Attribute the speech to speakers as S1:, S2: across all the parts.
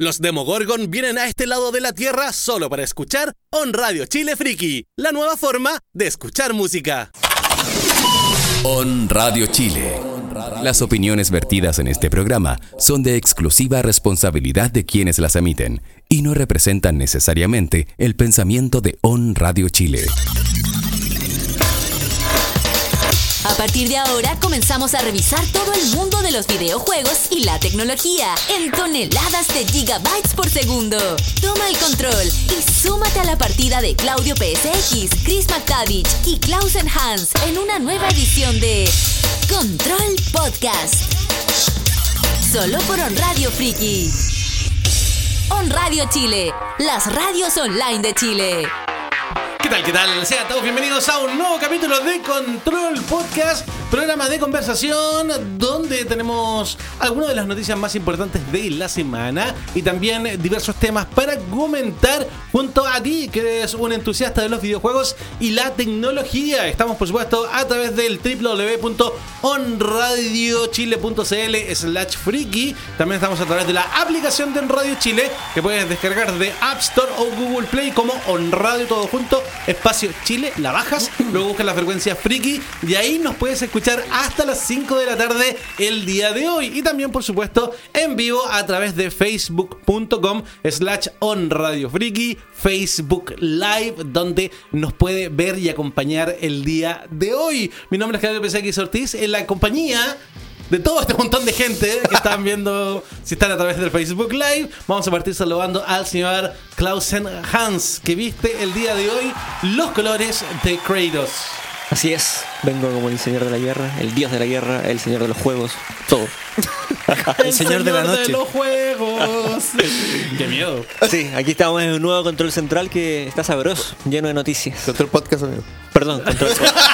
S1: Los Demogorgon vienen a este lado de la Tierra solo para escuchar On Radio Chile Friki, la nueva forma de escuchar música.
S2: On Radio Chile. Las opiniones vertidas en este programa son de exclusiva responsabilidad de quienes las emiten y no representan necesariamente el pensamiento de On Radio Chile.
S3: A partir de ahora comenzamos a revisar todo el mundo de los videojuegos y la tecnología en toneladas de gigabytes por segundo. Toma el control y súmate a la partida de Claudio PSX, Chris McTavish y Klausen Hans en una nueva edición de Control Podcast. Solo por On Radio Friki. On Radio Chile, las radios online de Chile.
S1: ¿Qué tal? ¿Qué tal? Sean todos bienvenidos a un nuevo capítulo de Control Podcast, programa de conversación donde tenemos algunas de las noticias más importantes de la semana y también diversos temas para comentar junto a ti que eres un entusiasta de los videojuegos y la tecnología. Estamos por supuesto a través del www.onradiochile.cl slash friki. También estamos a través de la aplicación de On Radio Chile que puedes descargar de App Store o Google Play como On Radio todo junto espacio Chile, la bajas, luego buscas la frecuencia friki y ahí nos puedes escuchar hasta las 5 de la tarde el día de hoy. Y también, por supuesto, en vivo a través de facebook.com slash on radio friki, Facebook Live, donde nos puede ver y acompañar el día de hoy. Mi nombre es Claudio PSX Ortiz, en la compañía de todo este montón de gente que están viendo, si están a través del Facebook Live. Vamos a partir saludando al señor Klausen Hans, que viste el día de hoy los colores de Kratos.
S4: Así es, vengo como el señor de la guerra, el dios de la guerra, el señor de los juegos, todo.
S5: El, señor, de la noche.
S1: los juegos. Qué miedo.
S4: Sí, aquí estamos en un nuevo control central que está sabroso, lleno de noticias.
S5: Control podcast, amigo.
S4: Perdón, control central.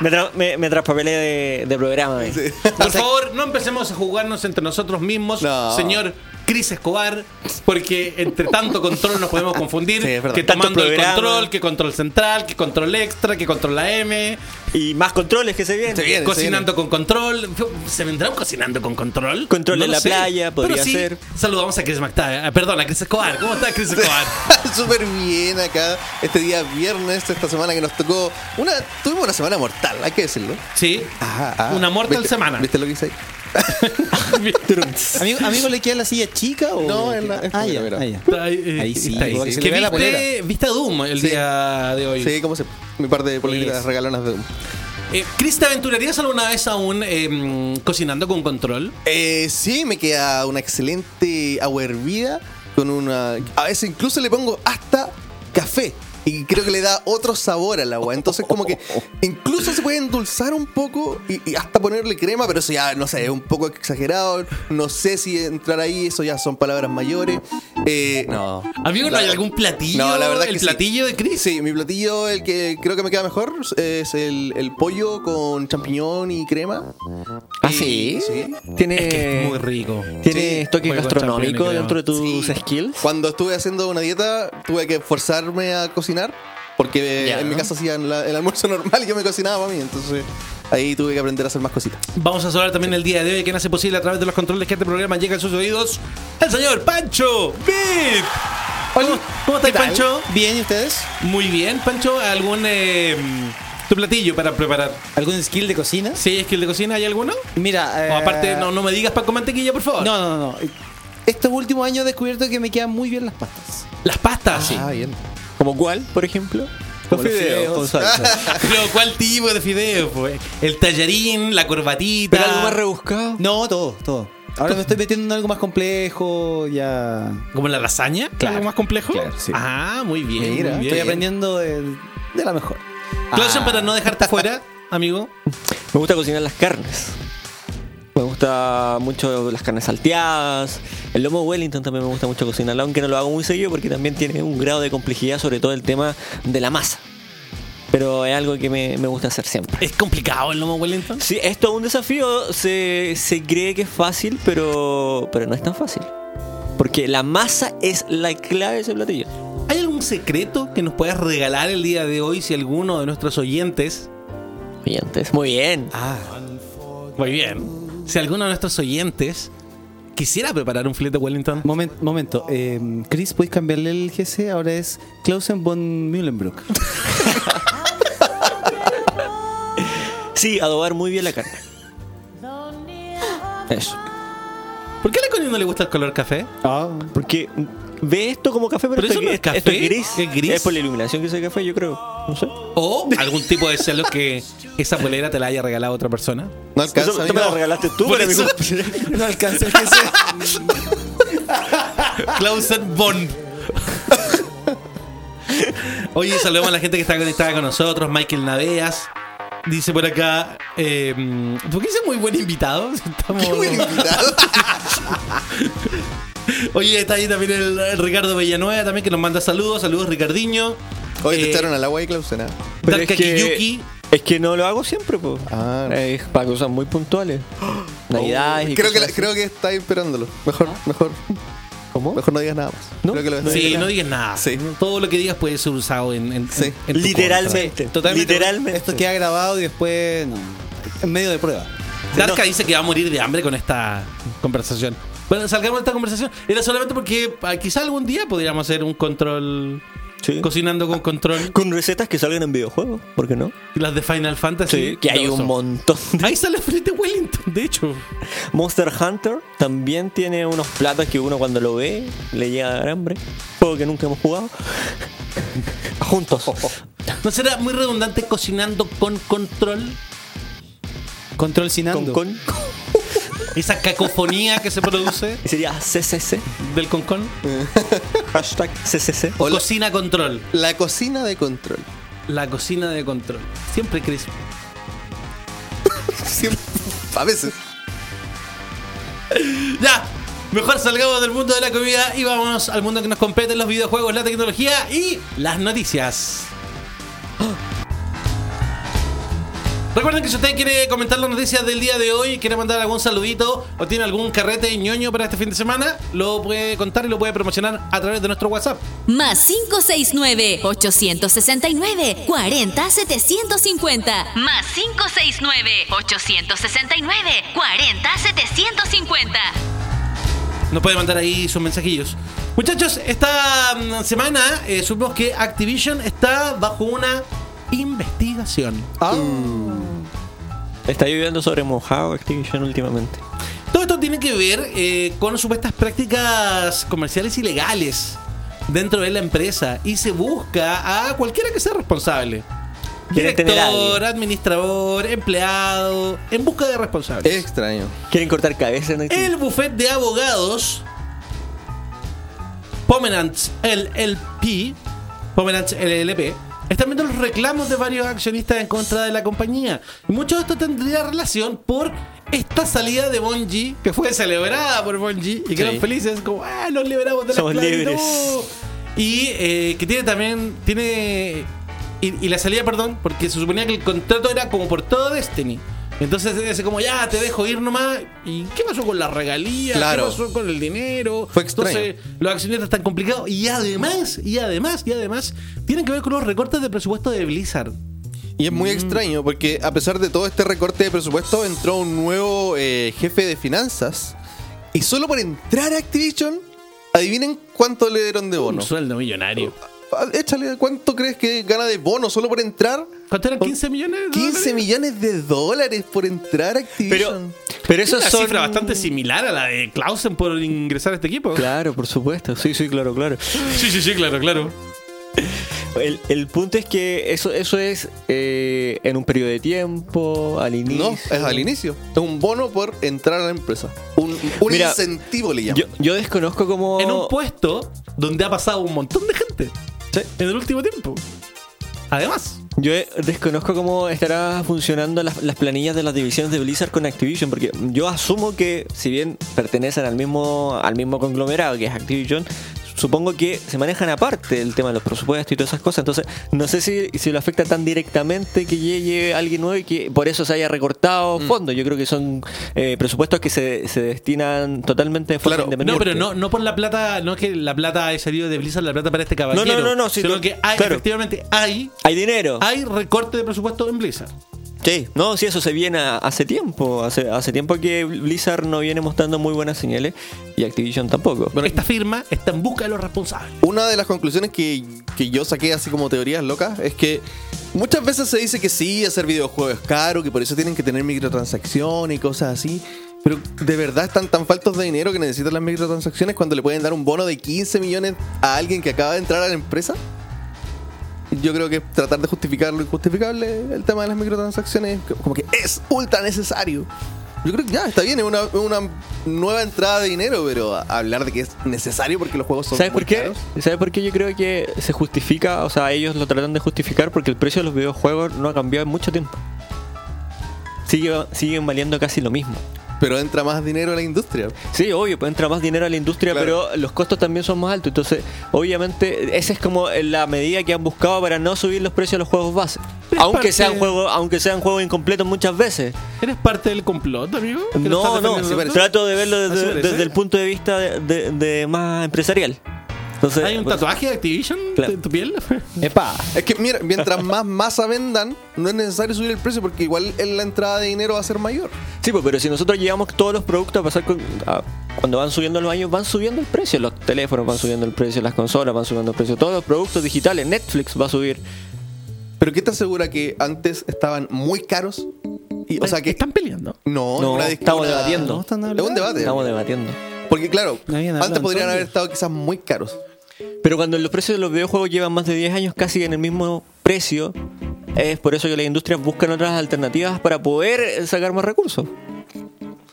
S4: Me, tra- me, me traspapelé de, de programa. eh.
S1: Por favor, no empecemos a jugarnos entre nosotros mismos,
S5: No.
S1: señor Cris Escobar, porque entre tanto control nos podemos confundir.
S5: Sí, es verdad.
S1: que
S4: Tanto
S1: tomando el
S4: programa.
S1: control, que control central, que control extra, que control la M,
S4: Y más controles que se vienen.
S5: Se viene. Bien,
S1: cocinando con control. ¿Se vendrán cocinando con control?
S4: Control
S1: No
S4: en
S1: lo
S4: la playa, podría
S1: Pero sí,
S4: ser.
S1: Saludamos a Cris McTavish. Perdón, a Cris Escobar. ¿Cómo está Cris Escobar?
S5: Súper bien acá, este día viernes, esta semana que nos tocó. una Tuvimos una semana mortal, hay que decirlo.
S1: Sí.
S5: Ajá, ah,
S1: Una mortal
S5: ¿viste-
S1: semana.
S5: ¿Viste lo que hice ahí?
S6: ¿Amigo, amigo le queda la silla chica o.?
S5: No, en la- en la
S6: Ah, ya,
S5: primera.
S6: ah, ya.
S1: Ahí, eh,
S6: Ahí sí,
S1: está
S6: porque se
S1: Que
S6: le ve la
S1: viste,
S6: polera.
S1: viste a Doom el
S5: Sí.
S1: día de hoy.
S5: Sí, como se. Mi par de poleritas
S1: Es-
S5: regalonas de Doom.
S1: Eh, Chris, ¿te aventurarías alguna vez aún eh, cocinando con control?
S5: Eh, sí, me queda una excelente agua hervida con una. A veces incluso le pongo hasta café. Y creo que le da otro sabor al agua. Entonces, como que incluso se puede endulzar un poco y, y hasta ponerle crema, pero eso ya, no sé, es un poco exagerado. No sé si entrar ahí, eso ya son palabras mayores. Eh, no.
S1: Amigo, ¿no
S5: La-
S1: hay algún platillo?
S5: No, la verdad
S1: ¿El
S5: que sí.
S1: platillo de Chris?
S5: Sí, mi platillo, el que creo que me queda mejor, es el, el pollo con champiñón y crema.
S4: Ah,
S5: Y-
S4: sí.
S5: Sí.
S4: Tiene,
S1: Es que es muy rico.
S4: tiene
S5: Sí,
S4: toque
S1: muy buen
S4: gastronómico
S1: champiñón,
S4: dentro de tus
S5: Sí.
S4: skills.
S5: Cuando estuve haciendo una dieta, tuve que forzarme a cocinar. Porque eh,
S4: Ya.
S5: en mi casa hacían la- el almuerzo normal y yo me cocinaba para mí. Entonces ahí tuve que aprender a hacer más cositas.
S1: Vamos a hablar también el día de hoy, quien hace posible a través de los controles que este programa llega a sus oídos, el señor Pancho Bit. ¿Cómo, cómo estás,
S5: ¿qué tal?
S1: Pancho?
S6: ¿Bien y ustedes?
S1: Muy bien, Pancho. ¿Algún eh, tu platillo para preparar?
S6: ¿Algún skill de cocina?
S1: ¿Sí, es que el de cocina hay alguno?
S6: Mira. eh,
S1: O aparte, no, no me digas pan con mantequilla, por favor.
S6: No, no, no. Estos últimos años he descubierto que me quedan muy bien las pastas.
S1: Las pastas, sí.
S5: Ah, bien.
S4: ¿Como cuál, por ejemplo?
S6: Como los fideos.
S4: con salsa.
S1: Pero ¿cuál tipo de fideo? Pues? El tallarín, la corbatita.
S4: ¿Pero algo más rebuscado?
S6: No, todo, todo. Ahora me estoy metiendo en algo más complejo, ya.
S1: ¿Como la lasaña?
S6: Claro,
S1: ¿Algo más complejo?
S6: claro, sí.
S1: Ah, muy bien.
S6: Mira,
S1: muy
S6: estoy
S1: bien.
S6: aprendiendo de, de la mejor.
S1: Clausen, para no
S6: Ah.
S1: dejarte afuera, amigo.
S4: Me gusta cocinar las carnes. Me gusta mucho las carnes salteadas. El lomo Wellington también me gusta mucho cocinarlo, aunque no lo hago muy seguido porque también tiene un grado de complejidad, sobre todo el tema de la masa. Pero es algo que me, me gusta hacer siempre.
S1: ¿Es complicado el lomo Wellington?
S4: Sí, esto es todo un desafío. Se, se cree que es fácil, pero, pero no es tan fácil. Porque la masa es la clave de ese platillo.
S1: ¿Hay algún secreto que nos puedas regalar el día de hoy si alguno de nuestros oyentes...
S4: Muy bien, muy bien.
S1: Ah, muy bien. Si alguno de nuestros oyentes Quisiera preparar un filete Wellington.
S6: Moment- momento, eh, Chris, ¿puedes cambiarle el GC? Ahora es Clausen von Mühlenbrock.
S4: Sí, adobar muy bien la carne. Eso.
S1: ¿Por qué a la Connie no le gusta el color café?
S6: Ah,
S4: Porque ve esto como café, pero,
S1: Pero
S4: esto,
S1: eso no
S4: es,
S1: es café,
S4: esto es gris.
S1: es gris.
S4: Es por la iluminación que es el café, yo creo. No sé.
S1: O algún tipo de celo que esa polera te la haya regalado otra persona.
S5: No alcanza.
S4: Eso, tú
S5: amigo.
S4: me la regalaste tú,
S1: Por
S4: pero mi
S1: eso-
S4: cumple-
S6: no alcanza el GC.
S1: Clausen Bond. Oye, saludamos a la gente que está conectada con nosotros. Michael Naveas dice por acá. eh, ¿Por qué dice muy buen invitado? Estamos-
S5: Qué buen invitado.
S1: Oye, está ahí también el, el Ricardo Villanueva también que nos manda saludos. Saludos, Ricardiño.
S5: Hoy te
S1: Eh,
S5: echaron al agua y Clausena.
S4: Pero
S1: Darka
S4: es que-
S1: Kiyuki.
S4: Es que no lo hago siempre, pues.
S5: Ah.
S4: Es para cosas muy puntuales. Navidades y
S5: creo que,
S4: cosas
S5: la-
S4: así.
S5: creo que está esperándolo. Mejor, mejor.
S4: ¿Cómo?
S5: Mejor no digas nada más.
S4: ¿No?
S5: Creo que lo
S4: No
S1: Sí,
S5: nada.
S1: no digas nada.
S5: Sí.
S1: Todo lo que digas puede ser usado en. en-
S5: Sí.
S1: en- en tu
S4: Literalmente.
S1: contra. Totalmente.
S4: Literalmente.
S6: Esto queda grabado y después. No, en medio de prueba.
S1: Darka dice que va a morir de hambre con esta conversación. Bueno, salgamos de esta conversación. Era solamente porque ah, quizá algún día podríamos hacer un control.
S4: Sí.
S1: Cocinando con control.
S4: Con recetas que salgan en videojuegos, ¿por qué no?
S1: Las de Final Fantasy.
S4: que hay un montón.
S1: Ahí sale frente Wellington, de hecho.
S4: Monster Hunter también tiene unos platos que uno cuando lo ve le llega a dar hambre. Juego que nunca hemos jugado. Juntos.
S1: Oh, ¿No será muy redundante cocinando con control?
S6: Control
S4: Con
S6: Sinando.
S4: con.
S1: Esa cacofonía que se produce
S4: Y sería CCC.
S1: del concón.
S4: Hashtag CCC.
S1: O cocina control.
S5: La cocina de control.
S1: La cocina de control. Siempre Chris.
S5: Siempre- A veces.
S1: Ya, mejor salgamos del mundo de la comida y vámonos al mundo que nos compete, los videojuegos, la tecnología y las noticias. Recuerden que si usted quiere comentar las noticias del día de hoy, quiere mandar algún saludito o tiene algún carrete ñoño para este fin de semana, lo puede contar y lo puede promocionar a través de nuestro WhatsApp.
S3: Más 569-869-40-750. Más 569-869-40-750.
S1: Nos puede mandar ahí sus mensajillos. Muchachos, esta mm, semana eh, supimos que Activision está bajo una investigación.
S5: Mm,
S4: Está lloviendo sobre mojado Activision últimamente.
S1: Todo esto tiene que ver eh, con supuestas prácticas comerciales ilegales dentro de la empresa y se busca a cualquiera que sea responsable.
S4: Quiere tener a
S1: Director,
S4: alguien.
S1: administrador, empleado, en busca de responsables.
S5: Es extraño.
S4: Quieren cortar cabeza en Activision.
S1: El buffet de abogados Pomerantz LLP Pomerantz LLP están viendo los reclamos de varios accionistas en contra de la compañía. Y mucho de esto tendría relación por esta salida de Bungie, que fue celebrada por Bungie, y que eran felices, como, ah, nos liberamos de la
S4: Somos
S1: esclavitud".
S4: libres.
S1: Y eh, que tiene también, tiene... Y, y la salida, perdón, porque se suponía que el contrato era como por todo Destiny. Entonces es como, ya, te dejo ir nomás. ¿Y qué pasó con la regalía?
S5: Claro.
S1: ¿Qué pasó con el dinero?
S5: Fue extraño.
S1: Entonces, los accionistas están complicados. Y además, y además, y además, tienen que ver con los recortes de presupuesto de Blizzard.
S5: Y es muy extraño porque a pesar de todo este recorte de presupuesto entró un nuevo eh, jefe de finanzas y solo por entrar a Activision, adivinen cuánto le dieron de bono.
S1: Un sueldo millonario.
S5: Ah, Échale, ¿cuánto crees que gana de bono solo por entrar?
S1: ¿Cuánto eran? ¿15 millones? de
S5: 15
S1: dólares?
S5: millones de dólares por entrar a
S4: Pero,
S5: Activision.
S4: pero eso
S1: Una
S4: son...
S1: cifra bastante similar a la de Clausen por ingresar a este equipo.
S4: Claro, por supuesto. Sí, sí, claro, claro.
S1: Sí, sí, sí, claro, claro.
S4: El, el punto es que eso, eso es eh, en un periodo de tiempo, al inicio.
S5: no, es al inicio. Es un bono por entrar a la empresa. Un, un
S4: Mira,
S5: incentivo le llaman.
S4: Yo, yo desconozco cómo...
S1: En un puesto donde ha pasado un montón de gente
S4: Sí.
S1: en el último tiempo. Además.
S4: Yo eh, desconozco cómo estará funcionando las, las planillas de las divisiones de Blizzard con Activision, porque yo asumo que, si bien pertenecen al mismo, al mismo conglomerado que es Activision, supongo que se manejan aparte el tema de los presupuestos y todas esas cosas. Entonces, no sé si, si lo afecta tan directamente que llegue alguien nuevo y que por eso se haya recortado
S1: Mm.
S4: fondos. Yo creo que son eh, presupuestos que se, se destinan totalmente de forma
S5: Claro.
S1: No,
S4: independiente.
S1: pero no, no por la plata, no es que la plata haya salido de Blizzard, la plata para este caballero.
S4: no, no, no, sí,
S1: sino
S4: no,
S1: que hay,
S4: claro. Oh.
S1: efectivamente hay,
S4: Hay dinero.
S1: hay recorte de presupuesto en Blizzard.
S4: Sí, no, sí, eso se viene a- hace tiempo. Hace, hace tiempo que Blizzard no viene mostrando muy buenas señales y Activision tampoco.
S1: Esta firma está en busca de los responsables.
S5: Una de las conclusiones que, que yo saqué así como teorías locas es que muchas veces se dice que sí, hacer videojuegos es caro, que por eso tienen que tener microtransacciones y cosas así. Pero de verdad están tan faltos de dinero que necesitan las microtransacciones cuando le pueden dar un bono de 15 millones a alguien que acaba de entrar a la empresa. Yo creo que tratar de justificar lo injustificable, el tema de las microtransacciones, como que es ultra necesario. Yo creo que ya está bien, es una, una nueva entrada de dinero, pero hablar de que es necesario porque los juegos son
S4: ¿Sabes
S5: muy
S4: por qué?
S5: caros.
S4: ¿Sabes por qué yo creo que se justifica? O sea, ellos lo tratan de justificar porque el precio de los videojuegos no ha cambiado en mucho tiempo. Sigue- siguen valiendo casi lo mismo.
S5: pero entra más dinero a la industria.
S4: Sí, obvio, pues entra más dinero a la industria,
S5: Claro.
S4: pero los costos también son más altos. Entonces, obviamente, esa es como la medida que han buscado para no subir los precios de los juegos base.
S1: Pero es
S4: Aunque
S1: parte-
S4: sean, juegos, aunque sean juegos incompletos muchas veces.
S1: ¿Eres parte del complot, amigo? ¿Que lo
S4: No,
S1: estás
S4: no,
S1: defendiendo
S5: sí
S1: tanto?
S5: parece.
S4: trato de verlo
S1: Así
S4: desde,
S1: parece.
S4: desde el punto de vista de, de- de más empresarial. Entonces,
S1: ¿Hay un
S4: pues,
S1: tatuaje de Activision
S4: Claro.
S1: en tu piel?
S6: ¡Epa!
S5: Es que mira, mientras más masa vendan, no es necesario subir el precio porque igual en la entrada de dinero va a ser mayor.
S4: Sí, pues, pero si nosotros llevamos todos los productos a pasar con- a- cuando van subiendo los años, van subiendo el precio. Los teléfonos van subiendo el precio, las consolas van subiendo el precio, todos los productos digitales, Netflix va a subir.
S5: Pero ¿qué te asegura que antes estaban muy caros? Y, o sea que
S1: están peleando.
S5: no,
S4: No,
S5: una dis-
S4: estamos
S5: una-
S4: debatiendo.
S6: No, están
S5: Es un
S6: hablando.
S5: debate.
S4: Estamos debatiendo.
S5: Porque claro,
S6: Nadie habla,
S5: antes podrían
S6: entonces.
S5: haber estado quizás muy caros.
S4: Pero cuando los precios de los videojuegos llevan más de 10 años casi en el mismo precio, es por eso que las industrias buscan otras alternativas para poder eh, sacar más recursos.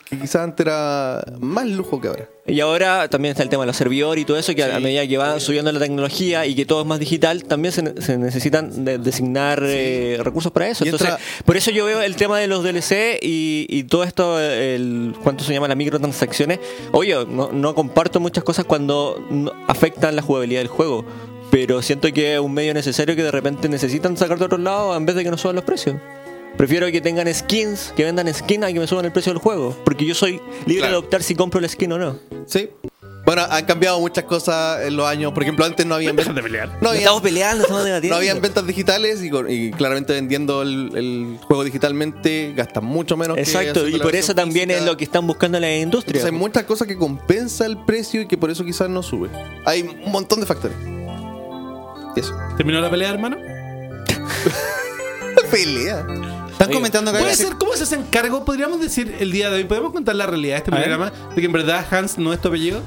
S5: Que quizás antes era más lujo que ahora.
S4: Y ahora también está el tema de los servidores y todo eso, que a- a medida que va subiendo la tecnología y que todo es más digital, también se, ne- se necesitan de- designar eh, recursos para eso.
S5: Y
S4: Entonces,
S5: entra-
S4: por eso yo veo el tema de los DLC y, y todo esto, eh, el, ¿cuánto se llama? Las microtransacciones. Oye, no, no comparto muchas cosas cuando no- afectan la jugabilidad del juego. Pero siento que es un medio necesario que de repente necesitan sacar de otro lado en vez de que nos suban los precios. Prefiero que tengan skins, que vendan skins a que me suban el precio del juego. Porque yo soy libre de
S5: Claro.
S4: optar si compro el skin o no.
S5: Sí. Bueno, han cambiado muchas cosas en los años. Por ejemplo, antes no habían
S1: Dejan
S5: ven-
S1: de pelear.
S5: No habían
S4: estamos peleando, estamos debatiendo.
S5: No habían ventas digitales y, con- y claramente vendiendo el, el juego digitalmente gastan mucho menos. que
S4: Exacto,
S5: haciendo
S4: y
S5: la
S4: por eso
S5: versión
S4: también
S5: física.
S4: es lo que están buscando la industria.
S5: Entonces hay muchas cosas que compensa el precio y que por eso quizás no sube. Hay un montón de factores. Y Eso.
S1: ¿Terminó la pelea, hermano?
S5: Pelea.
S6: Están comentando que
S1: ¿Puede
S6: hay-
S1: ser? ¿Cómo se hace encargo? Podríamos decir el día de hoy, podemos contar la realidad de este
S6: A ver.
S1: programa, de que en verdad Hans no es tu apellido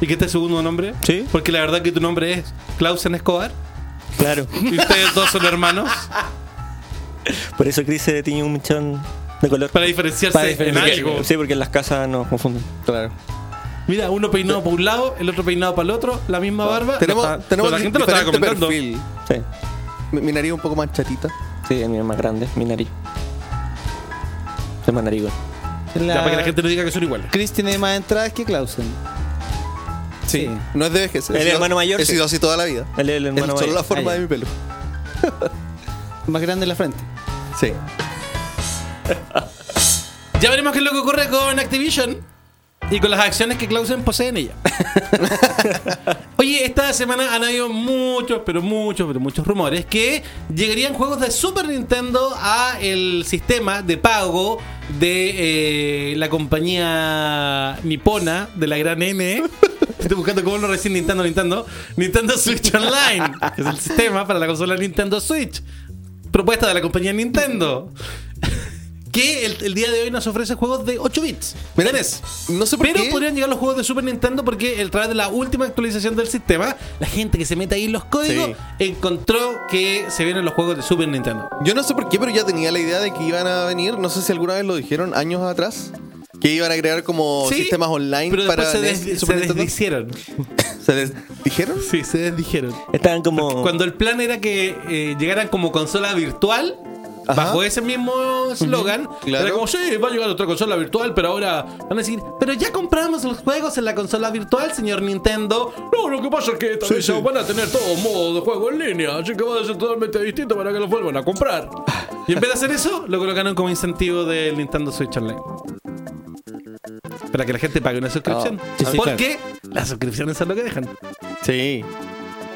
S1: y que este es tu segundo nombre.
S4: Sí.
S1: Porque la verdad que tu nombre es Clausen Escobar
S4: Claro.
S1: y ustedes dos son hermanos
S4: Por eso Chris se tiñe un mechón de color.
S1: para diferenciarse
S6: Para diferenciarse.
S1: en algo.
S4: Sí, porque en las casas nos confunden.
S5: Claro.
S1: Mira, uno peinado para un lado, el otro peinado para el otro, la misma barba.
S5: Tenemos,
S1: Lo está-
S5: tenemos
S1: la
S5: di-
S1: gente lo estaba
S5: diferente
S1: comentando.
S5: perfil.
S4: Sí,
S5: Mi, mi nariz un poco más chatita.
S4: sí, el mío es más grande, mi nariz. Es más narigón.
S1: Ya,
S6: La-
S1: para que la gente no diga que son iguales.
S6: Chris tiene más entradas que Clausen. Sí.
S5: No es de vejez. he
S4: El
S5: sido-
S4: hermano mayor,
S5: He
S4: sí.
S5: sido así toda la vida.
S4: El- el hermano
S5: es solo
S4: mayor.
S5: la forma
S6: Ah,
S5: de
S6: ya.
S5: mi pelo.
S6: Más grande en la frente.
S5: Sí.
S1: Ya veremos qué es lo que ocurre con Activision y con las acciones que Clausen posee en ella. Oye, esta semana han habido muchos, pero muchos, pero muchos rumores que llegarían juegos de Super Nintendo a el sistema de pago de eh, la compañía nipona de la gran N. Estoy buscando cómo lo recién Nintendo, Nintendo. Nintendo Switch Online, que es el sistema para la consola Nintendo Switch. Propuesta de la compañía Nintendo. Que el, el día de hoy nos ofrece juegos de 8 bits.
S5: Mira,
S1: NES.
S5: no sé por
S1: Pero
S5: qué.
S1: podrían llegar los juegos de Super Nintendo porque el través de la última actualización del sistema, la gente que se mete ahí en los códigos
S5: Sí.
S1: encontró que se vienen los juegos de Super Nintendo.
S5: Yo no sé por qué, pero ya tenía la idea de que iban a venir, no sé si alguna vez lo dijeron años atrás, que iban a crear como
S1: Sí,
S5: sistemas online
S1: pero
S5: para
S1: después
S5: NES
S1: se,
S5: y
S1: des-
S5: Super
S1: se
S5: Nintendo.
S1: desdicieron.
S5: ¿Se des- dijeron?
S1: Sí, se desdijeron.
S4: Estaban como.
S1: Cuando el plan era que eh, llegaran como consola virtual,
S5: Ajá.
S1: bajo ese mismo eslogan,
S5: claro.
S1: era como, sí, va a llegar otra consola virtual, pero ahora van a decir, pero ya compramos los juegos en la consola virtual, señor Nintendo. No, lo que pasa es que esta vez van a tener todos modos de juego en línea, así que va a ser totalmente distinto para que los vuelvan a comprar. Y en vez de hacer eso, lo colocaron como incentivo del Nintendo Switch Online. Para que la gente pague una suscripción.
S6: Ah. sí, sí, claro.
S1: Porque las suscripciones son lo que dejan.
S5: Sí.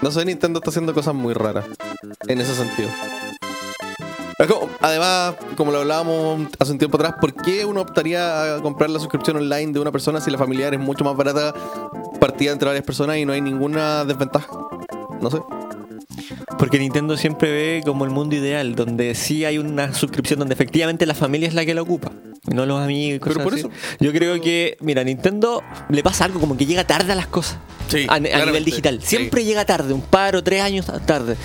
S5: No sé, Nintendo está haciendo cosas muy raras en ese sentido. Pero como- Además, como lo hablábamos hace un tiempo atrás, ¿por qué uno optaría a comprar la suscripción online de una persona si la familiar es mucho más barata partida entre varias personas y no hay ninguna desventaja? No sé.
S4: Porque Nintendo siempre ve como el mundo ideal, donde sí hay una suscripción donde efectivamente la familia es la que la ocupa, y no los amigos. y cosas
S5: Pero por
S4: así.
S5: eso-
S4: Yo creo que, mira, Nintendo le pasa algo como que llega tarde a las cosas.
S5: Sí,
S4: a, a nivel
S5: claramente.
S4: digital.
S5: Sí.
S4: Siempre llega tarde, un par o tres años tarde.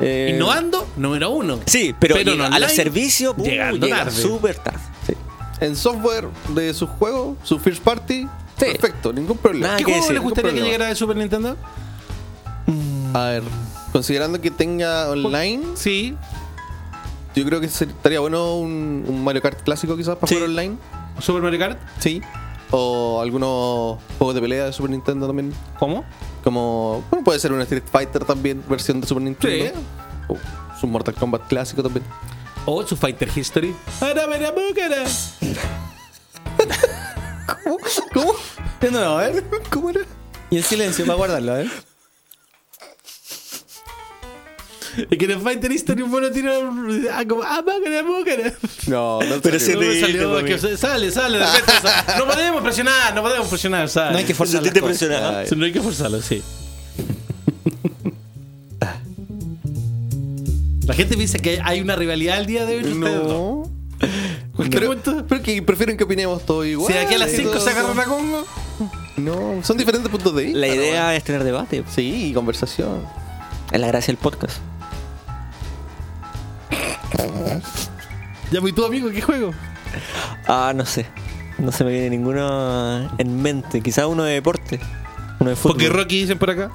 S4: Eh,
S1: Innovando, número uno.
S4: Sí, pero, llega
S1: no
S4: a los
S1: online,
S4: servicios, uh,
S1: llegando
S4: llega
S1: tarde.
S4: súper tarde. Sí.
S5: En software de sus juegos, su first party,
S4: Sí.
S5: perfecto, ningún problema.
S4: Nada
S1: ¿Qué
S4: que
S1: juego
S4: decir,
S1: les
S5: ningún
S1: gustaría que
S5: problema.
S1: llegara de Super Nintendo?
S5: A ver, considerando que tenga online,
S1: Sí.
S5: yo creo que ser- estaría bueno un, un Mario Kart clásico quizás para
S4: Sí.
S5: jugar online.
S1: Super Mario Kart.
S5: Sí. O algunos juegos de pelea de Super Nintendo también.
S1: ¿Cómo?
S5: Como, bueno, puede ser un Street Fighter también, versión de Super Nintendo.
S1: Sí.
S5: O su Mortal Kombat clásico también.
S1: O su Fighter History. Ara, mera, búcara.
S5: ¿Cómo?
S6: De nuevo, a ver.
S5: ¿Cómo era?
S6: Y el silencio para guardarlo, a ver.
S1: Y que en el Fighter History un bueno tira. Ah, como. Ah, búcara, búcara.
S5: No, no
S4: Pero
S5: salió.
S1: No me
S4: Sí,
S1: salió,
S4: también.
S1: que sale, sale. de repente, sale. No podemos presionar, no podemos presionar, ¿sabes?
S6: No hay que forzar las
S4: Te
S6: cosas.
S4: presionaba.
S5: Ay.
S1: No hay que forzarlo, sí. La gente piensa que hay una rivalidad el día de hoy. entre ustedes dos.
S5: No.
S1: Cualquier
S5: Pero,
S1: momento.
S5: pero que prefieren que opinemos todo igual.
S1: Si de aquí a las
S5: y
S1: 5
S5: todo
S1: se agarran
S5: eso.
S1: a Congo.
S5: No, son diferentes puntos de vista.
S4: La
S5: ¿no?
S4: idea es tener debate.
S5: Sí, y conversación.
S4: Es la gracia del podcast.
S1: Ya, pues, ¿y tú, amigo, qué juego?
S4: Ah, no sé. No se me viene ninguno en mente. Quizá uno de deporte. Uno de fútbol.
S1: Porque Rocky dicen por acá.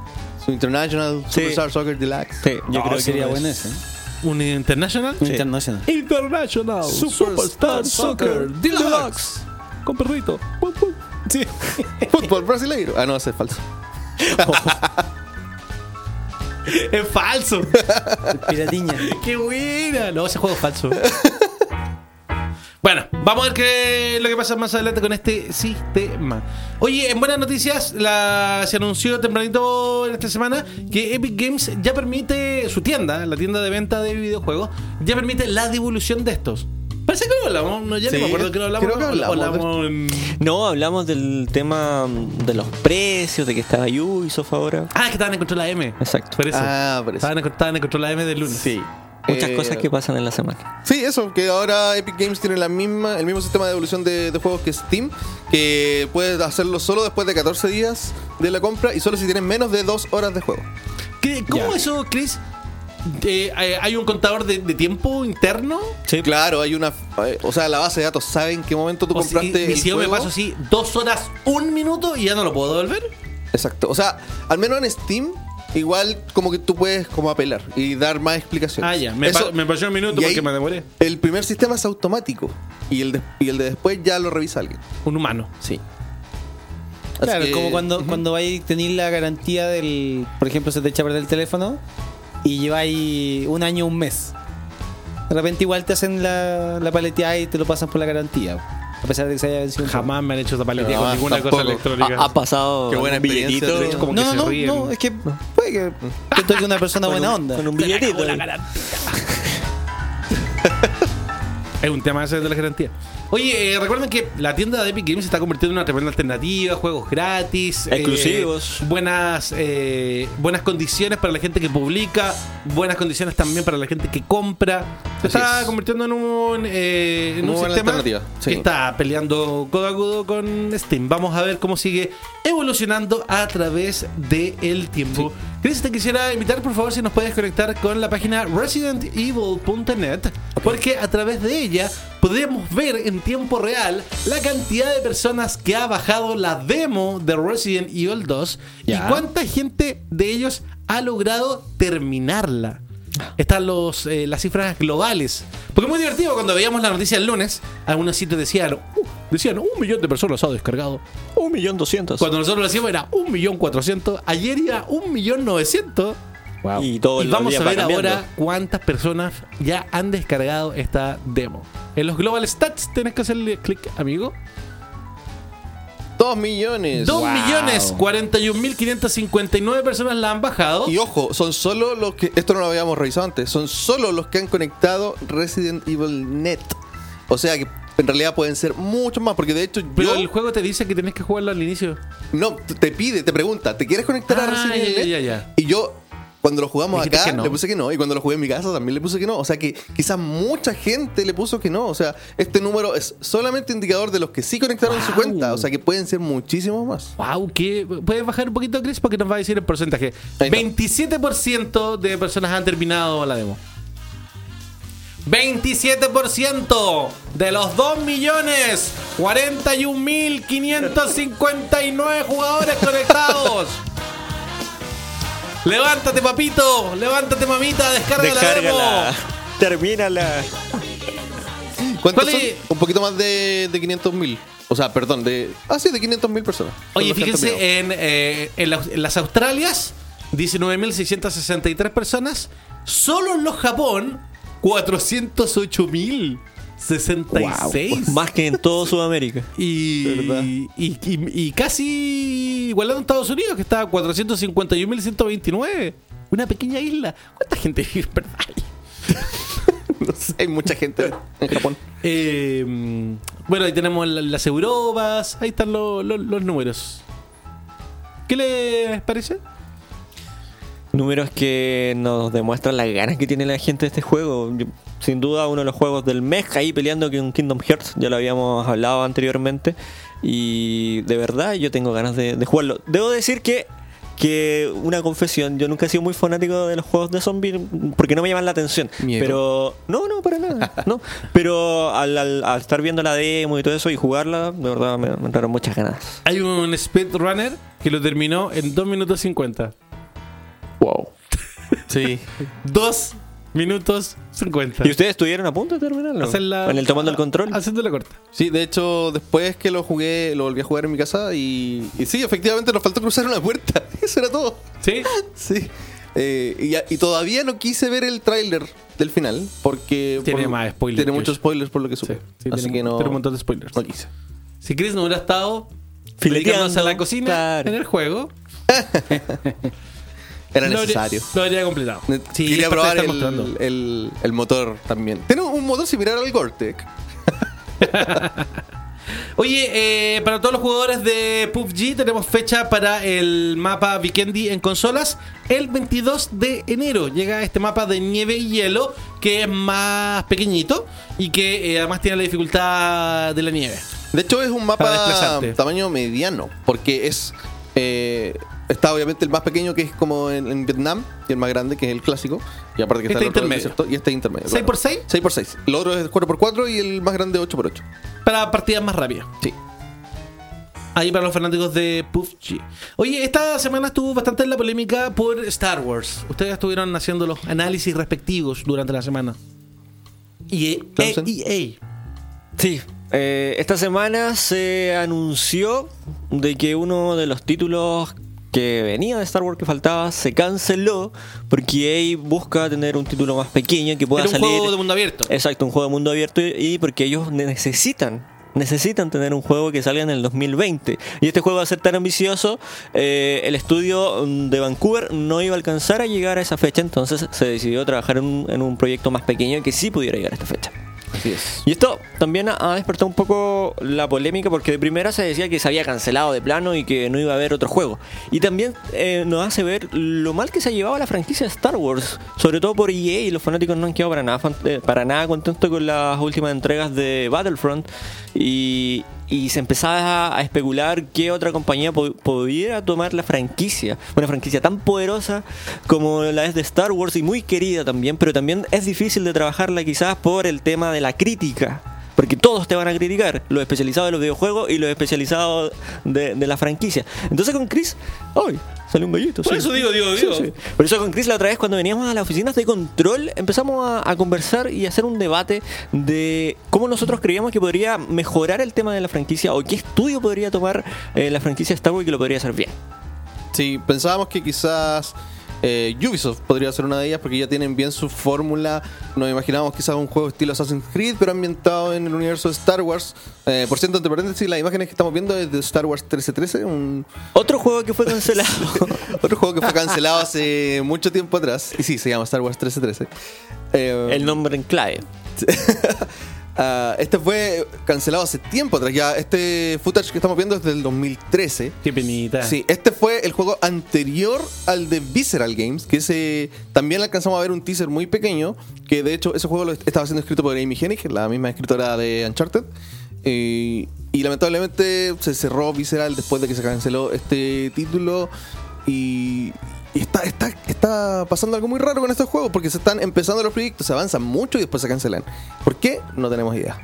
S5: Su International
S4: Sí.
S5: Superstar Soccer Deluxe.
S4: Sí, yo creo que
S6: sería
S4: uno
S6: bueno
S4: de-
S6: ese. ¿eh?
S1: ¿Un International?
S6: Un International.
S1: International
S5: Superstar Soccer Deluxe.
S1: Con perrito.
S6: Sí.
S5: Fútbol brasileiro. Ah, no, ese es falso.
S1: Es falso.
S6: Piratiña.
S1: qué buena. No, ese juego es falso. Bueno, vamos a ver qué lo que pasa más adelante con este sistema. Oye, en buenas noticias, la- se anunció tempranito en esta semana que Epic Games ya permite su tienda, la tienda de venta de videojuegos, ya permite la devolución de estos. Parece que lo hablamos, no, ya
S5: Sí,
S1: no me acuerdo que lo hablamos.
S5: creo que
S1: o- o
S5: hablamos de-
S1: hablamos en-
S4: No, hablamos del tema mm, de los precios, de que estaba Ubisoft ahora.
S1: Ah, que estaban en control AM.
S4: Exacto.
S1: Por eso.
S5: Ah, por eso.
S1: Estaban en, estaban en control AM del lunes.
S5: Sí.
S4: Muchas
S5: Eh,
S4: cosas que pasan en la semana.
S5: Sí, eso, que ahora Epic Games tiene la misma, el mismo sistema de devolución de, de juegos que Steam, que puedes hacerlo solo después de 14 días de la compra y solo si tienes menos de 2 horas de juego.
S1: ¿Qué- ¿Cómo
S6: Ya.
S1: eso, Chris? Eh, eh, ¿Hay un contador de, de tiempo interno?
S4: Sí.
S5: Claro, hay una. eh, O sea, la base de datos sabe en qué momento tú
S1: O si-
S5: compraste.
S1: y
S5: el
S1: si yo me
S5: juego.
S1: paso así dos horas, un minuto y ya no lo puedo devolver.
S5: Exacto. O sea, al menos en Steam, igual como que tú puedes como apelar y dar más explicaciones.
S1: Ah, ya. Me,
S5: Eso-
S1: pa- me pasó un minuto
S5: y
S1: porque
S5: ahí-
S1: me demoré.
S5: El primer sistema es automático y el de, y el de después ya lo revisa alguien.
S1: Un humano.
S5: Sí.
S6: Claro, como cuando, cuando vais tenéis la garantía del. Por ejemplo, se te echa a perder el teléfono y lleváis un año, un mes. De repente, igual te hacen la, la paleteada y te lo pasan por la garantía. A pesar de que se haya vencido. un
S1: Jamás me han hecho esa paletilla
S5: No,
S1: con ninguna cosa
S5: Ah, tampoco.
S1: electrónica.
S4: Ha, ha pasado
S5: Qué buena
S4: un
S5: experiencia,
S4: billetito.
S5: de hecho,
S1: como
S6: no,
S1: que se
S6: no,
S1: ríen.
S6: no, es que puede que yo toque una persona
S4: con
S6: buena
S4: un-
S6: onda.
S4: Con un
S1: Se me acabó
S4: billetito.
S1: la garantía. Es un tema ese de la garantía. Oye, eh, recuerden que la tienda de Epic Games se está convirtiendo en una tremenda alternativa, juegos gratis, eh,
S4: Exclusivos.
S1: buenas, eh, buenas condiciones para la gente que publica, buenas condiciones también para la gente que compra. Se
S5: Así
S1: está
S5: es.
S1: convirtiendo en un, eh, en
S5: Muy
S1: un
S5: buena
S1: sistema
S5: alternativa, sí.
S1: que está peleando codo a codo con Steam. Vamos a ver cómo sigue evolucionando a través del tiempo. Chris, te quisiera invitar, por favor, si nos puedes conectar con la página residentevil.net, porque a través de ella podemos ver en tiempo real la cantidad de personas que ha bajado la demo de Resident Evil 2 y
S6: Ya.
S1: cuánta gente de ellos ha logrado terminarla. Están los, eh, las cifras globales. Porque es muy divertido cuando veíamos la noticia el lunes, algunos sitios decían, "Uh, decían un millón de personas ha descargado.
S4: Un millón doscientos.
S1: Cuando nosotros lo hacíamos era un millón cuatrocientos, ayer era un millón novecientos.
S4: Y todo
S1: Y
S4: el
S1: vamos
S4: día
S1: a
S4: va
S1: ver
S4: cambiando.
S1: ahora cuántas personas ya han descargado esta demo. En los Global Stats tenés que hacerle clic, amigo.
S5: Dos millones.
S1: 2.041.559 personas la han bajado.
S5: Y ojo, son solo los que. Esto no lo habíamos revisado antes. Son solo los que han conectado Resident Evil Net. O sea que en realidad pueden ser muchos más. Porque de hecho,
S1: Pero
S5: yo.
S1: el juego te dice que tienes que jugarlo al inicio.
S5: No, t- te pide, te pregunta, ¿te quieres conectar
S1: Ah,
S5: a Resident Evil
S1: ya,
S5: Net?
S1: ya, ya.
S5: Y yo. Cuando lo jugamos
S1: Dijiste
S5: acá,
S1: que no.
S5: le puse que no. Y cuando lo jugué en mi casa, también le puse que no. O sea que quizás mucha gente le puso que no. O sea, este número es solamente indicador de los que sí conectaron su cuenta. O sea que pueden ser muchísimos más.
S1: Wow, que puedes bajar un poquito, Chris, porque nos va a decir el porcentaje.
S5: Ahí está.
S1: 27% de personas han terminado la demo. 27% de los 2 millones 41.559 jugadores conectados. levántate, papito, levántate, mamita, descarga la
S4: Descárgala.
S1: demo.
S4: Termínala.
S5: ¿Cuántos
S1: ¿Cuál
S5: son?
S1: es?
S5: Un poquito más de, de 500 mil. O sea, perdón, de. Ah, sí, de 500 mil personas. Son
S1: Oye,
S5: los que han terminado.
S1: fíjense, en, eh, en la- en las Australias, 19.663 personas. Solo en los Japón, 408.066.
S4: Más que en todo Sudamérica.
S5: ¿Verdad?
S1: Y, y, y- y casi igualando a Estados Unidos, que está a 451.129. Una pequeña isla. ¿Cuánta gente vive en verdad?
S5: No sé, hay mucha gente en Japón.
S1: Eh, mm, bueno, ahí tenemos la- las Europas. Ahí están lo- lo- los números. ¿Qué les parece?
S4: Números que nos demuestran las ganas que tiene la gente de este juego. Yo- Sin duda uno de los juegos del mes ahí peleando con Kingdom Hearts, ya lo habíamos hablado anteriormente. Y de verdad yo tengo ganas de, de jugarlo. Debo decir que, que una confesión, yo nunca he sido muy fanático de los juegos de zombies porque no me llaman la atención.
S5: Miedo.
S4: Pero no, no, para nada. no. Pero al, al- al estar viendo la demo y todo eso y jugarla, de verdad me, me entraron muchas ganas.
S1: Hay un speedrunner que lo terminó en 2 minutos 50.
S4: Wow.
S5: Sí.
S1: 2 minutos 50.
S4: ¿Y ustedes estuvieron a punto de terminarlo?
S1: Hacer la-
S4: en el tomando el control.
S1: Haciendo la corta.
S5: Sí, de hecho, después que lo jugué, lo volví a jugar en mi casa y, y sí, efectivamente nos faltó cruzar una puerta. Eso era todo.
S1: ¿Sí?
S5: Sí. Eh, y, a- y todavía no quise ver el tráiler del final porque
S1: Tiene más spoilers
S5: Tiene
S1: que
S5: muchos
S1: yo.
S5: spoilers por lo que supe.
S1: Sí, sí,
S5: Así
S1: tiene-
S5: que no.
S1: tiene un montón de spoilers.
S5: No quise.
S1: Si Chris no hubiera estado
S4: Fileteando,
S1: dedicándose a la cocina
S4: claro.
S1: en el juego,
S5: Era
S1: lo habría-
S5: necesario.
S1: Lo habría completado. Sí,
S5: Quería
S1: aparte
S5: probar
S1: está
S5: el,
S1: mostrando.
S5: el- el motor también. Tiene un motor similar al Gore-Tex.
S1: Oye, eh, para todos los jugadores de PUBG tenemos fecha para el mapa Vikendi en consolas. El 22 de enero llega este mapa de nieve y hielo que es más pequeñito y que eh, además tiene la dificultad de la nieve.
S5: De hecho, es un
S1: Para
S5: mapa
S1: desplazarte.
S5: tamaño mediano, porque es. eh, está obviamente el más pequeño, que es como en, en Vietnam, y el más grande, que es el clásico. Y aparte que
S1: Este
S5: está el otro del
S1: intermedio.
S5: desierto, y este es intermedio.
S1: ¿Seis por seis?
S5: 6x6. El otro es 4x4 y el más grande 8x8.
S1: Para partidas más rápidas.
S5: Sí.
S1: Ahí para los fanáticos de PUBG. Oye, esta semana estuvo bastante en la polémica por Star Wars. Ustedes estuvieron haciendo los análisis respectivos durante la semana. Y E
S5: Thompson.
S1: EA.
S4: Sí. eh, esta semana se anunció de que uno de los títulos que venía de Star Wars que faltaba se canceló porque EA busca tener un título más pequeño que pueda
S1: Era un
S4: salir.
S1: juego de mundo abierto.
S4: Exacto, un juego de mundo abierto y- y porque ellos necesitan. Necesitan tener un juego que salga en el 2020. Y este juego va a ser tan ambicioso. eh, el estudio mm, de Vancouver no iba a alcanzar a llegar a esa fecha. Entonces se decidió trabajar en un, en un proyecto más pequeño que sí pudiera llegar a esta fecha.
S5: Así es.
S4: Y esto también ha- ha despertado un poco la polémica porque de primera se decía que se había cancelado de plano y que no iba a haber otro juego. Y también eh, nos hace ver lo mal que se ha llevado la franquicia de Star Wars, sobre todo por EA y los fanáticos no han quedado para nada, fan- eh, para nada contentos con las últimas entregas de Battlefront y, y se empezaba a, a especular qué otra compañía po- pudiera tomar la franquicia. Una franquicia tan poderosa como la es de Star Wars y muy querida también, pero también es difícil de trabajarla quizás por el tema de la crítica. Porque todos te van a criticar, los especializados de los videojuegos y los especializados de, de la franquicia. Entonces con Chris, ¡ay! Salió un gallito.
S1: Por eso digo, digo, digo.
S4: Por eso con Chris la otra vez cuando veníamos a las oficinas de control empezamos a, a conversar y a hacer un debate de cómo nosotros creíamos que podría mejorar el tema de la franquicia o qué estudio podría tomar eh, la franquicia Star Wars que lo podría hacer bien.
S5: Sí, pensábamos que quizás Eh, Ubisoft podría ser una de ellas porque ya tienen bien su fórmula. Nos imaginábamos quizás un juego estilo Assassin's Creed, pero ambientado en el universo de Star Wars. Eh, por cierto, entre paréntesis, las imágenes que estamos viendo es de Star Wars 1313, un,
S4: Otro juego que fue cancelado.
S5: otro juego que fue cancelado hace mucho tiempo atrás. Y sí, se llama Star Wars 1313. Eh,
S4: el nombre en clave.
S5: ah, este fue cancelado hace tiempo atrás. Ya este footage que estamos viendo es del 2013.
S1: Qué penita.
S5: Sí, este fue el juego anterior al de Visceral Games, que ese también alcanzamos a ver un teaser muy pequeño, que de hecho ese juego lo est- estaba siendo escrito por Amy Hennig, la misma escritora de Uncharted. eh, y lamentablemente se cerró Visceral después de que se canceló este título. Y, y está, está, está pasando algo muy raro con estos juegos, porque se están empezando los proyectos, se avanzan mucho y después se cancelan. ¿Por qué? No tenemos idea.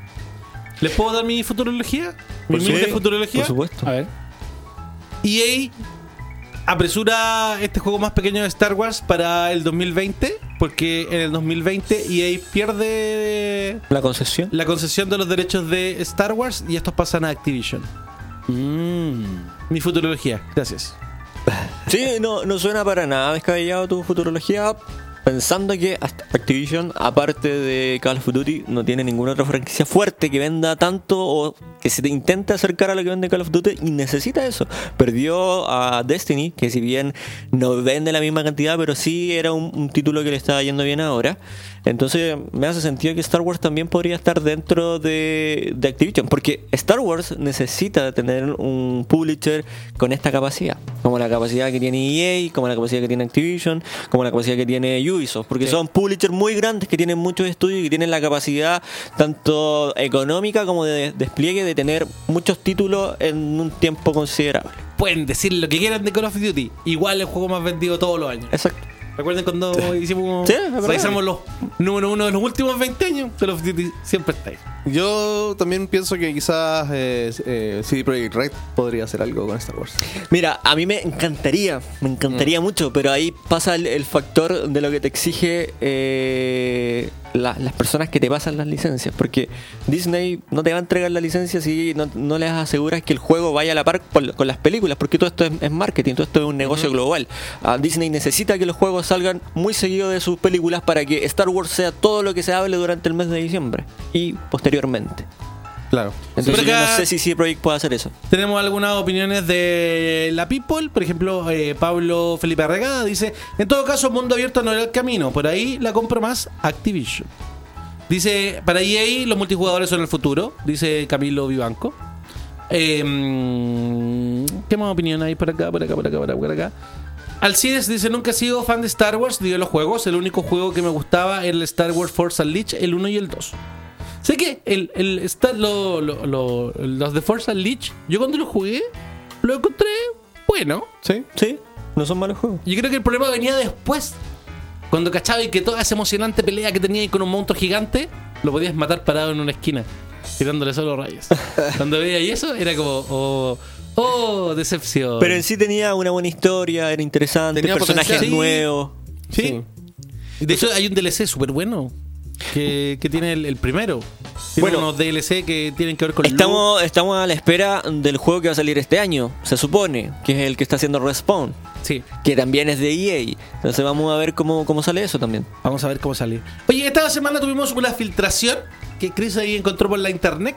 S1: ¿Les puedo dar mi futurología? ¿Mi
S4: Por
S1: humilde
S4: supuesto.
S1: futurología?
S4: Pues Por supuesto.
S1: A ver. EA apresura este juego más pequeño de Star Wars para el 2020, porque en el 2020 EA E pierde
S4: La concesión.
S1: la concesión de los derechos de Star Wars y estos pasan a Activision.
S4: Mm.
S1: Mi futurología, gracias.
S4: Sí, no, no suena para nada descabellado tu futurología. Pensando que hasta Activision, aparte de Call of Duty, no tiene ninguna otra franquicia fuerte que venda tanto o que se te intente acercar a lo que vende Call of Duty y necesita eso. Perdió a Destiny, que si bien no vende la misma cantidad, pero sí era un, un título que le estaba yendo bien ahora. Entonces me hace sentido que Star Wars también podría estar dentro de, de Activision, porque Star Wars necesita tener un publisher con esta capacidad, como la capacidad que tiene EA, como la capacidad que tiene Activision, como la capacidad que tiene Ubisoft, porque son publishers muy grandes que tienen muchos estudios y que tienen la capacidad tanto económica como de despliegue de tener muchos títulos en un tiempo considerable.
S1: Pueden decir lo que quieran de Call of Duty, igual el juego más vendido todos los años.
S4: Exacto.
S1: Recuerden cuando hicimos
S4: Sí, es verdad.
S1: revisamos los número uno de los últimos 20 años, Call of Duty siempre está ahí.
S5: Yo también pienso que quizás eh, eh, CD Projekt Red podría hacer algo con Star Wars.
S4: Mira, a mí me encantaría, me
S1: Mm.
S4: encantaría mucho, pero ahí pasa el, el factor de lo que te exige eh, la- las personas que te pasan las licencias, porque Disney no te va a entregar la licencia si no, no les aseguras que el juego vaya a la par con, con las películas, porque todo esto es, es marketing, todo esto es un negocio global. Ah, Disney necesita que los juegos salgan muy seguido de sus películas para que Star Wars sea todo lo que se hable durante el mes de diciembre y posteriormente.
S5: Claro.
S4: Entonces
S1: Pero
S4: yo
S1: acá-
S4: no sé si CD Projekt puede hacer eso.
S1: Tenemos algunas opiniones de la People, por ejemplo, eh, Pablo Felipe Arregada dice, en todo caso, mundo abierto no era el camino, por ahí la compro más Activision. Dice, para EA los multijugadores son el futuro, dice Camilo Vivanco. Em, ¿Qué más opinión hay por acá, por acá, por acá, por acá, por acá? Alcides dice, nunca he sido fan de Star Wars, ni de los juegos, el único juego que me gustaba era el Star Wars Force Unleashed, el 1 y el 2. Sé que el, el Star- lo- lo- lo- los de Forza Leech, yo cuando lo jugué, lo encontré bueno.
S5: Sí.
S4: Sí, no son malos juegos.
S1: Yo creo que el problema venía después. Cuando cachaba y que toda esa emocionante pelea que tenía ahí con un monstruo gigante, lo podías matar parado en una esquina, tirándole solo rayos. cuando veía y eso, era como, oh, oh, decepción.
S4: Pero en sí tenía una buena historia, era interesante,
S5: Tenía
S4: personajes
S5: potencial.
S4: nuevos.
S1: sí. De hecho, hay un DLC súper bueno que, que tiene el, el primero. Tiene
S4: Bueno.
S1: unos DLC que tienen que ver con Luke.
S4: Estamos, estamos a la espera del juego que va a salir este año, se supone, que es el que está haciendo Respawn,
S1: Sí.
S4: que también es de EA. Entonces vamos a ver cómo, cómo sale eso también.
S1: Vamos a ver cómo sale. Oye, esta semana tuvimos una filtración que Chris ahí encontró por la internet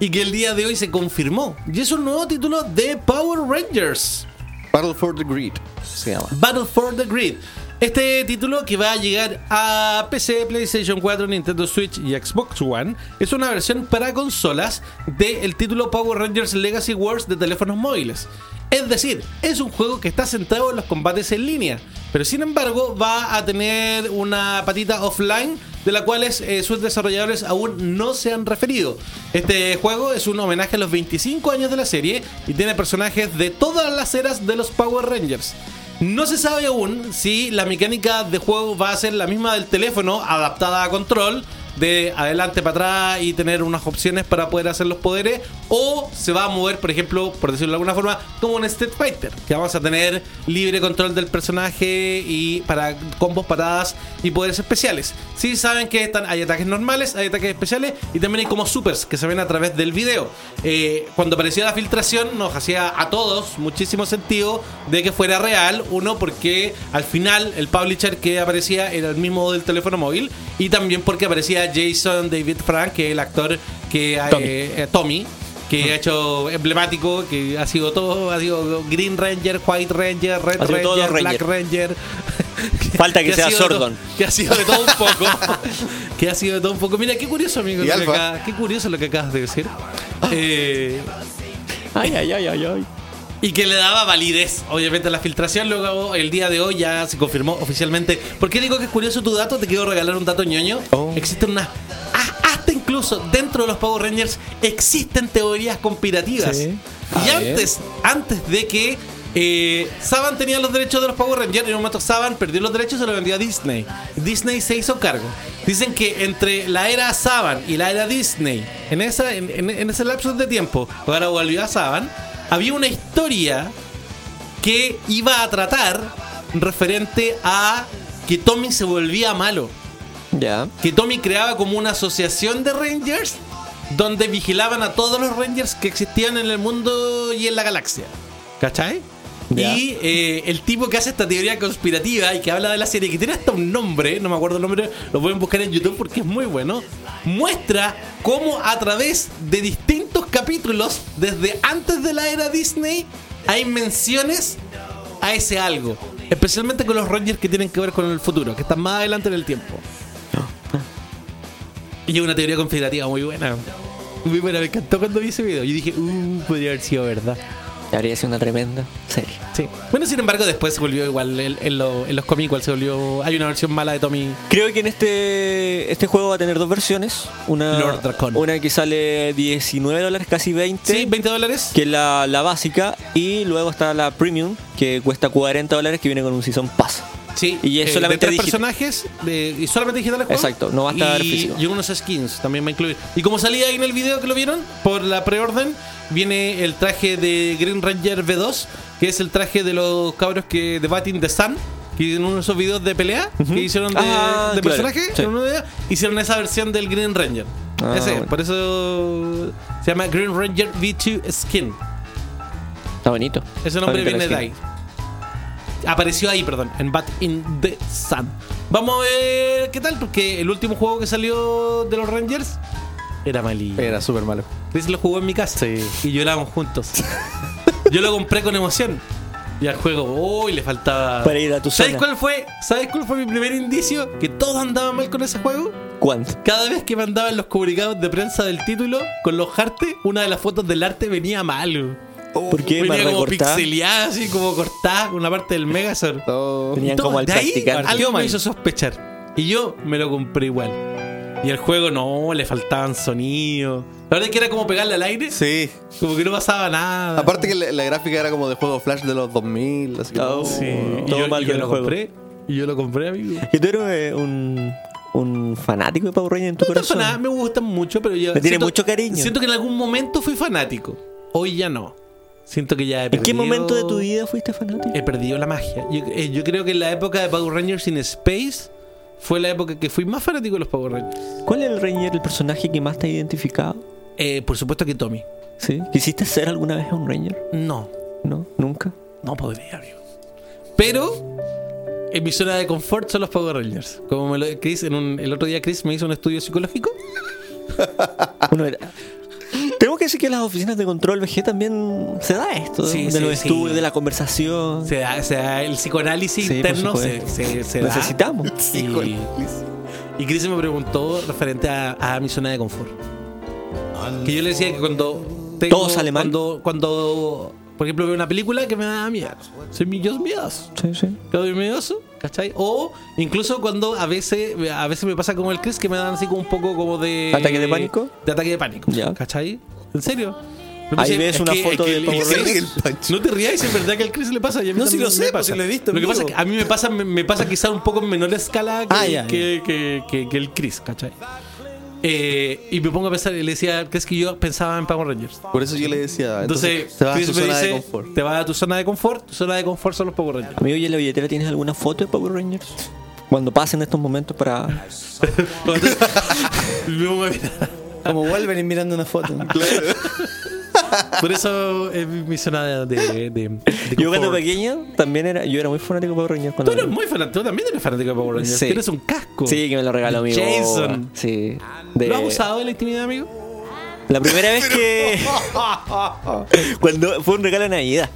S1: y que el día de hoy se confirmó. Y es un nuevo título de Power Rangers.
S5: Battle for the Grid se llama.
S1: Battle for the Grid. Este título que va a llegar a PC, PlayStation 4, Nintendo Switch y Xbox One es una versión para consolas del título Power Rangers Legacy Wars de teléfonos móviles. Es decir, es un juego que está centrado en los combates en línea, pero sin embargo va a tener una patita offline de la cual eh, sus desarrolladores aún no se han referido. Este juego es un homenaje a los 25 años de la serie y tiene personajes de todas las eras de los Power Rangers. No se sabe aún si la mecánica de juego va a ser la misma del teléfono, adaptada a control, de adelante para atrás y tener unas opciones para poder hacer los poderes. O se va a mover, por ejemplo, por decirlo de alguna forma, como un Street Fighter. Que vamos a tener libre control del personaje y para combos, paradas y poderes especiales. Sí saben que están, hay ataques normales, hay ataques especiales y también hay como supers que se ven a través del video. Eh, cuando apareció la filtración nos hacía a todos muchísimo sentido de que fuera real. Uno, porque al final el publisher que aparecía era el mismo del teléfono móvil y también porque aparecía Jason David Frank, que es el actor que...
S6: Tommy.
S1: eh, eh, Tommy que ha hecho emblemático, que ha sido todo, ha sido Green Ranger, White Ranger, Red
S4: Ha sido todos
S1: Ranger,
S4: los
S1: Black Ranger.
S4: Falta que
S1: ha
S4: sea
S1: sido de to-
S4: Sordon.
S1: Que ha sido de todo un poco. que ha sido de todo un poco. Mira, qué curioso, amigo.
S5: Y
S1: lo que
S5: Alpha.
S1: acá- qué curioso lo que acabas de decir. Eh,
S4: Ay, ay, ay, ay, ay.
S1: y que le daba validez, obviamente, a la filtración. Luego, el día de hoy ya se confirmó oficialmente. ¿Por qué digo que es curioso tu dato? Te quiero regalar un dato ñoño. Existen unas. ah, Hasta incluso dentro de los Power Rangers existen teorías conspirativas.
S6: Sí.
S1: Y
S6: A ver.
S1: antes, antes de que. eh, Saban tenía los derechos de los Power Rangers. En un momento, Saban perdió los derechos y se los vendió a Disney. Disney se hizo cargo. Dicen que entre la era Saban y la era Disney, en, esa, en, en- en ese lapso de tiempo, ahora volvió a Saban, había una historia que iba a tratar referente a que Tommy se volvía malo.
S4: Ya.
S1: Que Tommy creaba como una asociación de Rangers donde vigilaban a todos los Rangers que existían en el mundo y en la galaxia. ¿Cachai?
S4: Ya.
S1: Y eh, el tipo que hace esta teoría conspirativa y que habla de la serie, que tiene hasta un nombre, no me acuerdo el nombre, lo pueden buscar en YouTube porque es muy bueno, muestra cómo a través de distintos capítulos, desde antes de la era Disney, hay menciones a ese algo. Especialmente con los Rangers que tienen que ver con el futuro, que están más adelante en el tiempo. Y es una teoría conspirativa muy buena. Muy buena, me encantó cuando vi ese video. Yo dije, uh, podría haber sido verdad.
S4: Habría sido una tremenda serie.
S1: Sí. Bueno, sin embargo, después se volvió igual. En, en lo- en los cómics igual se volvió... Hay una versión mala de Tommy.
S4: Creo que en este este juego va a tener dos versiones. Una,
S1: Lord Dracon.
S4: una que sale 19 dólares, casi 20.
S1: Sí, 20 dólares.
S4: que es la, la básica. Y luego está la premium, que cuesta 40 dólares, que viene con un season pass.
S1: Sí. eh,
S4: Y es solamente
S1: de tres
S4: digi-
S1: personajes de- y solamente digitales. juego.
S4: Exacto, no va a estar
S1: y,
S4: físico.
S1: Y unos skins también va a incluir. Y como salía ahí en el video que lo vieron, por la preorden, viene el traje de Green Ranger V2, que es el traje de los cabros que de Batting the Sun. Que en uno de esos videos de pelea que hicieron de,
S4: Ah,
S1: de
S4: claro,
S1: personaje,
S4: sí.
S1: en uno de ellos, hicieron esa versión del Green Ranger.
S4: Ah,
S1: Ese,
S4: bueno.
S1: Por eso se llama Green Ranger V2 Skin.
S4: Está bonito.
S1: Ese nombre
S4: Está bonito
S1: viene de
S4: la
S1: ahí.
S4: skin.
S1: Apareció ahí, perdón, en Bat in the Sun. Vamos a ver qué tal, porque el último juego que salió de los Rangers era malísimo.
S5: Era súper malo.
S1: Chris lo jugó en mi casa y lloramos juntos. Yo lo compré con emoción. Y al juego, uy, le faltaba.
S4: Para ir a tu
S1: ¿Sabes
S4: zona.
S1: cuál fue? ¿Sabes cuál fue mi primer indicio? Que todo andaba mal con ese juego.
S4: ¿Cuánto?
S1: Cada vez que mandaban los comunicados de prensa del título con los artes, una de las fotos del arte venía mal.
S4: ¿Por qué? ¿Más
S1: Venía Oh, como
S4: recortada?
S1: pixeleada, así como cortada, una parte del Megazord.
S5: No.
S4: Tenían
S1: Todo-
S4: como al
S1: de ahí,
S4: practicante.
S1: algo me hizo sospechar. Y yo me lo compré igual. Y el juego no, le faltaban sonidos. La verdad es que era como pegarle al aire,
S5: Sí.
S1: como que no pasaba nada.
S5: Aparte que la, la gráfica era como de juego Flash de los 2000, así que
S4: Oh,
S5: no.
S1: Sí, y
S4: todo
S1: yo,
S4: mal
S1: y yo
S4: con el
S1: lo
S4: juego.
S1: compré. Y yo lo compré, amigo.
S4: Que tú eres eh, un, un fanático de Power Rangers en tu
S1: No tan
S4: corazón.
S1: fanada, me gustan mucho, pero yo.
S4: Me tiene mucho cariño.
S1: Siento que en algún momento fui fanático. Hoy ya no. Siento que ya he
S4: ¿En qué
S1: perdido-
S4: momento de tu vida fuiste fanático?
S1: he perdido la magia. Yo, eh, yo creo que la época de Power Rangers in Space fue la época que fui más fanático de los Power Rangers.
S4: ¿Cuál es el Ranger, el personaje que más te ha identificado?
S1: Eh, por supuesto que Tommy.
S4: ¿Sí? ¿Quisiste ser alguna vez un Ranger?
S1: No,
S4: No, nunca.
S1: no podría, amigo. Pero en mi zona de confort son los Power Rangers. Como me lo, Chris, en un- el otro día Chris me hizo un estudio psicológico. Ah.
S4: Uno era- Tengo que decir que en las oficinas de control VG también se da esto, de-
S1: Sí,
S4: de
S1: sí,
S4: los
S1: sí.
S4: estudios, de la conversación.
S1: Se da, se da el psicoanálisis
S4: Sí, por
S1: interno. Se,
S4: supuesto.
S1: se- se da.
S4: Necesitamos.
S1: Y, y Chris me preguntó referente a, a mi zona de confort. Que yo le decía que cuando. tengo-
S4: Todo sale mal.
S1: Cuando, cuando, por ejemplo, veo una película que me da miedo. Soy mi yo miedoso.
S4: Sí, sí.
S1: Quedo miedoso, ¿cachai? O incluso cuando a veces, a veces me pasa como el Chris que me dan así como un poco como de.
S4: ¿Ataque de pánico?
S1: De ataque de pánico.
S4: Ya.
S1: ¿cachai? ¿En serio? Me
S4: Ahí
S1: puse-
S4: ves
S1: es
S4: una
S1: que-
S4: foto
S1: es que
S4: de
S1: el
S4: Power
S1: Chris-
S5: Rangers. El Pancho.
S1: No te rías, es verdad que al Chris le pasa. y a mí
S6: No, si
S1: también
S6: lo sé,
S1: me
S6: pues,
S1: pasa.
S6: si lo he visto en
S1: Lo que
S6: vivo.
S1: pasa es que a mí me pasa, me, me pasa quizá un poco en menor escala que,
S6: Ah, ya,
S1: que- que- que- que el Chris, ¿cachai? Eh, y me pongo a pensar y le decía, ¿crees que yo pensaba en Power Rangers?
S5: Por eso yo le decía.
S1: Entonces,
S5: se va a
S1: Chris
S5: su
S1: me
S5: zona de
S1: dice,
S5: confort.
S1: Te vas a tu zona de confort, tu zona de confort son los Power Rangers.
S4: Amigo, ¿y en la billetera tienes alguna foto de Power Rangers? Cuando pasen estos momentos para...
S1: Entonces, me pongo a mirar.
S6: Como Wolverine mirando una foto.
S1: Por eso es mi mi zona de, de, de- de
S4: Yo cuando
S1: confort.
S4: pequeño también era... Yo era muy fanático de Power Rangers cuando...
S1: Tú eres muy fanático, tú también eres fanático de Power Rangers.
S4: Sí.
S1: Tienes un casco.
S4: Sí, que me lo regaló mi
S1: Jason.
S4: boba. Sí.
S1: ¿Lo
S4: De-
S1: has usado de la intimidad, amigo?
S4: La primera vez que... cuando fue un regalo de Navidad.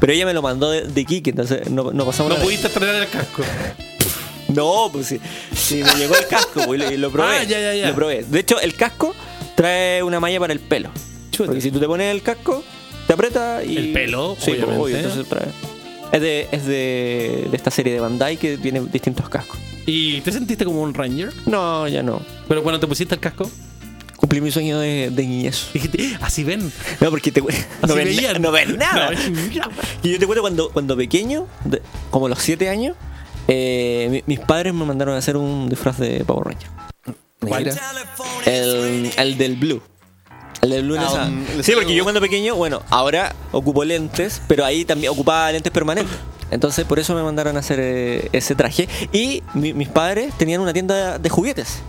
S4: Pero ella me lo mandó de, de Kiki, entonces no, no pasamos
S1: No
S4: nada.
S1: pudiste estrenar el casco.
S4: No, pues sí. Sí, me llegó el casco pues, y lo, y lo probé.
S1: Ah, ya, ya, ya.
S4: Lo probé. De hecho, el casco trae una malla para el pelo.
S1: Chuta.
S4: Porque si tú te pones el casco, te aprieta y.
S1: El pelo,
S4: sí, pues,
S1: obviamente.
S4: obvio, entonces trae. Es, de, es de, de esta serie de Bandai que tiene distintos cascos.
S1: ¿Y te sentiste como un Ranger?
S4: No, ya no.
S1: Pero cuando te pusiste el casco,
S4: Cumplí mi sueño de, de niñez.
S1: dijiste, "Ah, así ven.
S4: No, porque te. No ves, na-
S1: veían.
S4: no ves nada.
S1: No, mira.
S4: Y yo te cuento cuando, cuando pequeño, de- como a los 7 años, eh, mi- mis padres me mandaron a hacer un disfraz de Power Ranger.
S5: Mira.
S4: El, el del blue. El del blue en
S5: Ah,
S4: esa-
S5: un- el
S4: Sí,
S5: azul.
S4: porque yo cuando pequeño, bueno, ahora ocupo lentes, pero ahí también ocupaba lentes permanentes. Entonces por eso me mandaron a hacer eh, ese traje. Y mi- mis padres tenían una tienda de juguetes.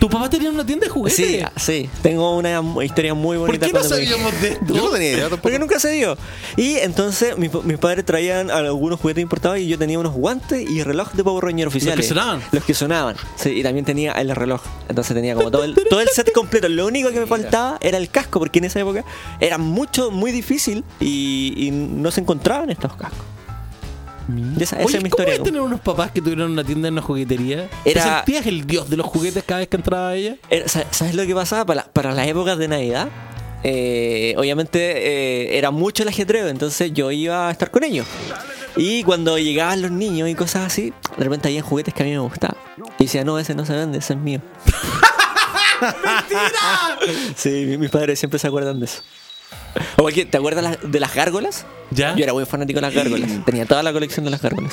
S1: ¿Tu papá tenía una tienda de juguetes?
S4: Sí, sí. Tengo una mu- historia muy
S1: ¿Por
S4: bonita.
S1: qué no
S4: cuando pequeño.
S1: sabíamos de
S5: Yo no
S1: esto?
S5: tenía idea tampoco.
S4: Porque nunca se dio. Y entonces mis, pa- mis padres traían algunos juguetes importados y yo tenía unos guantes y reloj de Power Ranger oficiales.
S1: sonaban?
S4: Los que sonaban. Sí, y también tenía el reloj. Entonces tenía como todo el, todo el set completo. Lo único que me faltaba era el casco, porque en esa época era mucho, muy difícil y, y no se encontraban estos cascos. Y Esa, esa
S1: Oye,
S4: es mi
S1: ¿cómo
S4: historia.
S1: es este tener unos papás que tuvieron una tienda en una juguetería? ¿Te
S4: Era-
S1: sentías el dios de los juguetes cada vez que entraba ella?
S4: Era- Eh, sa- ¿Sabes lo que pasaba? Para, para las épocas de Navidad, eh, obviamente eh, era mucho el ajetreo, entonces yo iba a estar con ellos. Y cuando llegaban los niños y cosas así, de repente había juguetes que a mí me gustaban. Y decía, no, ese no se vende, ese es mío. ¡Mentira! Sí, mi- mis padres siempre se acuerdan de eso. O cualquier- ¿te acuerdas las- de las gárgolas?
S1: ¿Ya?
S4: Yo era muy fanático de las gárgolas. Tenía toda la colección de las gárgolas.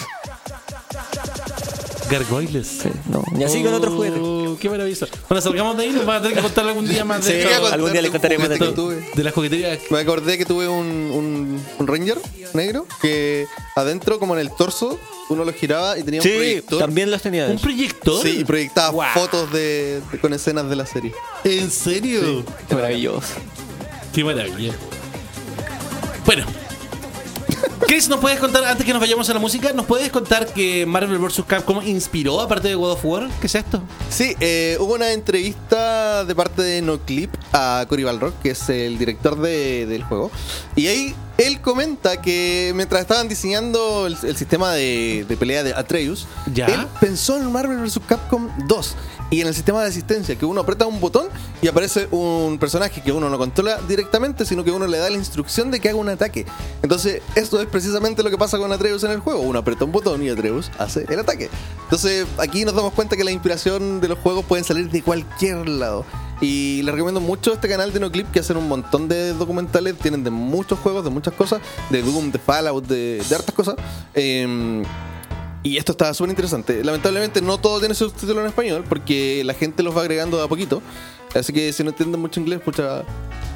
S1: Gargoyles.
S4: Sí, no. Y así con otros juguetes.
S1: Oh, Qué maravilloso. Bueno, salgamos de ahí, nos van a tener que contar algún día más
S5: Se
S1: de,
S5: quería
S1: esto,
S5: contar
S4: algún día le
S5: un
S4: contaré más de
S5: juguete que
S4: todo.
S5: tuve.
S1: de las jugueterías.
S5: Me acordé que tuve un, un, un Ranger negro que adentro, como en el torso, uno lo giraba y tenía un
S4: Sí,
S5: proyector.
S4: también los tenía. de
S1: ¿Un
S4: hecho.
S1: proyector?
S5: Sí, y proyectaba
S1: Wow.
S5: fotos de, de- con escenas de la serie.
S1: ¿En serio?
S4: Maravilloso.
S1: Qué maravilla. Bueno. Chris, ¿nos puedes contar, antes que nos vayamos a la música, ¿nos puedes contar que Marvel vs. Capcom inspiró, aparte de God of War? ¿Qué es esto?
S5: Sí, eh, hubo una entrevista de parte de NoClip a Cory Balrog, que es el director de- del juego. Y ahí él comenta que mientras estaban diseñando el, el sistema de, de pelea de Atreus,
S1: Ya.
S5: él pensó en Marvel vs. Capcom 2 y en el sistema de asistencia, que uno aprieta un botón y aparece un personaje que uno no controla directamente, sino que uno le da la instrucción de que haga un ataque. Entonces, esto es precisamente lo que pasa con Atreus en el juego. Uno aprieta un botón y Atreus hace el ataque. Entonces, aquí nos damos cuenta que la inspiración de los juegos pueden salir de cualquier lado. Y les recomiendo mucho este canal de NoClip que hacen un montón de documentales, tienen de muchos juegos, de muchas cosas, de Doom, de Fallout, de, de hartas cosas. Em, y esto está súper interesante. Lamentablemente no todo tiene subtítulos en español porque la gente los va agregando de a poquito. Así que si no entienden mucho inglés, pucha.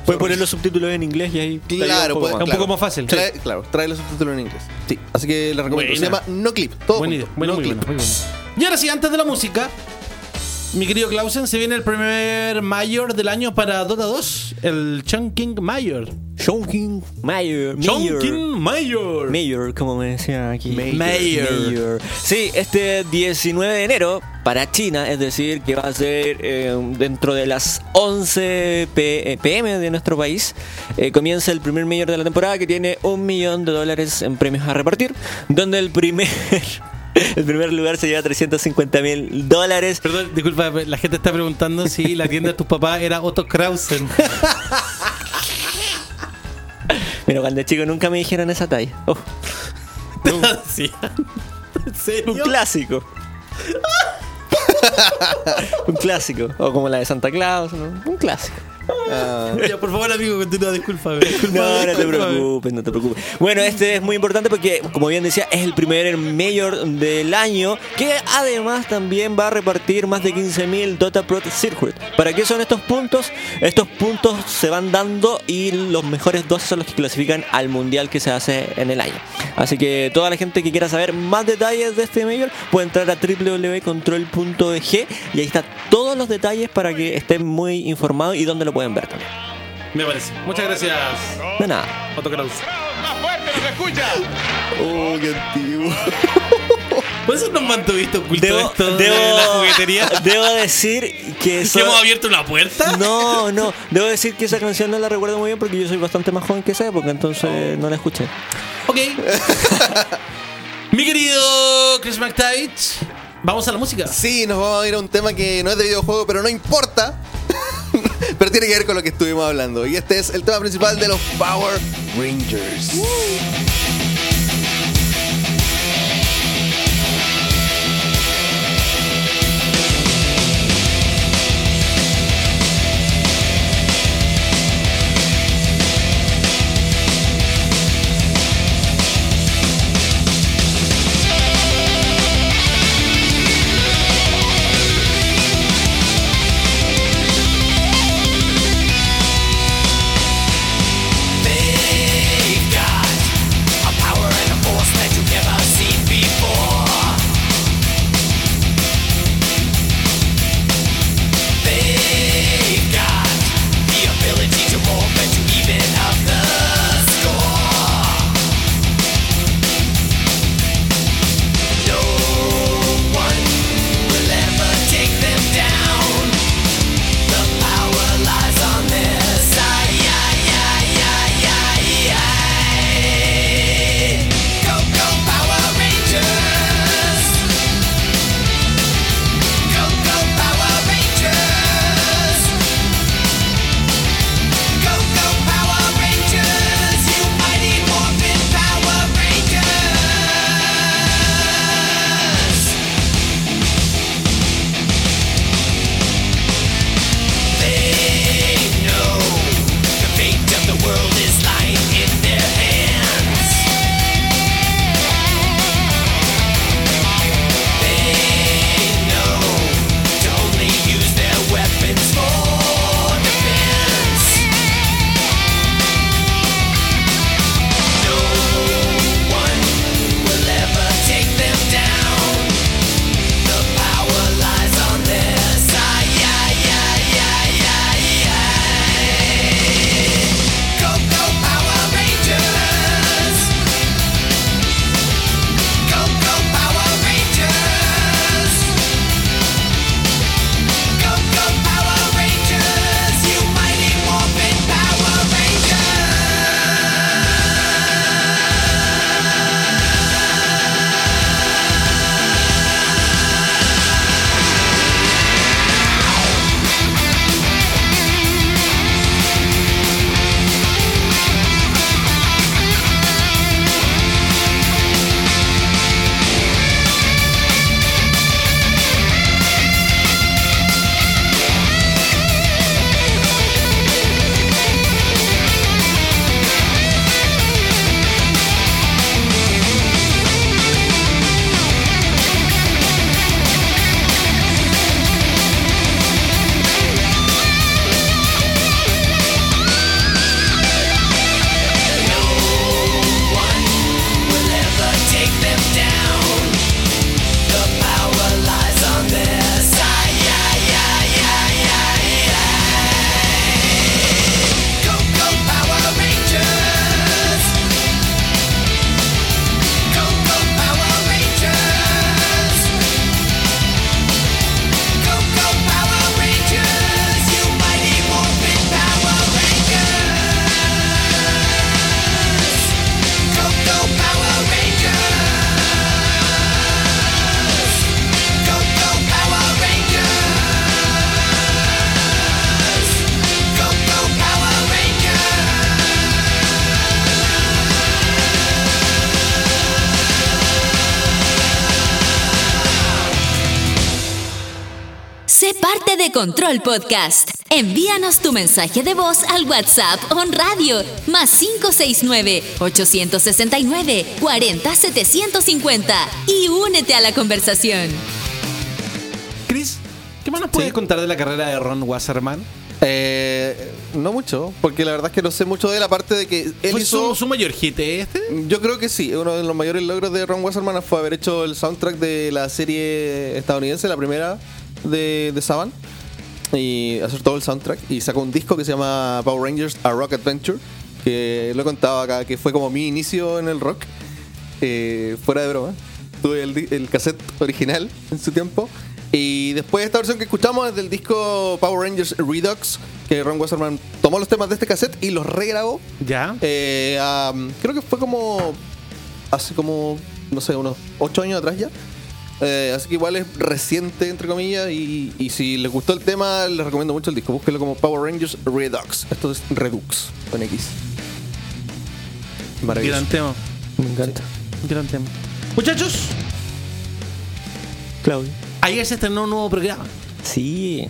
S4: Puedes poner los subtítulos en inglés y ahí. te ayuda
S5: Claro,
S4: un poco
S5: puede-
S4: más.
S1: un
S5: claro.
S1: poco más fácil.
S5: Trae, Claro, trae los subtítulos en inglés. Sí. Así que les recomiendo. Se
S1: Buena.
S5: llama No Clip. Todo
S1: Buena
S5: junto,
S1: idea. Bueno,
S5: Oh, No
S1: muy
S5: Clip.
S1: bueno, muy bueno. Y ahora sí, antes de la música, mi querido Clausen, se viene el primer mayor del año para Dota 2, el Chunking Mayor.
S4: Chongqing Mayor. Mayor.
S1: Chunking Mayor.
S4: Mayor, como me decían aquí.
S1: Mayor. Mayor.
S4: Sí, este 19 de enero para China, es decir, que va a ser eh, dentro de las 11 p- eh, pm de nuestro país, eh, comienza el primer Mayor de la temporada que tiene un millón de dólares en premios a repartir, donde el primer... El primer lugar se lleva 350 mil dólares.
S1: Perdón, disculpa, la gente está preguntando si la tienda de tus papás era Otto Krausen.
S4: Pero cuando chico nunca me dijeron esa talla. Oh,
S1: sí. ¿En
S4: un
S1: serio?
S4: clásico. un clásico. O como la de Santa Claus, ¿no? Un clásico.
S5: Ah,
S1: Ya, por favor, amigo, continúa, discúlpame. discúlpame,
S4: No, no te
S1: discúlpame.
S4: preocupes, no te preocupes. Bueno, este es muy importante porque, como bien decía, es el primer mayor del año que además también va a repartir más de 15.000 Dota Pro Circuit. ¿Para qué son estos puntos? Estos puntos se van dando y los mejores 12 son los que clasifican al mundial que se hace en el año. Así que toda la gente que quiera saber más detalles de este mayor puede entrar a www.control.eg y ahí está todos los detalles para que estén muy informados y donde lo pueden ver también.
S1: Me parece. Muchas gracias,
S4: De nada.
S1: Otto Kraus.
S7: Más fuerte, nos escucha.
S5: oh, qué antiguo.
S1: Por eso nos mantuviste oculto
S4: Debo,
S1: esto de
S4: debo-
S1: la juguetería.
S4: debo decir que,
S1: ¿Que
S4: so-
S1: hemos abierto una puerta?
S4: No, no, debo decir que esa canción no la recuerdo muy bien porque yo soy bastante más joven que esa época, entonces no la escuché.
S1: Ok. Mi querido Chris McTavish, vamos a la música.
S5: Sí, nos vamos a ir a un tema que no es de videojuego, pero no importa. pero tiene que ver con lo que estuvimos hablando. Y este es el tema principal de los Power Rangers.
S4: Uh.
S8: They've got
S3: Sé parte de Control Podcast. Envíanos tu mensaje de voz al WhatsApp On Radio más 569-869-40750 y únete a la conversación.
S1: Chris, ¿qué más nos puedes contar de la carrera de Ron Wasserman?
S5: Eh, no mucho, porque la verdad es que no sé mucho de la parte de que él
S1: ¿Fue
S5: hizo.
S1: su, su mayor hit este?
S5: Yo creo que sí, uno de los mayores logros de Ron Wasserman fue haber hecho el soundtrack de la serie estadounidense, la primera de, de Saban. Y hacer todo el soundtrack. Y sacó un disco que se llama Power Rangers A Rock Adventure, que lo he contado acá, que fue como mi inicio en el rock. Eh, fuera de broma. Tuve el, di- el cassette original en su tiempo. Y después esta versión que escuchamos es del disco Power Rangers Redux, que Ron Wasserman tomó los temas de este cassette y los regrabó
S1: Ya.
S5: eh, am, creo que fue como. Hace como. No sé, unos 8 años atrás ya. Eh, así que igual es reciente, entre comillas. Y, y si les gustó el tema, les recomiendo mucho el disco. Búsquenlo como Power Rangers Redux. Esto es Redux con X. Maravilloso.
S1: Gran tema.
S4: Me encanta.
S1: Gran tema. Muchachos,
S4: Claudio.
S1: ayer se estrenó un nuevo programa.
S4: Sí.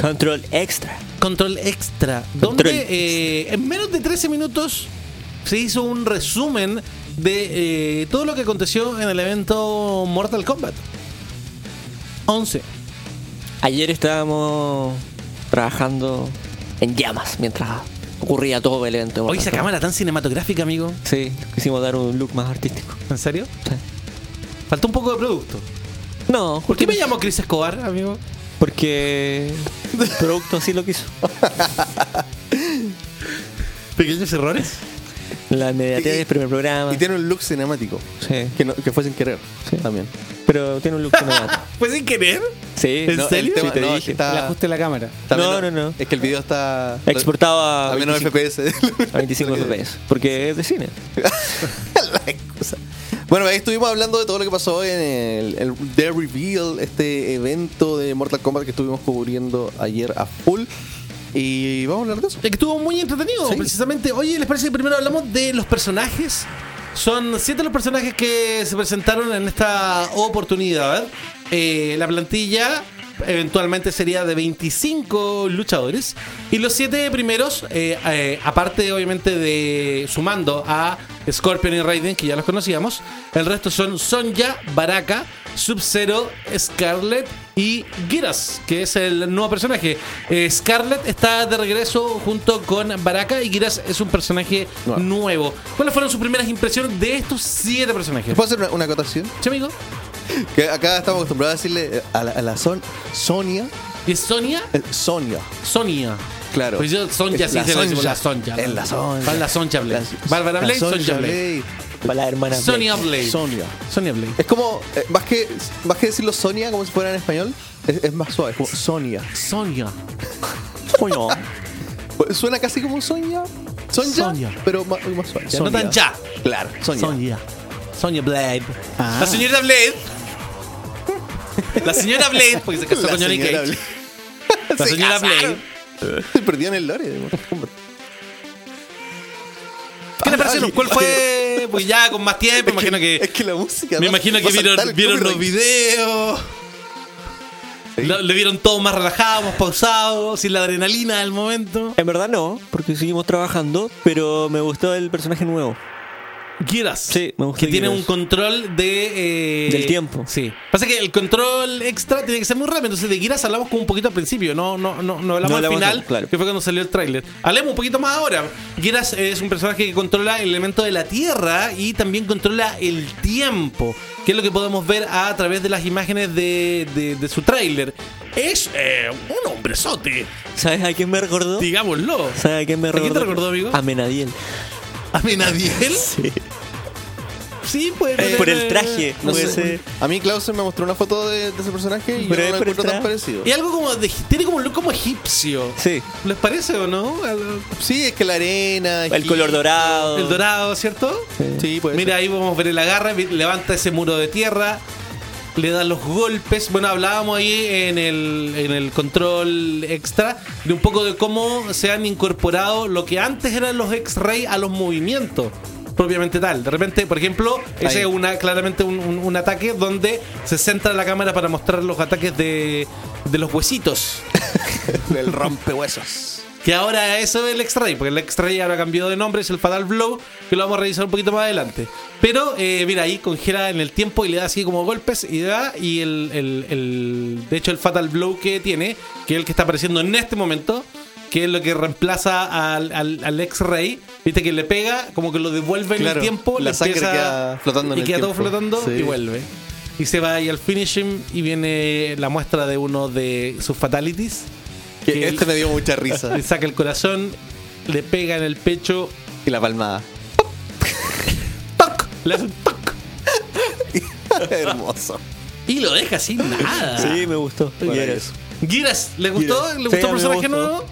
S4: Control Extra.
S1: Control Extra,
S4: Control
S1: donde eh, en menos de 13 minutos se hizo un resumen de eh, todo lo que aconteció en el evento Mortal Kombat 11.
S4: Ayer estábamos trabajando en llamas mientras ocurría todo el evento.
S1: Hoy esa cámara tan cinematográfica, amigo.
S4: Sí, quisimos dar un look más artístico.
S1: ¿En serio?
S4: Sí.
S1: Faltó un poco de producto.
S4: No,
S1: ¿Por qué me
S4: llama?
S1: llamo Chris Escobar, amigo?
S4: Porque el producto así lo quiso.
S1: Pequeños errores.
S4: La inmediatez
S5: Y- y-
S4: del primer programa.
S5: Y tiene un look cinemático.
S4: Sí.
S5: Que, no- que fue sin querer.
S4: Sí.
S5: También.
S4: Pero tiene un look que no da.
S1: ¿Fue Pues sin querer?
S4: Sí,
S1: ¿En
S4: no,
S1: serio?
S4: el tema-
S5: Sí,
S4: te
S5: no, es que
S4: dije.
S5: está-
S6: El ajuste de la cámara.
S5: está
S4: No,
S5: menos-
S4: no, no.
S5: Es que el video está.
S4: Exportado a,
S5: A menos
S4: 25
S5: FPS.
S4: a 25 FPS. Porque es de cine.
S5: La excusa. Bueno, ahí estuvimos hablando de todo lo que pasó en el, el The Reveal, este evento de Mortal Kombat que estuvimos cubriendo ayer a full. Y vamos a hablar de eso.
S1: Eh, que estuvo muy entretenido,
S5: Sí.
S1: precisamente. Oye, ¿les parece que primero hablamos de los personajes? Son siete los personajes que se presentaron en esta oportunidad. Eh, la plantilla eventualmente sería de 25 luchadores. Y los siete primeros, eh, eh, aparte obviamente de sumando a Scorpion y Raiden, que ya los conocíamos, el resto son Sonja, Baraka, Sub-Zero, Scarlet y Giras, que es el nuevo personaje. Eh, Scarlet está de regreso junto con Baraka y Giras es un personaje
S5: Nuevo.
S1: nuevo. ¿Cuáles fueron sus primeras impresiones de estos siete personajes?
S5: ¿Puedo hacer una, una acotación?
S1: Che, amigo?
S5: Que acá estamos acostumbrados a decirle eh, a la, a la son, Sonia.
S1: ¿Y es Sonia?
S5: eh, Sonia.
S1: Sonia.
S5: Claro.
S1: Pues yo, Sonja
S5: Es
S1: sí
S5: la
S1: se lo decimos,
S5: Sonja.
S1: la Sonja.
S5: Es la Sonja.
S1: Van la Sonja Blade.
S5: La-
S1: Bárbara
S5: la
S1: Blade, Sonja Blade.
S4: Para la hermana. Blake.
S1: Sonia Blade.
S5: Sonia.
S1: Sonia Blade.
S5: Es como, eh, más, que, más que decirlo Sonia como si fuera en español, es, es más suave, es como Sonia.
S1: Sonia.
S4: Coño.
S5: Suena casi como Sonia. Sonia.
S1: Sonia.
S5: Pero más, más suave.
S1: Ya, no tan ya.
S5: Claro, Sonia.
S1: Sonia. Sonia Blade.
S4: Ah.
S1: La señorita Blade. La señora Blade, porque se casó con Johnny
S5: señora
S1: Cage.
S5: Blade.
S1: La
S5: Se
S1: señora Blade.
S5: casaron. Se perdió en el lore. de Mortal Kombat.
S1: ¿Qué
S5: Ah,
S1: les parecieron?
S5: oye,
S1: ¿Cuál
S5: oye,
S1: fue? Pues ya con más tiempo, imagino
S5: Ah, Es
S1: que.
S5: que la música.
S1: Me
S5: va-
S1: imagino
S5: va
S1: que
S5: a saltar
S1: vieron,
S5: el
S1: vieron los
S5: copyright.
S1: videos. Lo- Le vieron todo más relajado, más pausado, sin la adrenalina del momento.
S4: En verdad no, porque seguimos trabajando, pero me gustó el personaje nuevo.
S1: Giras.
S4: Sí, me gusta
S1: Que tiene
S4: Giras.
S1: un control de. eh,
S4: Del tiempo.
S1: Sí. Pasa que el control extra tiene que ser muy rápido. Entonces, de Giras hablamos como un poquito al principio. No, no, no, no hablamos
S4: No
S1: al
S4: hablamos
S1: final,
S4: al- claro.
S1: que fue cuando salió el tráiler. Hablemos un poquito más ahora. Giras es un personaje que controla el elemento de la tierra y también controla el tiempo. Que es lo que podemos ver a través de las imágenes de, de- de su tráiler. Es eh, un hombrezote,
S4: ¿Sabes a quién me recordó?
S1: digámoslo.
S4: ¿Sabes a quién me
S1: ¿A quién
S4: recordó?
S1: te recordó, amigo?
S4: A Menadiel.
S1: ¿A mí nadie?
S4: Sí.
S1: Sí, pues.
S4: Eh, por el traje,
S5: No
S4: puede
S5: sé.
S4: ser.
S5: A mí Clausen me mostró una foto de, de ese personaje y
S4: Pero
S5: yo
S4: es
S5: no
S4: por
S5: lo encuentro
S4: atrás.
S5: tan parecido.
S1: Y algo como de- tiene como un look como egipcio.
S4: Sí.
S1: ¿Les parece o no? Al-
S5: Sí, es que la arena.
S4: El color dorado.
S1: El dorado, ¿cierto?
S5: Sí, pues.
S1: Mira, ahí vamos a ver el agarre, vi- levanta ese muro de tierra, le da los golpes. Bueno, hablábamos ahí en el, en el control extra de un poco de cómo se han incorporado lo que antes eran los X-Ray a los movimientos. propiamente tal. De repente, por ejemplo, ese
S5: Ahí.
S1: es una, claramente un, un- un ataque donde se centra la cámara para mostrar los ataques de, de los huesitos.
S5: El rompehuesos.
S1: Que ahora eso es el X-Ray, porque el X-Ray ahora cambió de nombre, es el Fatal Blow, que lo vamos a revisar un poquito más adelante. Pero, eh, mira, ahí congela en el tiempo y le da así como golpes y da, y el, el- el- de hecho el Fatal Blow que tiene, que es el que está apareciendo en este momento, que es lo que reemplaza al, al- al X-Ray, viste que le pega, como que lo devuelve en
S5: Claro,
S1: el tiempo,
S5: la
S1: le
S5: sangre
S1: empieza-
S5: queda flotando en
S1: y
S5: el
S1: queda todo
S5: tiempo.
S1: flotando
S5: Sí.
S1: y vuelve. Y se va ahí al finishing y viene la muestra de uno de sus fatalities.
S5: Que
S1: que el-
S5: este me dio mucha risa.
S1: le saca el corazón, le pega en el pecho,
S5: y la palmada.
S1: ¡toc! le hace un toc,
S5: Hermoso.
S1: y lo deja sin nada.
S4: Sí, me gustó.
S5: Maravilloso.
S1: Giras, ¿le gustó?
S4: Giras.
S1: ¿Le gustó
S4: Sí, a
S1: el
S4: mí me
S1: personaje
S4: gustó.
S1: nuevo?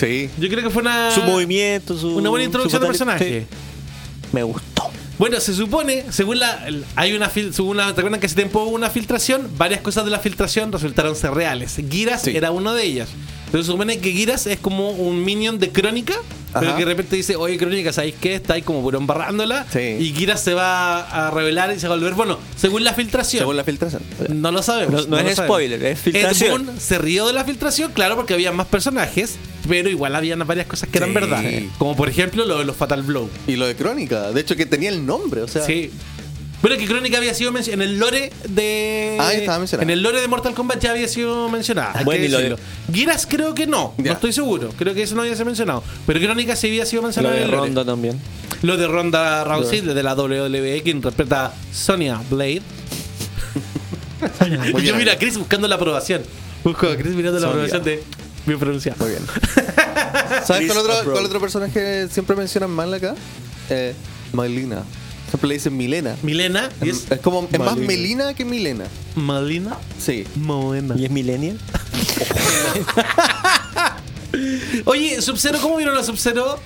S5: Sí.
S1: Yo creo que fue una,
S4: Su movimiento, su.
S1: Ah. una buena
S4: su
S1: introducción del
S4: fatal-
S1: personaje.
S4: Sí, Me gustó.
S1: Bueno, se supone, según la. el- Hay una. fil- Según la- ¿Recuerdan que hace tiempo hubo una filtración? Varias cosas de la filtración resultaron ser reales. Giras
S5: Sí.
S1: era una de ellas. Entonces se supone que Giras es como un minion de Crónica, pero
S5: Ajá.
S1: que de repente dice: Oye, Crónica, ¿sabéis qué? Está ahí como por embarrándola.
S5: Sí.
S1: Y Giras se va a revelar y se va a volver. Bueno, según la filtración.
S5: Según la filtración.
S1: No lo sabemos.
S4: No- no es
S1: lo sabemos.
S4: spoiler, es filtración.
S1: Ed Boon se rió de la filtración, claro, porque había más personajes, pero igual habían varias cosas que eran
S5: Sí.
S1: verdad. Como por ejemplo lo de los Fatal Blow.
S5: Y lo de Crónica. De hecho, que tenía el nombre. O sea,
S1: Sí. Bueno, que Crónica había sido mencionada en el lore de.
S5: Ah, ya estaba mencionada.
S1: En el lore de Mortal Kombat ya había sido mencionada. hay
S4: Bueno,
S1: que
S4: y lo
S1: decirlo. Giras creo que no, no
S5: Ya.
S1: estoy seguro. Creo que eso no había sido mencionado. Pero Crónica sí había sido
S4: Lo
S1: mencionada
S4: de
S1: en el lore.
S4: Ronda también.
S1: Lo de Ronda Rousey, de la WWE, que interpreta Sonya Blade.
S5: Muy
S1: Yo
S5: bien,
S1: mira a
S5: amigo.
S1: Chris buscando la aprobación. Busco a Chris mirando la
S5: Sonia.
S1: aprobación de mi pronunciado.
S5: Muy bien. ¿Sabes
S4: Chris
S5: cuál otro,
S4: Abroad.
S5: cuál otro personaje siempre mencionan mal acá? Eh, Malina. Siempre le dicen Milena.
S1: Milena, y es
S5: Es, es como, es más Melina que Milena.
S1: Malina
S5: Sí.
S1: Moena.
S4: ¿Y es Millennial?
S1: Oye, Sub-Zero, ¿cómo vieron a Sub-Zero?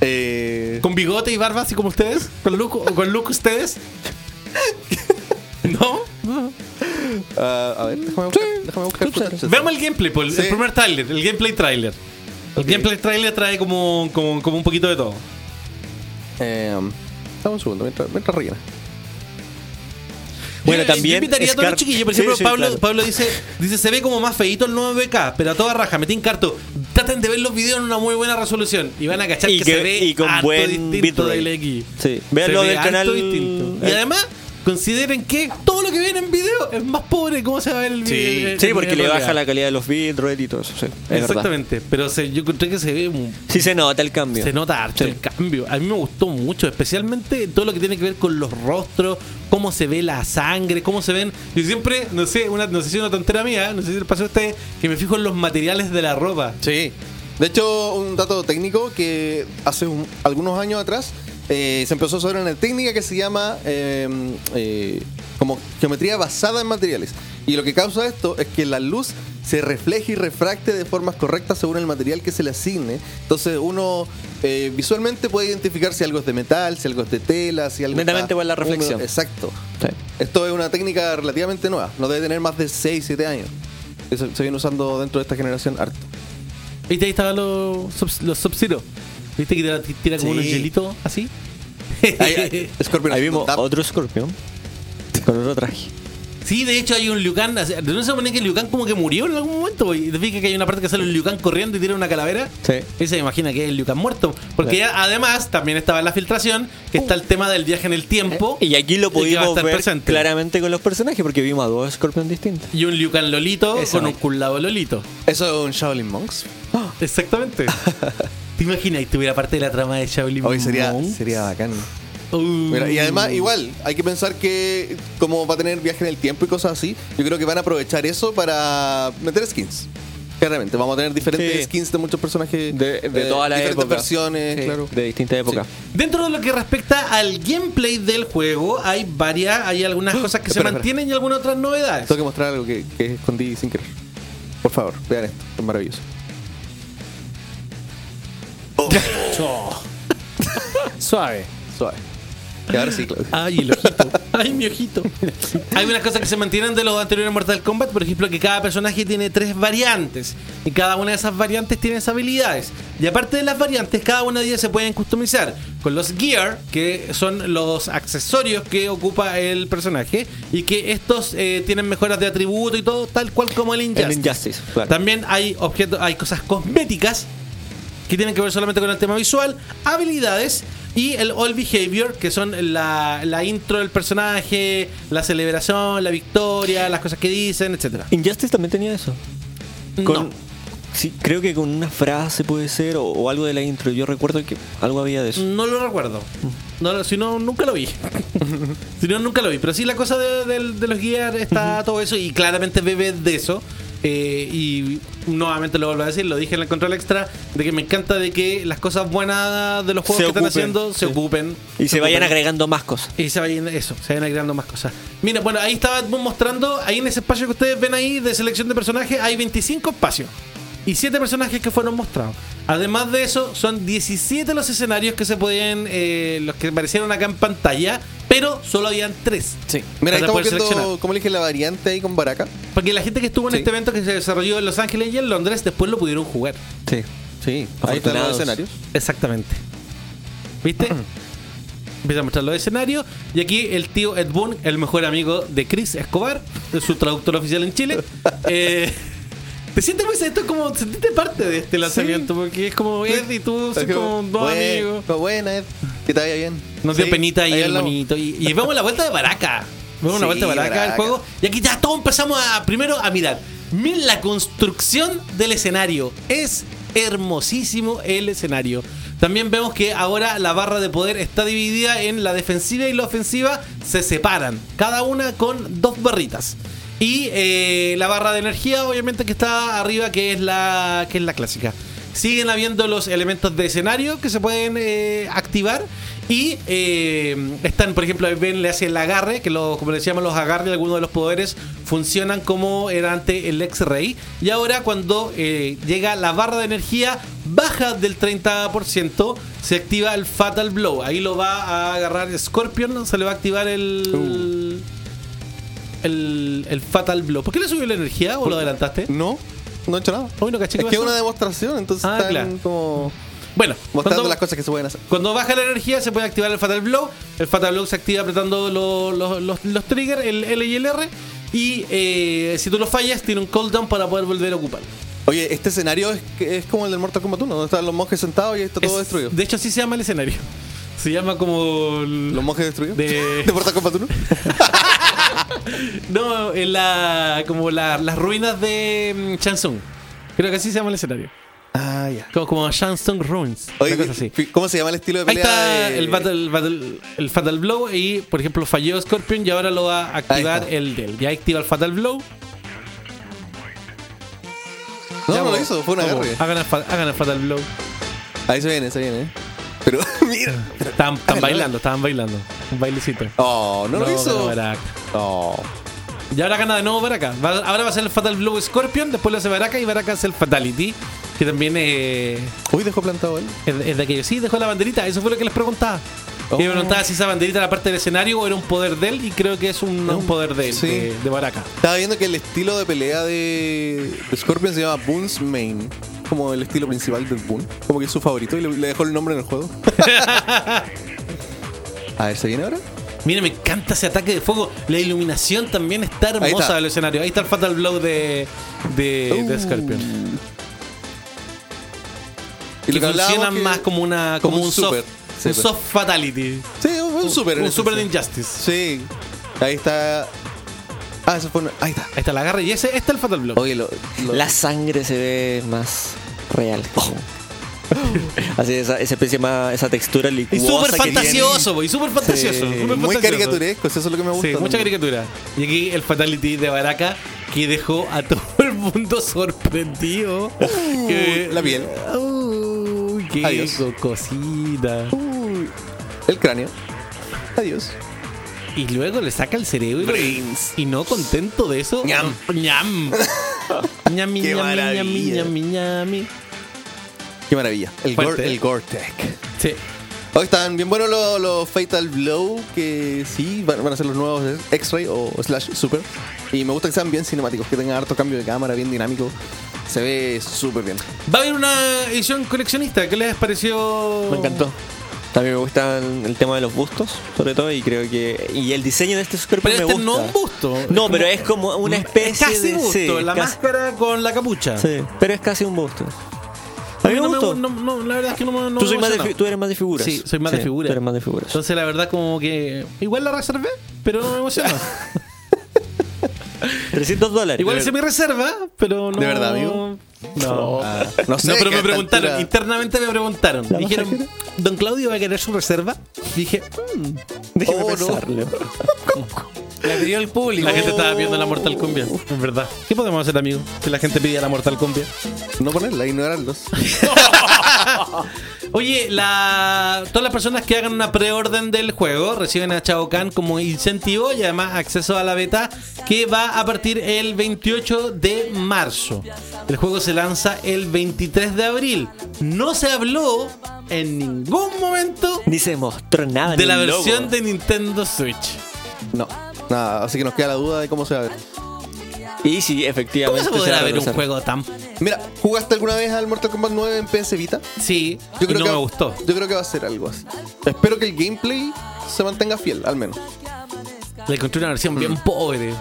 S5: Eh,
S1: ¿Con bigote y barba, así como ustedes? ¿Con look, o con look ustedes? ¿No?
S5: ah, a ver, déjame buscar. déjame buscar footage.
S1: Veamos el gameplay, Paul,
S5: Sí.
S1: el primer trailer, el gameplay trailer. El gameplay trailer trae como, como, como un poquito de todo.
S5: Eh, dame un segundo, mientras, mientras rellena.
S4: Bueno,
S1: Yo- Yo
S4: también
S1: invitaría a todos los
S4: Scar-
S1: chiquillos. Por
S4: Sí,
S1: ejemplo,
S4: sí,
S1: Pablo,
S4: claro.
S1: Pablo dice, dice: Se ve como más feíto el nuevo BK, pero a toda raja, metín carto. Traten de ver los videos en una muy buena resolución y van a cachar
S4: Y
S1: que,
S4: que-
S1: se ve
S4: y con
S1: harto
S4: buen
S1: distinto
S4: bitrate.
S1: del X.
S4: Sí.
S1: Se
S4: Vean lo
S1: ve
S4: del
S1: harto
S4: canal-
S1: distinto. Y
S4: eh.
S1: además, consideren que todo lo que ven en video es más pobre. ¿Cómo se va a ver el video? en- en-
S4: Sí,
S1: en
S4: porque le
S1: realidad.
S4: baja la calidad de los bitrate y todo eso. Sí, es verdad.
S1: Exactamente, pero se- yo encontré que se ve un-
S4: Sí se nota el cambio.
S1: Se nota harto
S4: Sí.
S1: el cambio. A mí me gustó mucho, especialmente todo lo que tiene que ver con los rostros, cómo se ve la sangre, cómo se ven. Yo siempre, no sé, una, no sé si es una tontera mía, ¿eh? no sé si le pasó a ustedes, que me fijo en los materiales de la ropa.
S5: Sí. De hecho, un dato técnico que hace un- algunos años atrás eh, se empezó a usar una técnica que se llama eh, eh, como geometría basada en materiales. Y lo que causa esto es que la luz se refleje y refracte de formas correctas según el material que se le asigne. Entonces uno eh, visualmente puede identificar si algo es de metal, si algo es de tela, si algo
S4: Netamente
S5: está
S4: por la reflexión.
S5: húmedo. Exacto.
S4: Sí.
S5: Esto es una técnica relativamente nueva. No debe tener más de 6, 7 años. Eso se viene usando dentro de esta generación harto.
S1: ¿Viste? Ahí estaban los, sub- los Sub-Zero. ¿Viste que tira, tira como
S5: Sí.
S1: unos hielitos así?
S5: Ahí, ahí, Scorpion
S4: Ahí
S5: haciendo
S4: vimos
S5: tap.
S4: otro Scorpion con otro traje.
S1: Sí, de hecho hay un Liu Kang. o sea, ¿No se supone que Liu Kang como que murió en algún momento? Y te fijas que hay una parte que sale un Liu Kang corriendo y tira una calavera.
S4: Sí.
S1: Y se imagina que es el Liu Kang muerto. Porque ya, además también estaba en la filtración que está el tema del viaje en el tiempo.
S4: Eh, Y aquí lo
S1: Eh, que va a
S4: pudimos
S1: estar
S4: ver
S1: presente.
S4: claramente con los personajes porque vimos a dos Scorpion distintos.
S1: Y un Liu Kang Lolito
S4: Eso.
S1: con un culado Lolito.
S5: Eso es un Shaolin Monks.
S1: Exactamente. ¿Te imaginas? Y tuviera parte de la trama de Shaolin
S5: Hoy sería,
S1: Monk.
S5: sería bacán.
S1: Uh.
S5: Mira, y además,
S4: Mm.
S5: igual, hay que pensar que como va a tener viaje en el tiempo y cosas así, yo creo que van a aprovechar eso para meter skins. Claramente, vamos a tener diferentes
S4: Sí.
S5: skins de muchos personajes
S4: De, de
S5: eh,
S4: todas las
S5: diferentes
S4: épocas.
S5: versiones,
S4: Sí,
S5: claro.
S4: De distintas épocas.
S1: Dentro de lo que respecta al gameplay del juego, hay varias, hay algunas cosas que
S5: Espera,
S1: se
S5: espera.
S1: mantienen y algunas otras novedades.
S5: Tengo que mostrar algo que, que escondí sin querer. Por favor, vean esto, es maravilloso.
S6: Suave.
S5: Suave. Y ahora sí, claro.
S1: Ay, el ojito. Ay, mi ojito. Hay unas cosas que se mantienen de los anteriores Mortal Kombat, por ejemplo, que cada personaje tiene tres variantes y cada una de esas variantes tiene esas habilidades. Y aparte de las variantes, cada una de ellas se pueden customizar con los gear, que son los accesorios que ocupa el personaje y que estos eh, tienen mejoras de atributo y todo, tal cual como el Injustice.
S4: El Injustice, claro.
S1: También hay objetos, hay cosas cosméticas que tienen que ver solamente con el tema visual, habilidades y el all behavior, que son la, la intro del personaje, la celebración, la victoria, las cosas que dicen, etcétera.
S4: Injustice también tenía eso. Con,
S1: No.
S4: Sí, creo que con una frase puede ser o, o algo de la intro. Yo recuerdo que algo había de eso.
S1: No lo recuerdo. No, lo- si no, nunca lo vi. si no, nunca lo vi. Pero sí, la cosa de, del- de los guías está todo eso y claramente bebe de eso. Eh, y nuevamente lo vuelvo a decir, lo dije en el control extra, de que me encanta de que las cosas buenas de los juegos
S4: Se
S1: que
S4: ocupen,
S1: están haciendo se
S4: sí.
S1: ocupen.
S4: Y se vayan
S1: ocupen.
S4: agregando más cosas.
S1: Y se vayan, eso, se vayan agregando más cosas. Mira, bueno, ahí estaba Edmund mostrando, ahí en ese espacio que ustedes ven ahí de selección de personajes, hay 25 espacios y 7 personajes que fueron mostrados. Además de eso, son 17 los escenarios que se podían, eh, los que aparecieron acá en pantalla, pero solo habían 3.
S4: Sí.
S5: Mira, ahí
S1: Para
S5: estamos
S1: poder
S5: viendo,
S1: seleccionar.
S5: como le dije, la variante ahí con Baraka.
S1: Porque la gente que estuvo en
S5: Sí.
S1: este evento que se desarrolló en Los Ángeles y en Londres, después lo pudieron jugar.
S4: Sí.
S5: Sí, ahí están los
S4: Afortunados.
S5: escenarios.
S1: Exactamente. ¿Viste? Empieza a mostrar los escenarios. Y aquí el tío Ed Boon, el mejor amigo de Chris Escobar, su traductor oficial en Chile. eh, te sientes muy esto es como sentiste parte de este lanzamiento, porque es como Ed y tú son
S5: Está
S1: como dos
S5: "Buen-
S1: amigos.
S5: como, buena, Ed. Que te vaya bien.
S1: Nos dio
S5: Sí,
S1: penita ahí el
S5: hablamos.
S1: bonito. Y, y vemos la vuelta de Baraka. Vemos una
S5: Sí,
S1: vuelta de Baraka del
S5: Baraka.
S1: juego. Y aquí ya todos empezamos a primero a mirar. Miren la construcción del escenario. Es hermosísimo el escenario. También vemos que ahora la barra de poder está dividida en la defensiva y la ofensiva. Se separan. Cada una con dos barritas. Y eh, la barra de energía, obviamente, que está arriba, que es la, que es la clásica. Siguen habiendo los elementos de escenario que se pueden eh, activar. Y eh, están, por ejemplo, Ben le hace el agarre, que los, como le decíamos, los agarres de algunos de los poderes funcionan como era ante el ex-rey. Y ahora cuando eh, llega la barra de energía, baja del 30%, se activa el Fatal Blow. Ahí lo va a agarrar Scorpion, se le va a activar el... El, el Fatal Blow. ¿Por qué le subió la energía o lo adelantaste?
S5: No, no he hecho nada.
S1: Uy, no caché qué
S5: es que es
S1: pasó.
S5: una demostración, entonces
S1: Ah,
S5: están
S1: claro.
S5: como
S1: Bueno,
S5: mostrando
S1: cuando-
S5: las cosas que se pueden hacer.
S1: Cuando baja la energía se puede activar el Fatal Blow. El Fatal Blow se activa apretando lo- lo- los, los triggers, el L y el R. Y eh, si tú lo fallas, tiene un cooldown para poder volver a ocupar.
S5: Oye, este escenario es, que- es como el del Mortal Kombat 1, donde están los monjes sentados y está todo
S1: Es-
S5: destruido.
S1: De hecho, así se llama el escenario. Se llama como... el-
S5: ¿Los monjes destruidos?
S1: De-
S5: ¿De Mortal Kombat 1?
S1: No, en la, como la- las ruinas de mm, Chansung. Creo que así se llama el escenario.
S5: ah, ya.
S1: Como, como Chansung Ruins.
S5: Oye,
S1: una cosa así.
S5: fi- ¿cómo se llama el estilo de
S1: Ahí
S5: pelea?
S1: está
S5: de-
S1: el, battle, battle- el Fatal Blow y, por ejemplo, falló Scorpion y ahora lo va a activar
S5: está.
S1: el del. Ya activa el Fatal Blow.
S5: No,
S1: Ya,
S5: no lo
S1: vos.
S5: hizo, fue un
S1: No,
S5: agarre.
S1: vos. Hagan el, fa- hagan el Fatal Blow.
S5: Ahí se viene, se viene. ¿eh? Pero, mira.
S1: Estaban, estaban
S5: Háganlo.
S1: bailando, estaban bailando. Un bailecito.
S5: Oh, no, lo
S1: pero
S5: hizo. Oh.
S1: Baraka.
S5: No.
S1: Y ahora gana de nuevo Baraka. Va- ahora va a ser el Fatal Blow Scorpion, después lo hace Baraka y Baraka hace el Fatality. Que también eh,
S5: Uy, dejó plantado él.
S1: es, es de aquello. Sí, dejó la banderita. Eso fue lo que les preguntaba.
S5: Oh.
S1: Y me preguntaba si esa banderita era parte del escenario o era un poder de él. Y creo que es un,
S5: No.
S1: un poder de él,
S5: Sí.
S1: de, de Baraka.
S5: Estaba viendo que el estilo de pelea de de Scorpion se llama Boon's Main. Como el estilo principal del Boon. Como que es su favorito y le, le dejó el nombre en el juego. A ver, ¿se viene ahora?
S1: Mira, me encanta ese ataque de fuego. La iluminación también está
S5: Ahí
S1: hermosa
S5: está.
S1: del escenario. Ahí está el Fatal Blow de, de, Eh, de
S5: Uh.
S1: Scorpion.
S5: Y
S1: que
S5: lo que hablábamos
S1: funcionan
S5: que-
S1: más como una
S5: como
S1: como,
S5: un
S1: un, soft,
S5: super. Sí,
S1: un
S5: pues.
S1: soft fatality
S5: Sí, un super. en este
S1: un
S5: ese
S1: super de
S5: sentido.
S1: injustice
S5: Sí. Ahí está. Ah, eso fue una- Ahí está.
S1: ahí está la agarra y ese este es el fatal block
S5: Oye, lo. lo-
S4: La sangre se ve más real. Así, esa, esa especie más, esa textura
S1: y
S4: licuosa.
S1: súper
S4: que
S1: fantasioso po, y súper fantasioso
S5: Sí,
S1: súper
S5: Eh, muy
S1: fantasioso.
S5: caricaturesco, eso es lo que me gusta.
S1: sí,
S5: ¿no?
S1: mucha caricatura y aquí el fatality de Baraka que dejó a todo el mundo sorprendido Que-
S5: Uh, la piel.
S1: Uy, qué
S5: Adiós.
S1: cosita
S5: Uy, Uh, el cráneo. Adiós.
S1: y luego le saca el cerebro y,
S5: Brains.
S1: y no contento de eso
S5: Ñam.
S1: ñam ñami
S5: Qué
S1: ñami ñami
S5: maravilla.
S1: ñami ñami
S5: Qué maravilla. El,
S1: Fuerte.
S5: gore, el Gore-Tech.
S1: Sí.
S5: Hoy están bien buenos los, los Fatal Blow, que sí, van, van a ser los nuevos de X-Ray o Slash Super. Y me gusta que sean bien cinemáticos, que tengan harto cambio de cámara, bien dinámico. Se ve súper bien.
S1: Va a haber una edición coleccionista. ¿Qué les pareció?
S4: Me encantó. También me gusta el tema de los bustos, sobre todo, y creo que. Y el diseño de este Superman
S1: Pero
S4: me
S1: este
S4: gusta.
S1: no es un busto. es
S4: No,
S1: como-
S4: pero es como una especie
S1: es casi
S4: de.
S1: busto,
S4: sí,
S1: la
S4: casi-
S1: máscara con la capucha.
S4: sí, pero es casi un busto. A mí me
S1: no
S4: gustó.
S1: gu- no, no, la verdad es que no me. No
S4: tú,
S1: me
S4: soy más de
S1: emocionó.
S4: fi- tú eres más de figuras.
S1: Sí, soy más de figuras.
S4: Tú eres más de figuras.
S1: Entonces, la verdad, como que. Igual la reservé, pero no me emocionó.
S4: 300 dólares.
S1: Igual
S4: De
S1: hice mi reserva, pero no.
S5: ¿De verdad, amigo?
S1: No.
S5: Ah, no sé,
S1: No, pero me
S5: que a esta
S1: preguntaron,
S5: altura-
S1: internamente me preguntaron. Dijeron, ¿Don Claudio va a querer su reserva? Dije, mm.
S4: Déjame
S5: Oh, no.
S4: pensarlo.
S6: La pidió el público.
S1: la gente estaba viendo la Mortal Kombat. Es verdad. ¿Qué podemos hacer, amigo? Si la gente pide la Mortal Kombat.
S5: No ponerla, ignorarlos.
S1: Oye, la, todas las personas que hagan una preorden del juego reciben a Chao Kahn como incentivo y además acceso a la beta que va a partir el 28 de marzo. El juego se lanza el 23 de abril. No se habló en ningún momento
S4: Ni se mostró nada.
S1: de
S4: ni
S1: la
S4: un logo.
S1: versión de Nintendo Switch.
S5: No, nada, así que nos queda la duda de cómo se va a ver.
S4: Y sí,
S1: ¿Cómo
S4: efectivamente.
S1: se podrá
S4: va a
S1: ver Este un
S4: retrasar.
S1: juego tan...
S5: Mira, ¿jugaste alguna vez al Mortal Kombat 9 en PS Vita?
S1: Sí, y no
S5: que
S1: me
S5: va-
S1: gustó.
S5: Yo creo que va a ser algo así. Espero que el gameplay se mantenga fiel, al menos.
S1: Le encontré una versión bien pobre. Mm.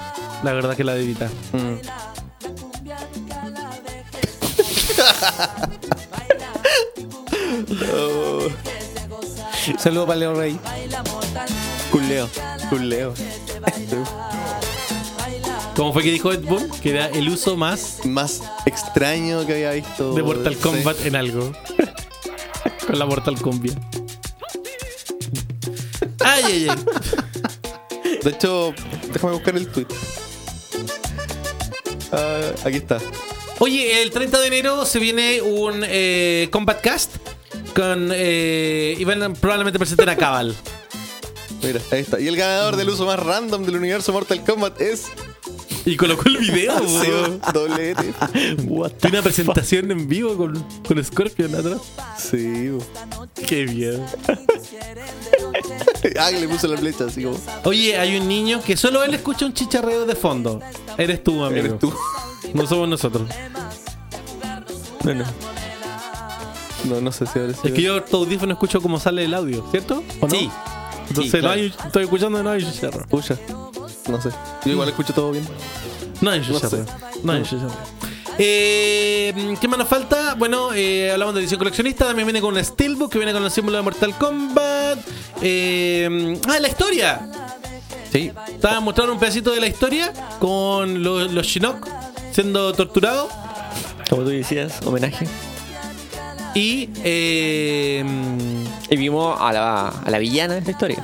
S1: La verdad que la de Vita.
S6: Saludos para Leo Rey.
S5: Culeo. Culeo.
S1: ¿Cómo fue que dijo Ed Boon? Que era el uso más
S5: Más extraño que había visto.
S1: de Mortal
S5: Sí.
S1: Kombat en algo. Con la Mortal Kombat. Ay, ay, ay.
S5: De hecho, déjame buscar el tweet. Ah, aquí está.
S1: Oye, el 30 de enero se viene un eh, Combat Cast con. Eh, y van a- probablemente presenten a Cabal.
S5: Mira, ahí está. Y el ganador del uso más random del universo Mortal Kombat es.
S1: Y colocó el video.
S5: Seba Doble E T.
S4: What the
S1: Tiene una presentación en vivo con, con Scorpion atrás.
S5: Sí, bo.
S1: Qué bien.
S5: Ah, que le puso la flecha, así como.
S1: Oye, hay un niño que solo él escucha un chicharreo de fondo. Eres tú, amigo.
S5: Eres tú.
S1: No somos nosotros.
S4: No, no.
S5: No, no sé si ahora sí.
S1: Es que yo tu audífono escucho como sale el audio, ¿cierto? ¿O no?
S4: Sí.
S1: Entonces
S4: Sí, claro.
S1: no hay, estoy escuchando no hay un chicharro.
S5: Pucha. No sé. Yo igual escucho todo bien.
S1: No hay un
S5: No
S1: chicharro.
S5: sé.
S1: No hay un chicharro. Eh, ¿Qué más nos falta? Bueno, eh, hablamos de edición coleccionista. También viene con un Steelbook que viene con el símbolo de Mortal Kombat. Eh, ah, la historia.
S5: Sí.
S1: Estaba mostrando un pedacito de la historia con los, los Shinnok siendo torturados.
S4: Como tú decías, homenaje.
S1: Y eh,
S4: Y vimos a la, a la villana de esta historia.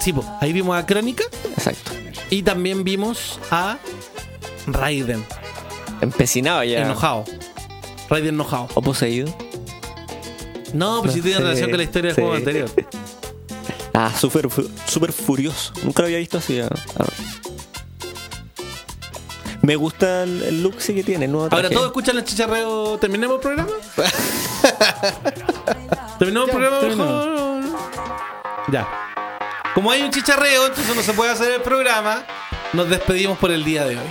S1: sí, po, ahí vimos a Crónica
S4: Exacto.
S1: y también vimos a Raiden,
S4: Empecinado ya.
S1: enojado. Raiden enojado.
S4: O poseído.
S1: No, pues si
S4: No
S1: tiene
S4: sé,
S1: relación con la historia del
S4: sí.
S1: juego anterior.
S4: Ah, súper fu- súper furioso. Nunca lo había visto así. ah, ah. Me gusta el, el look sí que tiene. el nuevo
S1: Ahora
S4: traje.
S1: todos escuchan el chicharreo. ¿Terminemos el programa? ¿Terminemos el programa?
S6: terminemos.
S1: mejor? Ya. Como hay un chicharreo, entonces no se puede hacer el programa. Nos despedimos por el día de hoy.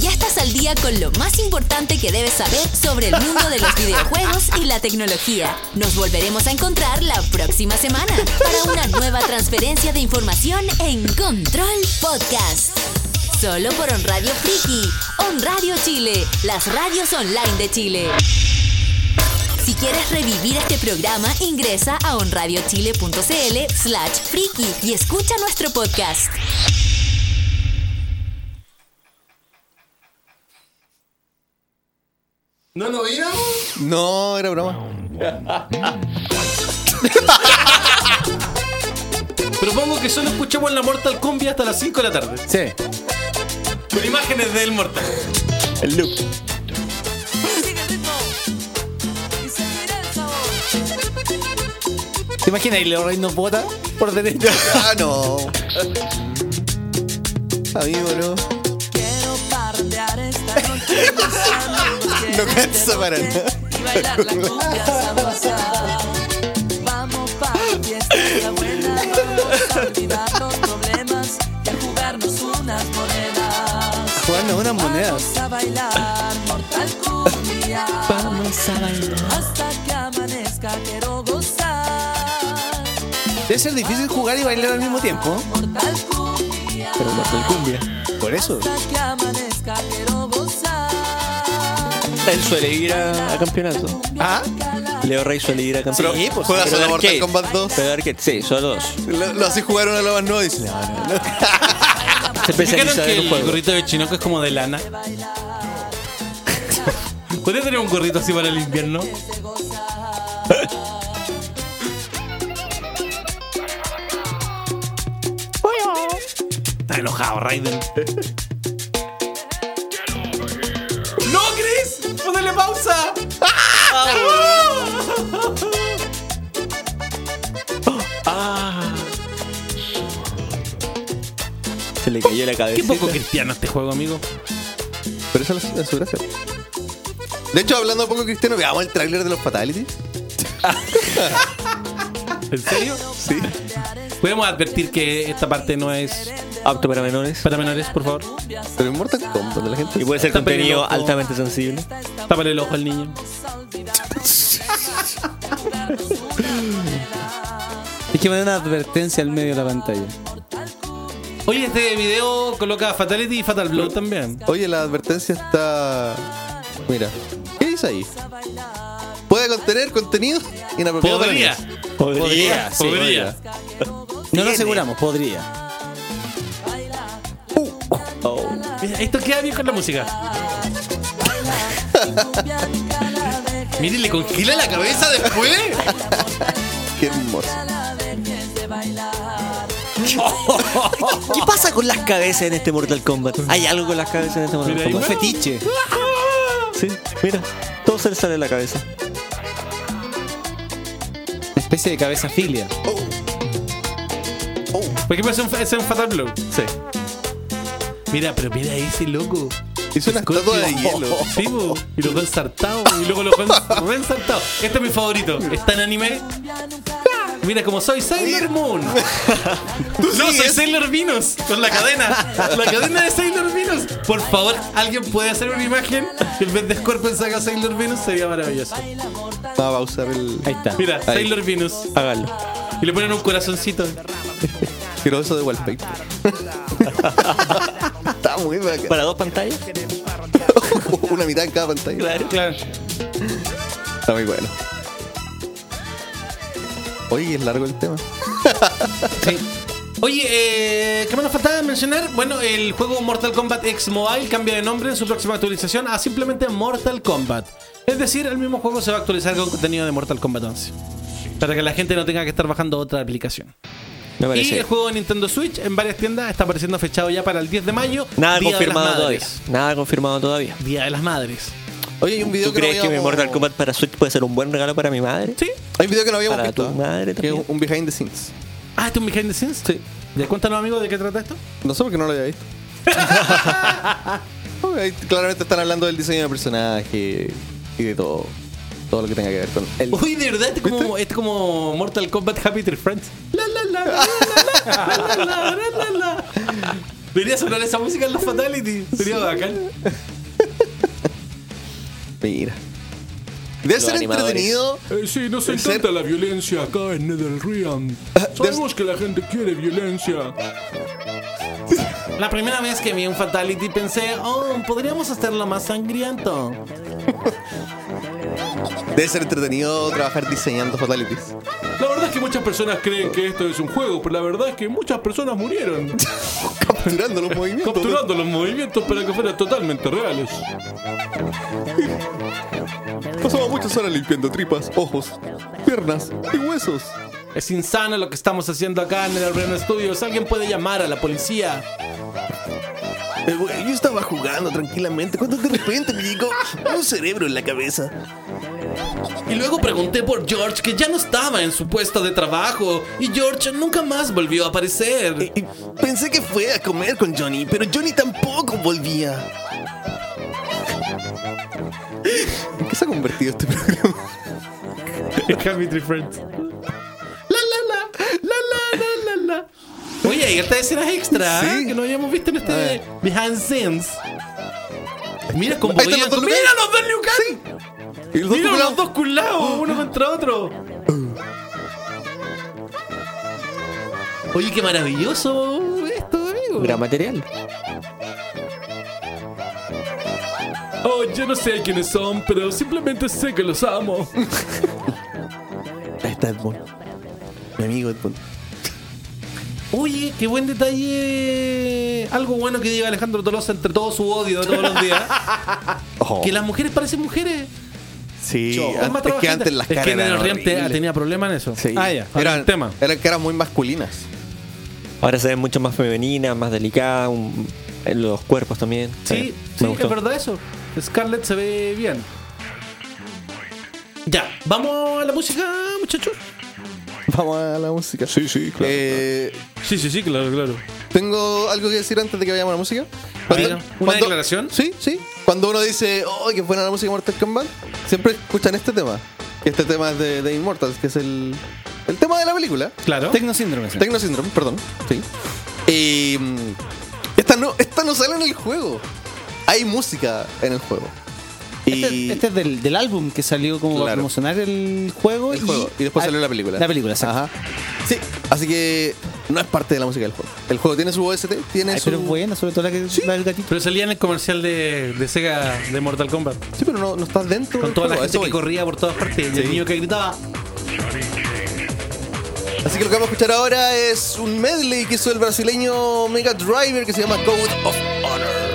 S3: Ya estás al día con lo más importante que debes saber sobre el mundo de los videojuegos y la tecnología. Nos volveremos a encontrar la próxima semana para una nueva transferencia de información en Control Podcast. Solo por On Radio Friki, On Radio Chile, las radios online de Chile. Si quieres revivir este programa, ingresa a onradiochile.cl slash friki y escucha nuestro podcast.
S5: No, era broma.
S1: Propongo que solo escuchemos la Mortal Kombat hasta las 5 de la tarde.
S6: Sí.
S1: Con imágenes del Mortal.
S4: El look.
S6: ¿Te imaginas? Y Leo Rey nos vota por derecho.
S5: Ah, no. Amigo, no.
S8: Quiero pardear esta noche
S5: No cansa para nada.
S8: Y bailar la cumbia zambasada. Vamos pa' la fiesta, la buena, vamos a olvidar los problemas y a jugarnos unas monedas.
S6: Jugarnos unas monedas.
S8: Vamos a bailar mortal cumbia. Vamos a bailar. Hasta que amanezca quiero gozar.
S6: Debe ser difícil jugar y bailar al mismo tiempo.
S8: Mortal cumbia.
S4: Pero mortal cumbia.
S6: Por eso.
S8: Hasta que amanezca quiero gozar.
S4: Él suele ir a, a campeonatos.
S6: Ah,
S4: Leo Rey suele ir a campeonatos.
S6: Sí, pues,
S5: Juega
S4: Pero
S5: solo
S4: de
S5: Mortal
S4: arcade.
S5: Kombat 2.
S4: Pero de arcade, sí, solo dos.
S5: Lo, lo hace jugar uno de los más nuevos y dice, "Ah, no, no, no.
S4: Se
S1: ¿Dijeron
S4: especializa
S1: que
S4: en un
S1: el
S4: juego.
S1: gorrito de Chinoco es como de lana? ¿Podría tener un gorrito así para el invierno? Está enojado, Raiden. ¡No, Chris! ¡Ponele pausa!
S4: Se le cayó la
S1: Qué
S4: cabeza.
S1: poco cristiano este juego, amigo.
S5: Pero esa es la- es su gracia. De hecho, hablando un poco cristiano, veamos el tráiler de los Fatalities.
S1: ¿En serio? Sí. Podemos advertir que esta parte no es
S4: Apto para menores.
S1: para menores, por favor.
S5: Pero en Mortal Kombat, la gente.
S4: Y puede ser
S1: Está
S4: contenido
S1: pelirrojo.
S4: altamente sensible.
S1: Tápale el ojo al niño.
S6: es que me da una advertencia al medio de la pantalla.
S1: Oye, este video coloca Fatality y Fatal Blow también.
S5: Oye, la advertencia está. Mira, ¿qué dice ahí? Puede contener contenido inapropiado. para
S1: Podría.
S5: niños.
S1: Podría.
S5: sí,
S1: Podría.
S6: No lo aseguramos, podría.
S4: Oh.
S1: Mira, Esto queda bien con la música. Mire, le congela la cabeza después.
S5: Qué hermoso.
S4: ¿Qué pasa con las cabezas en este Mortal Kombat? Hay algo con las cabezas en este Mortal
S1: Mira ahí,
S6: Un
S4: Kombat.
S6: fetiche.
S4: Sí, mira. Todo se le sale de la cabeza.
S6: Una especie de cabeza filia.
S5: Oh,
S1: ¿Por qué parece un, es un Fatal Blow? Sí. Mira, pero mira ese loco.
S5: Hizo una
S1: Scorpio.
S5: estatua de hielo.
S1: Sí, po. y lo ensartado. Y luego lo ensartado. Este es mi favorito. Está en anime. Mira, como soy Sailor Moon. No, soy
S5: sigues?
S1: Sailor Venus. Con la cadena. La cadena de Sailor Venus. Por favor, alguien puede hacer una imagen. que En vez de Scorpion saca Sailor Venus, sería maravilloso.
S5: No, va a usar el.
S6: Ahí está.
S1: Mira,
S5: Ahí.
S1: Sailor Venus.
S4: Hágalo.
S1: Y le ponen un corazoncito.
S5: Pero eso de wallpaper. está muy bacán.
S4: ¿Para dos pantallas?
S5: Una mitad en cada pantalla.
S4: Claro.
S1: Claro.
S5: Está muy bueno. Oye, es largo el tema.
S1: Oye, eh, ¿qué más nos faltaba mencionar? Bueno, el juego Mortal Kombat X Mobile cambia de nombre en su próxima actualización a simplemente Mortal Kombat. Es decir, el mismo juego se va a actualizar con contenido de Mortal Kombat 11. Para que la gente no tenga que estar bajando otra aplicación.
S4: Me
S1: Y el
S4: parece.
S1: juego de Nintendo Switch en varias tiendas está apareciendo fechado ya para el 10 de mayo.
S4: Nada
S1: Día de las
S4: confirmado todavía.
S1: Madres.
S4: Nada confirmado todavía.
S1: Día de las Madres.
S5: Oye, hay un video
S4: ¿Tú crees
S5: no
S4: que mi
S5: habíamos-
S4: Mortal Kombat para Switch puede ser un buen regalo para mi madre?
S1: Sí.
S5: Hay un video que no habíamos
S4: Para
S5: visto.
S4: tu madre
S5: que es
S4: también.
S5: un- un behind the scenes.
S1: Ah, ¿este es un behind the scenes?
S5: Sí.
S1: Ya cuéntanos, amigo, de qué trata esto.
S5: No sé por qué no lo había visto. Ok, claramente están hablando del diseño de personaje y de todo. Todo lo que tenga que ver con el.
S1: Uy, de verdad, este como, este como Mortal Kombat Happy Tree Friends. La, la, la, la, la, la, la, la, la, la, la. Debería sonar esa música en la Fatality. Sería bacán.
S5: Mira. Debe
S4: Los
S5: ser
S4: animadores.
S5: entretenido.
S9: sí, no se
S5: Ser- Ah,
S9: intenta la violencia acá en Netherrealm. Sabemos que la gente quiere violencia.
S1: La primera vez que vi un Fatality pensé, oh, podríamos hacerlo más sangriento.
S5: Debe ser entretenido trabajar diseñando fatalities.
S9: La verdad es que muchas personas creen que esto es un juego, pero la verdad es que muchas personas murieron
S5: Capturando los movimientos.
S9: capturando los movimientos para que fueran totalmente reales.
S5: Pasamos muchas horas limpiando tripas, ojos, piernas y huesos.
S1: Es insano lo que estamos haciendo acá en el Arena Studios. Alguien puede llamar a la policía.
S5: Eh, güey, Yo estaba jugando tranquilamente cuando de repente me llegó un cerebro en la cabeza.
S1: Y luego pregunté por George, que ya no estaba en su puesto de trabajo. Y George nunca más volvió a aparecer.
S5: Y pensé que fue a comer con Johnny, pero Johnny tampoco volvía. ¿En qué se ha convertido este programa?
S1: Hamilton Friends. La la la, la la la la la. Oye, hay estas escenas extra ¿eh?
S5: Sí.
S1: que no habíamos visto en
S5: A
S1: este
S5: ver.
S1: Behind Scenes. Mira cómo
S5: Ahí están los dos Liu Kang.
S1: Mira los dos Liu Kang.
S5: Y los dos
S1: Mira
S5: culados.
S1: los dos culados, uno contra otro. Oye, qué maravilloso esto, amigo.
S4: Gran material.
S9: Oh, yo no sé quiénes son, pero simplemente sé que los amo.
S5: Ahí está Edmond. Mi amigo Edmond.
S1: Oye, qué buen detalle. Algo bueno que diga Alejandro Tolosa entre todo su odio de todos los días. Que las mujeres parecen mujeres.
S5: Oh, Sí,
S1: Yo, más
S5: antes- es que
S1: trabajadora.
S5: antes las
S1: Es
S5: caras
S1: que en el
S5: eran
S1: Oriente
S5: horribles.
S1: tenía problemas en eso.
S5: Sí.
S1: Ah, ya.
S5: Eran,
S1: Eran, tema.
S5: eran caras muy masculinas.
S4: Ahora se ven mucho más femeninas, más delicadas, un- en los cuerpos también. Eh,
S1: Sí,
S4: me
S1: sí,
S4: gustó.
S1: es verdad eso. Scarlett se ve bien. Ya, vamos a la música, muchachos.
S5: Vamos a la música.
S9: Sí, sí,
S5: Eh,
S1: Sí, sí, sí, claro, claro.
S5: Tengo algo que decir antes de que vayamos a la música.
S1: ver, ¿una declaración?
S5: Sí, sí. Cuando uno dice, ¡oh, qué buena la música de Mortal Kombat! Siempre escuchan este tema. Que Este tema es de, de Immortals, que es el, el tema de la película.
S1: Claro.
S6: Tecno síndrome. sí.
S5: Tecno Syndrome, perdón. Sí. Y. mm, Esta no, esta no sale en el juego. Hay música en el juego. Y.
S6: Este, este es del, del álbum que salió como para
S5: Claro.
S6: promocionar el juego.
S5: el juego. Y después
S6: ah,
S5: salió la película.
S6: La película, exacto.
S5: Ajá. Sí, así que no es parte de la música del juego. El juego tiene su OST, tiene
S6: Ay,
S5: su.
S6: pero es buena, sobre todo la que la del gatito.
S1: Pero salía en el comercial de, de Sega de Mortal Kombat.
S5: Sí, pero no, no estás dentro
S1: Con
S5: del
S1: toda la
S5: juego, a
S1: gente
S5: eso
S1: que
S5: voy.
S1: corría por todas partes. Y el
S5: Sí.
S1: niño que gritaba.
S5: Así que lo que vamos a escuchar ahora es un medley que hizo el brasileño Mega Driver que se llama Code of Honor.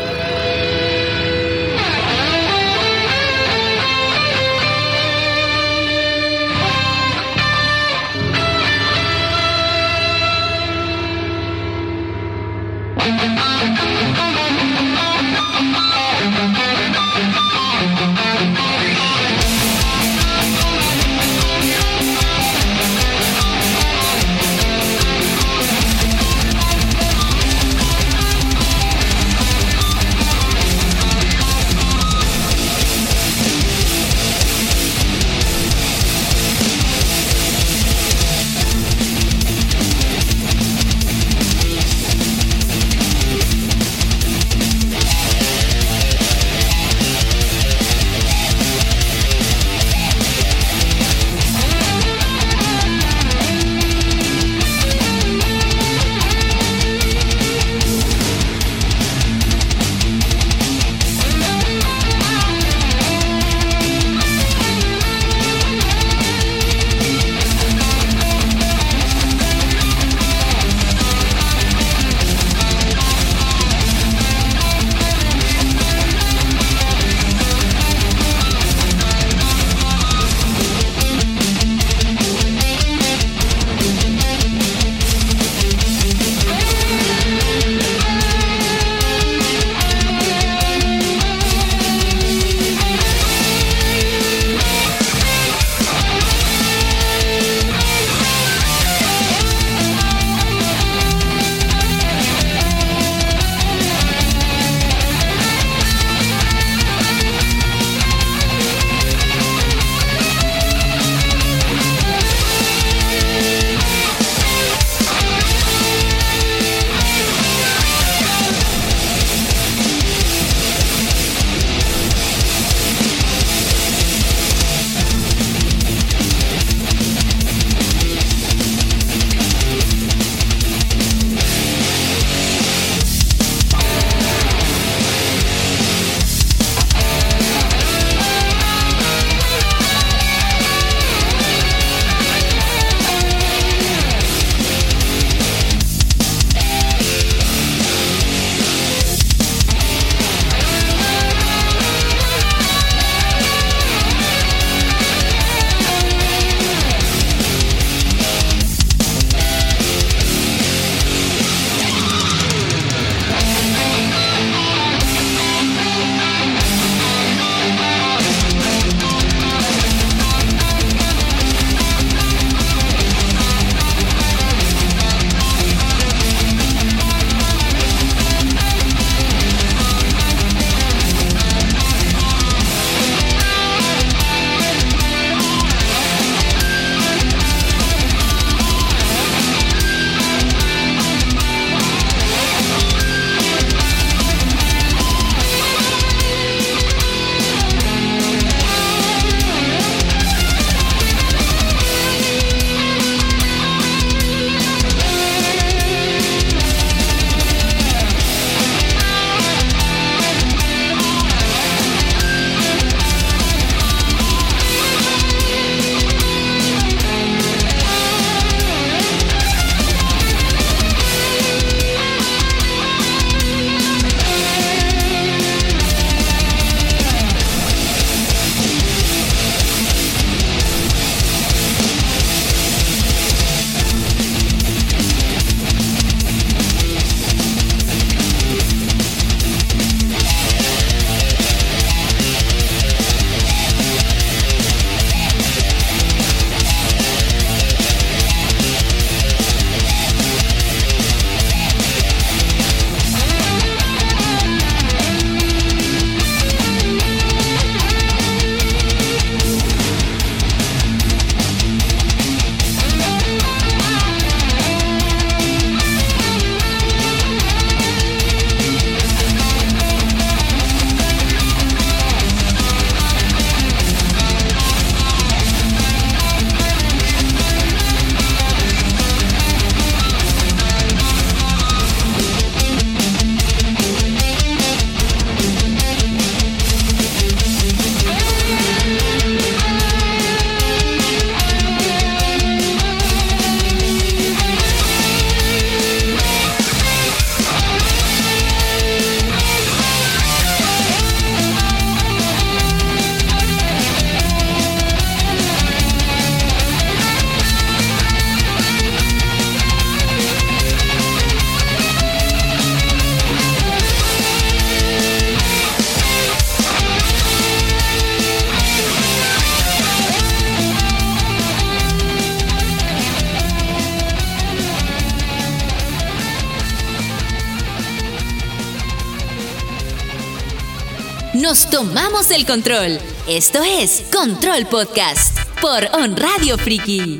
S3: Nos tomamos el control. Esto es Control Podcast por On Radio Friki.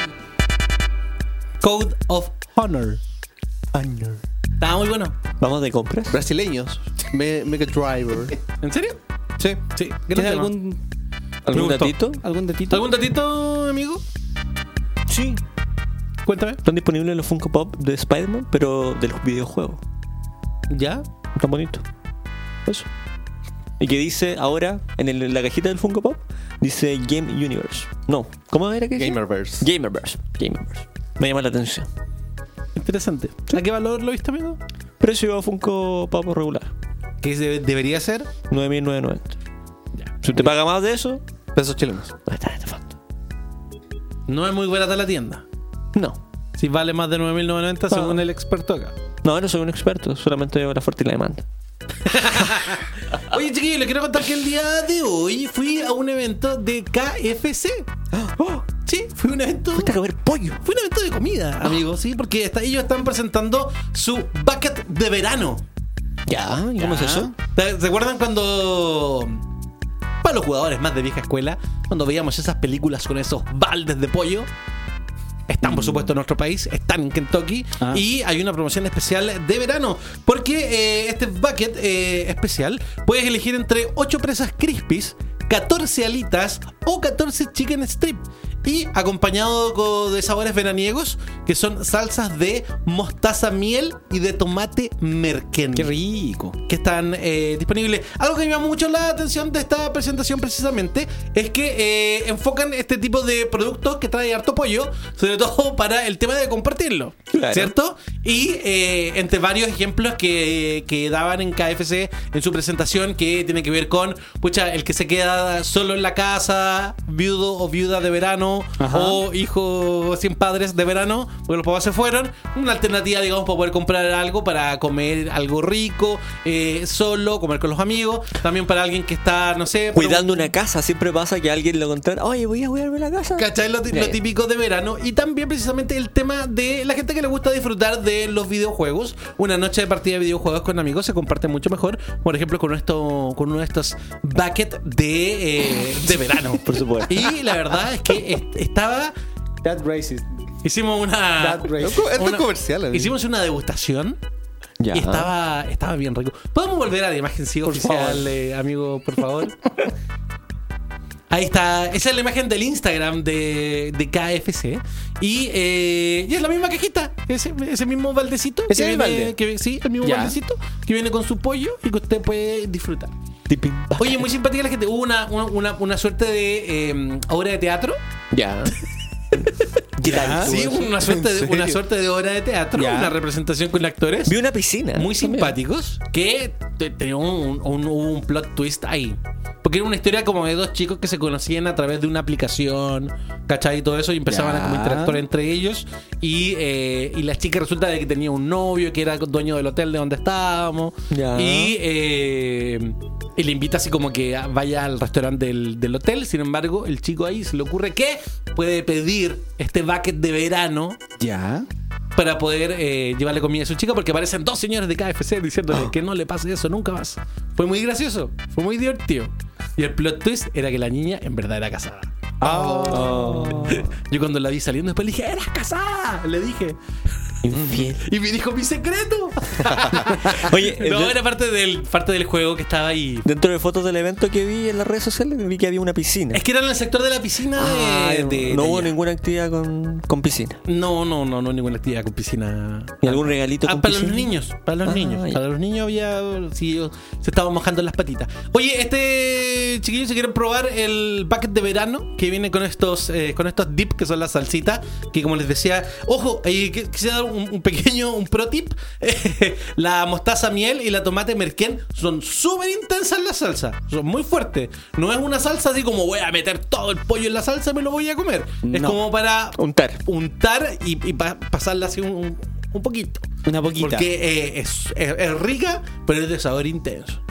S1: Code of Honor. Estaba muy bueno.
S4: Vamos de compras.
S5: Brasileños. Me- Mega Driver.
S1: ¿En serio?
S5: Sí.
S1: Sí. gran
S6: ¿Tienes
S1: tema.
S6: algún,
S4: ¿Algún
S1: gustó.
S4: datito?
S6: algún datito?
S1: ¿Algún datito, amigo?
S4: Sí.
S1: Cuéntame.
S4: Están disponibles los Funko Pop de Spider-Man, pero del videojuego.
S1: ¿Ya?
S4: Tan bonito. Eso. Y que dice ahora, en, el- en la cajita del Funko Pop, dice Game Universe. No, ¿cómo era que decía?
S5: Gamerverse.
S4: Gamerverse. Gamerverse. Me llama la atención.
S1: Interesante. ¿A qué valor lo viste, amigo?
S4: Precio Funko Pop regular.
S1: ¿Qué debe- debería ser?
S4: 9.990. Si te paga más de eso,
S5: Pesos chilenos.
S4: no está en este fondo.
S1: No es muy barata la tienda.
S4: No.
S1: Si vale más de 9.990 según el experto acá.
S4: No, no soy un experto, solamente veo la fuerte y la demanda.
S1: Oye, chiquillos, les quiero contar que el día de hoy fui a un evento de KFC. Sí, fue un evento.
S4: Fuiste a comer pollo.
S1: Fue un evento de comida, amigos, sí, porque está- ellos están presentando su bucket de verano.
S4: Ya, ¿y cómo es eso?
S1: ¿Te- ¿Se acuerdan cuando... Para los jugadores más de vieja escuela, cuando veíamos esas películas con esos baldes de pollo? Están, por supuesto, en nuestro país, están en Kentucky
S6: Mm. Ah.
S1: y hay una promoción especial de verano. Porque eh, este bucket eh, especial puedes elegir entre 8 presas crispies, 14 alitas o 14 chicken strip. Y acompañado co- de sabores veraniegos que son salsas de mostaza miel y de tomate merquén
S6: Qué rico.
S1: que están eh, disponibles. Algo que me llama mucho la atención de esta presentación precisamente es que eh, enfocan este tipo de productos que trae harto pollo, sobre todo para el tema de compartirlo,
S4: Claro.
S1: ¿cierto? Y eh, entre varios ejemplos que, que daban en KFC en su presentación que tiene que ver con, pucha, el que se queda solo en la casa, viudo o viuda de verano,
S6: Ajá.
S1: o hijo sin padres de verano, porque los papás se fueron. Una alternativa, digamos, para poder comprar algo, para comer algo rico, eh, solo, comer con los amigos. También para alguien que está, no sé, por un-
S4: Cuidando una casa, siempre pasa que alguien lo contrata. Oye, voy a cuidarme la casa.
S1: ¿Cachai? Lo, ti-
S4: Ya,
S1: lo
S4: ya.
S1: típico de verano. Y también precisamente el tema de la gente que le gusta disfrutar de los videojuegos. Una noche de partida de videojuegos con amigos se comparte mucho mejor. Por ejemplo, con, esto, con uno de estos bucket de, eh, de verano.
S4: Por supuesto.
S1: Y la verdad es que est- estaba...
S6: That racist.
S1: Hicimos una...
S6: That racist.
S5: Esto es
S1: una-
S5: comercial, amigo.
S1: Hicimos una degustación.
S4: Ya.
S1: Y estaba, estaba bien rico. ¿Podemos volver a la imagen sí, oficial, eh, amigo, por favor? Ahí está. Esa es la imagen del Instagram de, de KFC. Y, eh, y es la misma cajita. Ese, ese mismo baldecito.
S6: Ese
S1: que
S6: es el
S1: viene-
S6: balde.
S1: que- sí, el mismo
S6: Ya.
S1: baldecito que viene con su pollo y que usted puede disfrutar.
S4: Tipping.
S1: Oye, muy simpática la gente. Hubo una, una, una- una suerte de eh, obra de teatro.
S4: Ya. ¿Qué
S6: Ah,
S4: tal?
S1: Sí, una suerte, de,
S5: ¿En
S1: una
S5: serio?
S1: suerte de obra de teatro.
S6: Ya.
S1: Una representación con actores.
S4: Vi una piscina.
S1: muy
S4: También.
S1: simpáticos que te- tenía un, un- hubo un plot twist ahí. Porque era una historia como de dos chicos que se conocían a través de una aplicación, ¿cachai? Y todo eso, y empezaban a como
S6: Ya.
S1: interactuar entre ellos. Y, eh, y la chica resulta de que tenía un novio que era dueño del hotel de donde estábamos.
S4: Ya.
S1: Y, eh, y le invita así como que vaya al restaurante del, del hotel. Sin embargo, el chico ahí se le ocurre que puede pedir este bucket de verano
S6: Ya.
S1: para poder eh, llevarle comida a su chica porque aparecen dos señores de KFC
S4: Oh.
S1: diciéndole que no le pase eso nunca más. Fue muy gracioso, fue muy divertido. Y el plot twist era que la niña en verdad era casada.
S4: Oh.
S1: Yo cuando la vi saliendo después le dije, eras casada, le dije.
S4: Infiel.
S1: Y me dijo mi secreto.
S4: Oye,
S1: no,
S4: de-
S1: era parte del, parte del juego que estaba ahí.
S4: dentro de fotos del evento que vi en las redes sociales, vi que había una piscina.
S1: Es eh, que era en el sector de la piscina
S4: Ah,
S1: de, de-
S4: no
S1: de
S4: hubo
S1: allá.
S4: ninguna actividad con, con piscina.
S1: No, no, no, no, ninguna actividad con piscina.
S4: ¿Y algún regalito
S1: Ah,
S4: con
S1: para los
S4: piscina?
S1: niños, para los
S4: Ah,
S1: niños.
S4: ya.
S1: Para los niños había. Sí, se estaban mojando las patitas. Oye, este chiquillo, si quieren probar el bucket de verano que viene con estos eh, con estos dips que son las salsitas, que como les decía, ojo, eh, qu- quisiera dar un, un pequeño un pro tip. la mostaza miel y la tomate merquén son súper intensas las salsas, son muy fuertes. No es una salsa así como voy a meter todo el pollo en la salsa y me lo voy a comer. Es
S6: No.
S1: como para
S4: Untar.
S1: untar y, y pa- pasarla así un- un, un poquito.
S6: Una poquita.
S1: Porque eh, es, es- es rica, pero es de sabor intenso.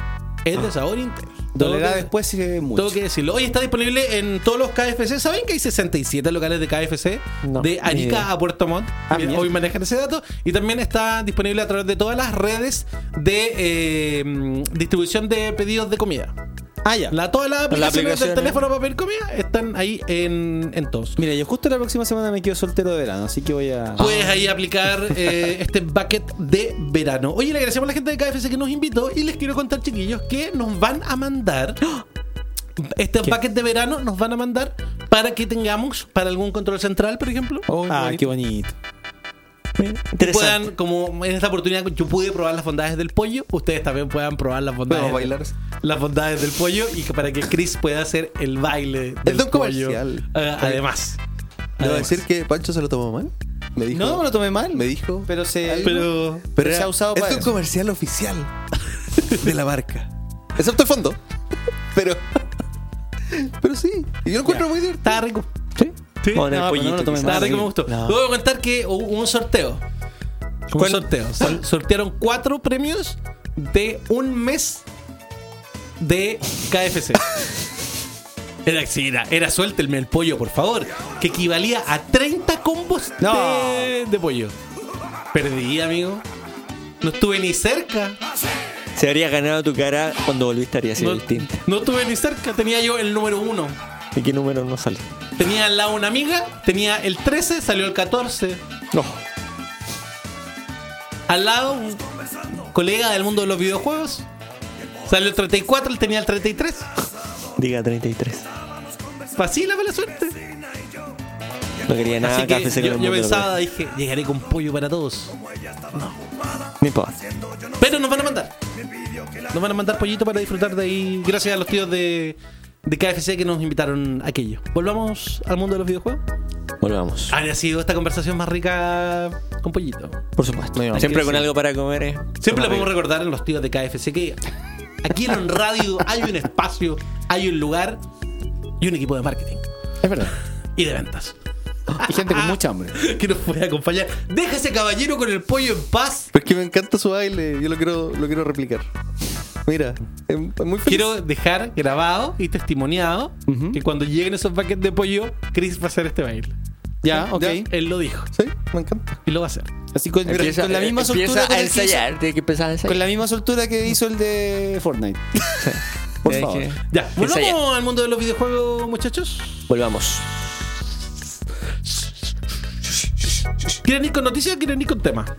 S1: Es de sabor intenso.
S6: Dolerá
S1: Tengo que-
S6: después si es mucho.
S1: Tengo que decirlo. Hoy está disponible en todos los KFC. ¿Saben que hay 67 locales de KFC?
S4: No,
S1: de
S4: ni idea.
S1: Arica a Puerto Montt.
S6: Ah,
S1: Mira,
S6: mierda.
S1: hoy manejan ese dato. Y también está disponible a través de todas las redes de eh, mm, distribución de pedidos de comida.
S6: Ah, ya.
S1: La, todas las aplicaciones
S4: aplicaciones.
S1: del teléfono para pedir comida están ahí en, en todos.
S6: Mira, yo justo la próxima semana me quedo soltero de verano, así que voy a.
S1: Puedes
S5: Ah.
S1: ahí aplicar eh, este bucket de verano. Oye, le agradecemos a la gente de KFC que nos invitó y les quiero contar, chiquillos, que nos van a mandar. Este bucket de verano nos van a mandar para que tengamos para algún control central, por ejemplo.
S6: Oh, ah, qué bonito.
S4: Eh, Interesante.
S1: Puedan, como en esta oportunidad yo pude probar las bondades del pollo, ustedes también puedan probar las bondades,
S5: Podemos bailar.
S1: las bondades del pollo y que- para que Chris pueda hacer el baile del
S5: de
S1: pollo.
S5: un comercial.
S1: Eh, además.
S5: Debo
S1: Además.
S5: decir que Pancho se lo tomó mal. Me dijo.
S6: No, me lo tomé mal.
S5: Me dijo.
S6: Pero se.
S1: Pero
S5: Pero
S6: se
S5: era-
S6: ha usado
S5: es
S6: para
S5: un
S6: eso.
S5: comercial oficial de la marca. Excepto el fondo. Pero. Pero sí. Y yo lo encuentro muy divertido.
S1: estaba rico.
S4: Sí, Con el
S6: no, Ah, pero
S4: pollito.
S6: no lo
S4: quizás.
S6: tomes
S1: Estaba
S6: Madre.
S1: rico, me gustó.
S6: No.
S1: Luego voy a contar que hubo un sorteo. Un
S4: ¿Cuál?
S1: sorteo. Sol- Sortearon cuatro premios de un mes de KFC. Era, sí, era, era suélteme el pollo, por favor. Que equivalía a 30 combos
S6: No.
S1: de, de pollo. Perdí, amigo. No estuve ni cerca.
S4: Se habría ganado tu cara cuando volviste, haría sido
S1: No,
S4: distinta.
S1: no estuve ni cerca. Tenía yo el número uno.
S4: ¿De qué número no sale?
S1: Tenía al lado una amiga. Tenía el 13, salió el 14.
S4: No.
S1: Al lado, un colega del mundo de los videojuegos. Salió el 34, él tenía el 33.
S4: Diga 33.
S1: Facilame la suerte.
S4: No quería nada
S1: Así que
S4: café seco en
S1: yo,
S4: el
S1: yo
S4: mundo,
S1: pensaba, dije, llegaré con pollo para todos.
S4: pero- No importa.
S1: Pero nos van a mandar. Nos van a mandar pollito para disfrutar de ahí. Gracias a los tíos de, de KFC que nos invitaron a aquello. Volvamos al mundo de los videojuegos.
S4: Volvamos.
S1: Habría sido esta conversación más rica con pollito.
S4: Por supuesto.
S5: No, no,
S4: Siempre
S1: sí,
S4: con
S1: sí.
S4: algo para comer. eh.
S1: Siempre le podemos recordar a los tíos de KFC que aquí en On Radio hay un espacio, hay un lugar y un equipo de marketing
S6: Es verdad.
S1: y de ventas.
S6: Hay gente con mucha hambre.
S1: que nos puede acompañar. Deja ese caballero con el pollo en paz.
S5: Pero es que me encanta su baile. Yo lo quiero, lo quiero replicar. Mira, es, es muy feliz.
S1: Quiero dejar grabado y testimoniado que cuando lleguen esos paquetes de pollo, Chris va a hacer este baile.
S6: Ya, ok.
S1: Ya, Él lo dijo
S5: Sí, me encanta.
S1: y lo va a hacer.
S6: Así con,
S5: Empieza-
S6: con la misma soltura.
S4: Empieza
S6: con
S4: a
S6: el que hizo-
S4: ensayar. Tiene que empezar a ensayar.
S6: Con la misma soltura que hizo el de Fortnite. Por
S4: Es
S6: favor.
S4: que-
S1: Ya, volvamos
S4: Ensaya.
S1: al mundo de los videojuegos, muchachos.
S4: Volvamos.
S1: ¿Quieren ir con noticias o quieren ir con temas?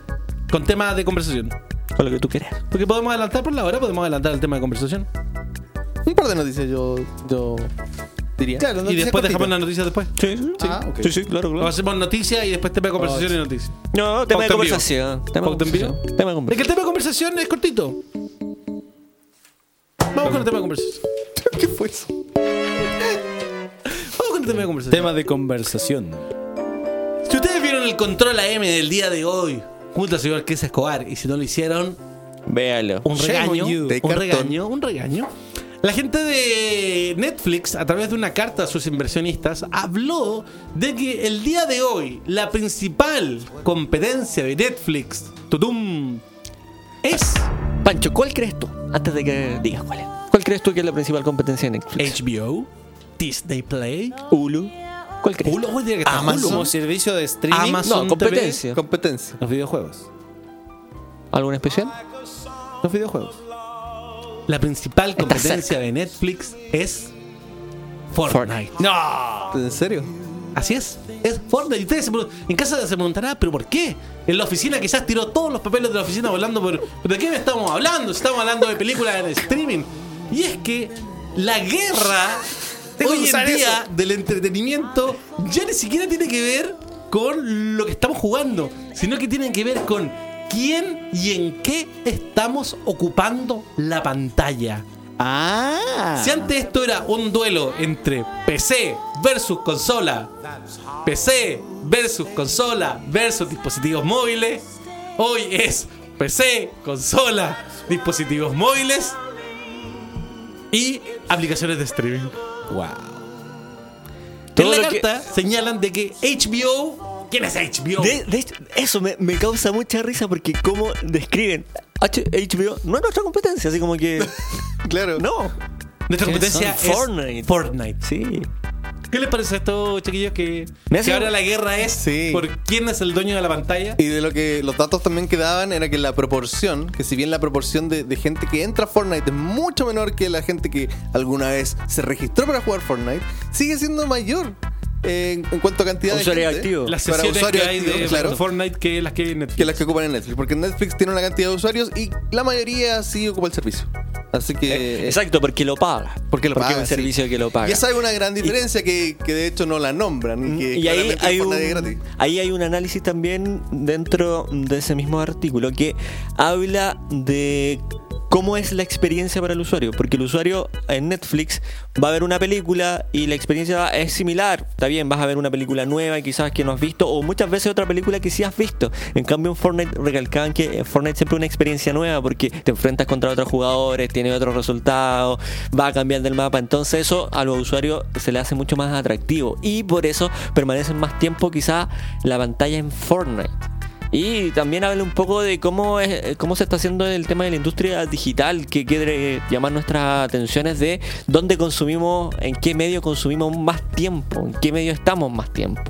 S1: Con temas de conversación.
S4: Con lo que tú quieras.
S1: Porque podemos adelantar por la hora, podemos adelantar el tema de conversación.
S5: Un par de noticias yo, yo diría.
S6: Claro,
S1: y
S6: noticias
S1: después dejamos
S6: cortitas.
S1: las noticias después.
S4: Sí, sí.
S6: Ah, ok.
S4: Sí, sí, claro,
S1: O
S4: claro.
S1: hacemos noticias y después tema de conversación
S5: Oh,
S1: y noticias.
S4: No, tema de
S1: Pauta en vivo.
S4: conversación. Tema de
S1: Pauta en vivo.
S4: conversación. Tema de
S1: Es que
S4: conversación.
S1: el tema de conversación es cortito. Vamos con el tema de conversación.
S5: ¿Qué fue eso?
S1: Vamos con el tema de conversación.
S6: Tema de conversación.
S1: Si ustedes vieron el control AM del día de hoy, junto al señor Chris Escobar, y si no lo hicieron,
S4: Véalo.
S1: un
S5: Shame on
S1: regaño,
S5: you. De
S1: un
S5: cartón.
S1: regaño, un regaño. La gente de Netflix, a través de una carta a sus inversionistas, habló de que el día de hoy la principal competencia de Netflix, tutum, es
S4: Pancho, ¿cuál crees tú? Antes de que digas cuál es. ¿Cuál crees tú que es la principal competencia de Netflix?
S1: HBO, Disney Play,
S4: Hulu. ¿Cuál crees?
S1: Hulu, hoy tiene que estar
S6: Como
S1: Hulu.
S6: servicio de streaming.
S1: Amazon.
S4: No, competencia.
S5: Competencia.
S6: Los videojuegos.
S4: ¿Alguna especial?
S6: Los videojuegos.
S1: La principal competencia
S4: cerca.
S1: de Netflix es Fortnite.
S5: ¿En serio?
S1: Así es, es Fortnite. Y ustedes se pregun- en casa se preguntarán, ¿pero por qué? En la oficina quizás tiró todos los papeles de la oficina volando por... ¿Pero de qué estamos hablando? Estamos hablando de películas en streaming. Y es que la guerra hoy en día del entretenimiento ya ni siquiera tiene que ver con lo que estamos jugando, sino que tiene que ver con quién y en qué estamos ocupando la pantalla.
S6: Ah.
S1: Si antes esto era un duelo entre PC versus consola, PC versus consola versus dispositivos móviles, hoy es PC, consola, dispositivos móviles y aplicaciones de streaming.
S6: Wow.
S4: Todo
S1: en la
S4: lo que-
S1: carta señalan de que HBO, ¿quién es HBO?
S4: De, de hecho, eso me, me causa mucha risa porque cómo describen H- HBO no es nuestra competencia, así como que
S5: Claro.
S4: no.
S1: Nuestra competencia es
S4: son? Fortnite.
S1: Fortnite.
S4: Sí.
S1: ¿Qué les parece esto, chiquillos? Que,
S5: Me hace-
S1: que ahora la guerra es
S5: Sí.
S1: por quién es el dueño de la pantalla.
S5: Y de lo que los datos también que daban era que la proporción, que si bien la proporción de, de gente que entra a Fortnite es mucho menor que la gente que alguna vez se registró para jugar Fortnite, sigue siendo mayor eh, en, en cuanto a cantidad
S4: Usuario
S5: de gente.
S4: activo.
S1: Las
S5: Para
S1: sesiones que
S5: usuarios
S1: hay de
S5: activos, claro.
S1: Fortnite que las que hay en Netflix.
S5: Que las que ocupan en Netflix, porque Netflix tiene una cantidad de usuarios y la mayoría sí ocupa el servicio. Así que.
S4: Eh, Exacto, porque lo paga.
S5: Porque lo
S4: es
S5: paga,
S4: un
S5: sí.
S4: servicio que lo paga.
S5: Y esa es una gran diferencia que, que de hecho no la nombran. que
S4: y ahí
S5: claramente
S4: hay, un,
S5: Fortnite es gratis.
S4: ahí hay un análisis también dentro de ese mismo artículo que habla de cómo es la experiencia para el usuario. Porque el usuario en Netflix va a ver una película y la experiencia es similar. Está bien, vas a ver una película nueva y quizás que no has visto o muchas veces otra película que sí has visto. En cambio en Fortnite recalcaban que en Fortnite siempre una experiencia nueva porque te enfrentas contra otros jugadores, tiene otros resultados, va cambiando el mapa. Entonces eso a los usuarios se le hace mucho más atractivo y por eso permanecen más tiempo quizás la pantalla en Fortnite. Y también habla un poco de cómo, es, cómo se está haciendo el tema de la industria digital que quiere llamar nuestras atenciones de dónde consumimos, en qué medio consumimos más tiempo, en qué medio estamos más tiempo.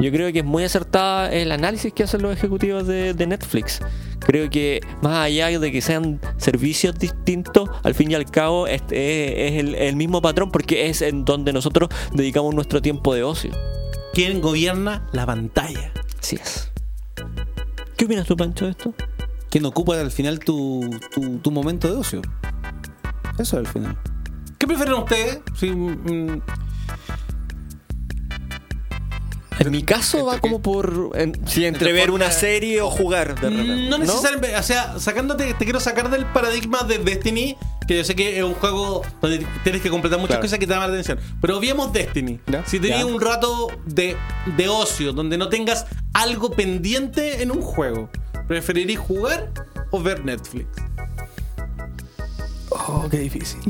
S4: Yo creo que es muy acertada el análisis que hacen los ejecutivos de, de Netflix. Creo que más allá de que sean servicios distintos, al fin y al cabo este es, es el, el mismo patrón porque es en donde nosotros dedicamos nuestro tiempo de ocio.
S1: ¿Quién gobierna la pantalla?
S4: Así es. ¿Qué opinas tú, Pancho, de esto?
S6: ¿Quién ocupa al final tu, tu, tu momento de ocio? Eso al final.
S1: ¿Qué prefieren ustedes? Sí, mm, mm,
S4: En mi caso va como por en- si entre ver una Mm, serie o jugar de repente.
S1: no necesariamente, o sea, sacándote, te quiero sacar del paradigma de Destiny, que yo sé que es un juego donde tienes que completar muchas
S5: Claro.
S1: cosas que te llaman la atención. Pero obviemos Destiny.
S5: Ya.
S1: Si tenías
S5: Ya.
S1: un rato de, de ocio, donde no tengas algo pendiente en un juego, ¿preferirías jugar o ver Netflix?
S5: Oh, qué difícil.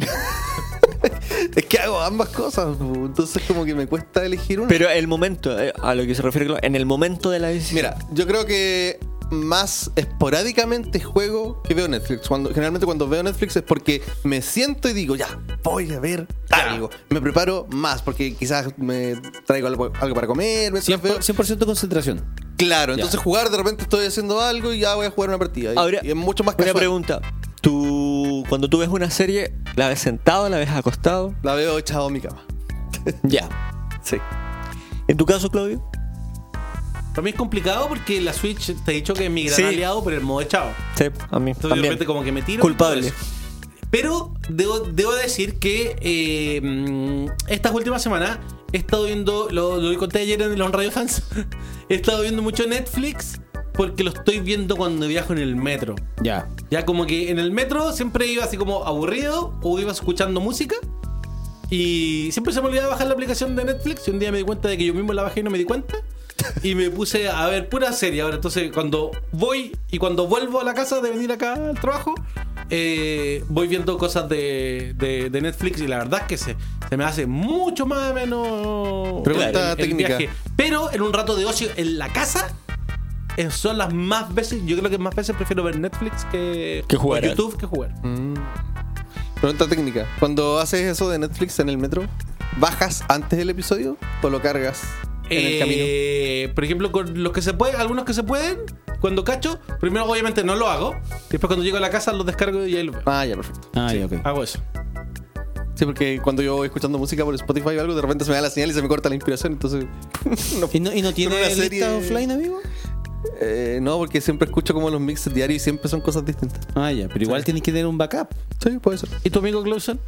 S5: es que hago ambas cosas, po, entonces como que me cuesta elegir una.
S4: Pero el momento, eh, a lo que se refiere, claro, en el momento de la decisión.
S5: Mira, yo creo que más esporádicamente juego que veo Netflix. Cuando, generalmente cuando veo Netflix es porque me siento y digo, ya, voy a ver algo. Me preparo más, porque quizás me traigo algo, algo para comer. me
S6: 100%, concentración.
S5: Claro, entonces jugar, de repente estoy haciendo algo y ya voy a jugar una partida. Y,
S4: Ahora,
S5: y es mucho más
S4: Una
S5: casual.
S4: pregunta. Tú, cuando tú ves una serie, ¿la ves sentado, la ves acostado?
S5: La veo echado en mi cama.
S4: Ya. Sí. ¿En tu caso, Claudio?
S1: Para mí es complicado porque la Switch te he dicho que es mi gran
S4: Sí.
S1: aliado, pero el modo echado.
S4: Sí, a mí.
S1: Entonces de
S4: también.
S1: repente como que me tiro.
S4: Culpable.
S1: y todo eso. Pero debo, debo decir que eh, mm, estas últimas semanas he estado viendo, lo, lo conté ayer en los Radio Fans, he estado viendo mucho Netflix porque lo estoy viendo cuando viajo en el metro.
S6: Ya.
S1: Ya como que en el metro siempre iba así como aburrido o iba escuchando música. Y siempre se me olvidaba bajar la aplicación de Netflix y un día me di cuenta de que yo mismo la bajé y no me di cuenta. Y me puse a ver pura serie ahora. Entonces cuando voy y cuando vuelvo a la casa de venir acá al trabajo, eh, voy viendo cosas de, de- de Netflix y la verdad es que se, se me hace mucho más o menos...
S5: Pregunta
S1: el- el
S5: técnica.
S1: viaje. Pero en un rato de ocio en la casa, eh, son las más veces, yo creo que más veces prefiero ver Netflix que,
S4: Que jugar.
S1: o YouTube que jugar.
S5: Pregunta técnica. Cuando haces eso de Netflix en el metro, ¿bajas antes del episodio o lo cargas en el camino?
S1: Eh, por ejemplo, con los que se pueden, algunos que se pueden, cuando cacho, primero obviamente no lo hago, después cuando llego a la casa los descargo y ahí lo veo.
S5: Ah, ya, perfecto.
S6: Ah, ya, ok.
S1: Hago eso.
S5: Sí, porque cuando yo voy escuchando música por Spotify o algo, de repente se me da la señal y se me corta la inspiración, entonces... no,
S6: ¿Y no, y no tiene
S5: una
S6: lista
S5: serie-
S6: offline, amigo?
S5: eh, no, porque siempre escucho como los mixes diarios y siempre son cosas distintas.
S6: Ah, ya, pero igual tienes que tener un backup.
S5: Sí, puede ser.
S1: ¿Y tu amigo Clausen?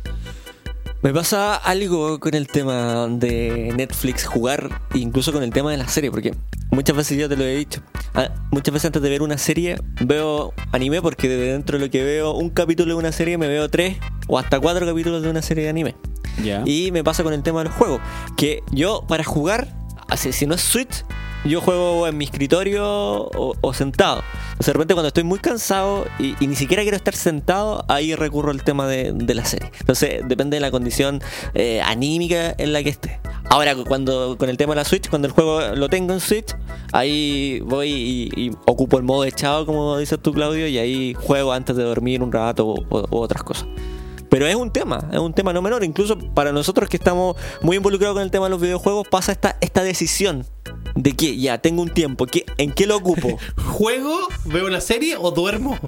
S4: Me pasa algo con el tema de Netflix jugar, incluso con el tema de la serie, porque muchas veces yo te lo he dicho. Ah, Muchas veces antes de ver una serie veo anime, porque de dentro de lo que veo un capítulo de una serie me veo tres o hasta cuatro capítulos de una serie de anime.
S6: Ya.
S4: Y me pasa con el tema de los juegos, que yo para jugar, así, si no es Switch, yo juego en mi escritorio o, o sentado. O sea, de repente cuando estoy muy cansado y, y ni siquiera quiero estar sentado, ahí recurro al tema de, de la serie. Entonces depende de la condición eh, anímica en la que esté. Ahora cuando con el tema de la Switch, cuando el juego lo tengo en Switch, ahí voy y, y ocupo el modo echado, como dices tú Claudio, y ahí juego antes de dormir un rato o- o- u otras cosas. Pero es un tema, es un tema no menor. Incluso para nosotros que estamos muy involucrados con el tema de los videojuegos, pasa esta, esta decisión de que ya tengo un tiempo, que, ¿en qué lo ocupo?
S1: ¿Juego, veo una serie o duermo?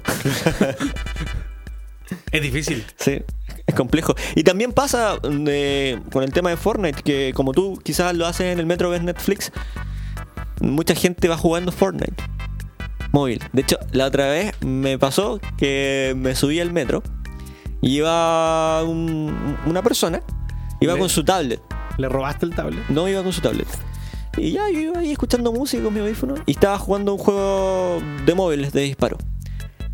S1: es difícil.
S4: Sí, es complejo. Y también pasa eh, con el tema de Fortnite, que como tú quizás lo haces en el metro, ves Netflix, mucha gente va jugando Fortnite móvil. De hecho, la otra vez me pasó que me subí al metro y iba un- una persona, iba
S1: Sí.
S4: con su tablet,
S1: ¿Le robaste el tablet?
S4: no iba con su tablet. Y ya yo iba ahí escuchando música con mi audífono y estaba jugando un juego de móviles de disparo.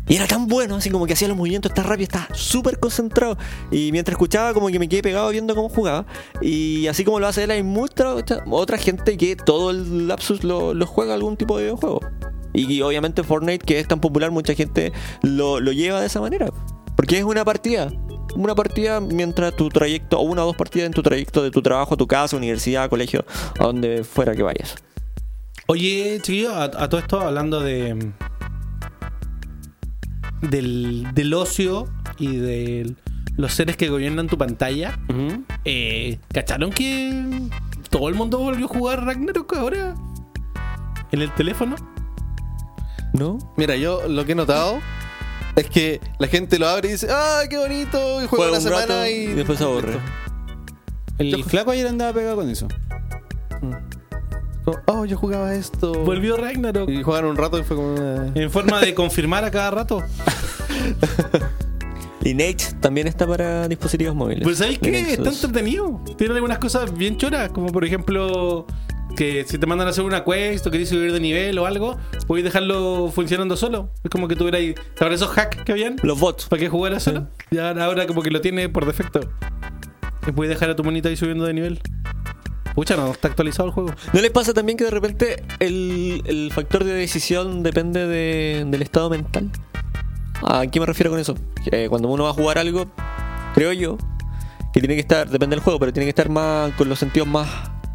S4: Y era tan bueno, así como que hacía los movimientos tan rápido, estaba súper concentrado. Y mientras escuchaba, como que me quedé pegado viendo cómo jugaba. Y así como lo hace él, hay mucha otra- otra gente que todo el lapsus lo, lo juega algún tipo de videojuego. Y, y obviamente Fortnite, que es tan popular, mucha gente lo, lo lleva de esa manera. Porque es una partida. Una partida mientras tu trayecto, o una o dos partidas en tu trayecto de tu trabajo a tu casa, universidad, colegio, a donde fuera que vayas.
S1: Oye, chiquillo, a, a todo esto hablando de. Del, del ocio y de los seres que gobiernan tu pantalla. eh, ¿Cacharon que todo el mundo volvió a jugar Ragnarok ahora? ¿En el teléfono?
S4: ¿No?
S5: Mira, yo lo que he notado es que la gente lo abre y dice, ¡ah, qué bonito! Y juega
S4: Juega
S5: una
S4: un
S5: semana
S4: rato
S5: y...
S4: y después se aburre.
S6: El flaco ayer andaba pegado con eso.
S5: Como, Oh, yo jugaba esto.
S1: Volvió Ragnarok.
S5: Y jugaron un rato y fue como... "Ah".
S1: En forma de confirmar a cada rato.
S4: Lineage también está para dispositivos móviles.
S1: Pues ¿sabéis qué?
S4: Lineage
S1: Está
S4: 2.
S1: entretenido. Tiene algunas cosas bien choras, como por ejemplo que si te mandan a hacer una quest o querés subir de nivel o algo, podéis dejarlo funcionando solo. Es como que tuvierais, ¿sabrás esos hacks que habían?
S4: Los bots.
S1: Para que jugara solo. Y ahora, ahora como que lo tiene por defecto. Y puedes dejar a tu monita ahí subiendo de nivel. Pucha, no, está actualizado el juego.
S4: ¿No les pasa también que de repente el, el factor de decisión depende de- del estado mental? ¿A qué me refiero con eso? Eh, cuando uno va a jugar algo, creo yo, que tiene que estar, depende del juego, pero tiene que estar más con los sentidos más,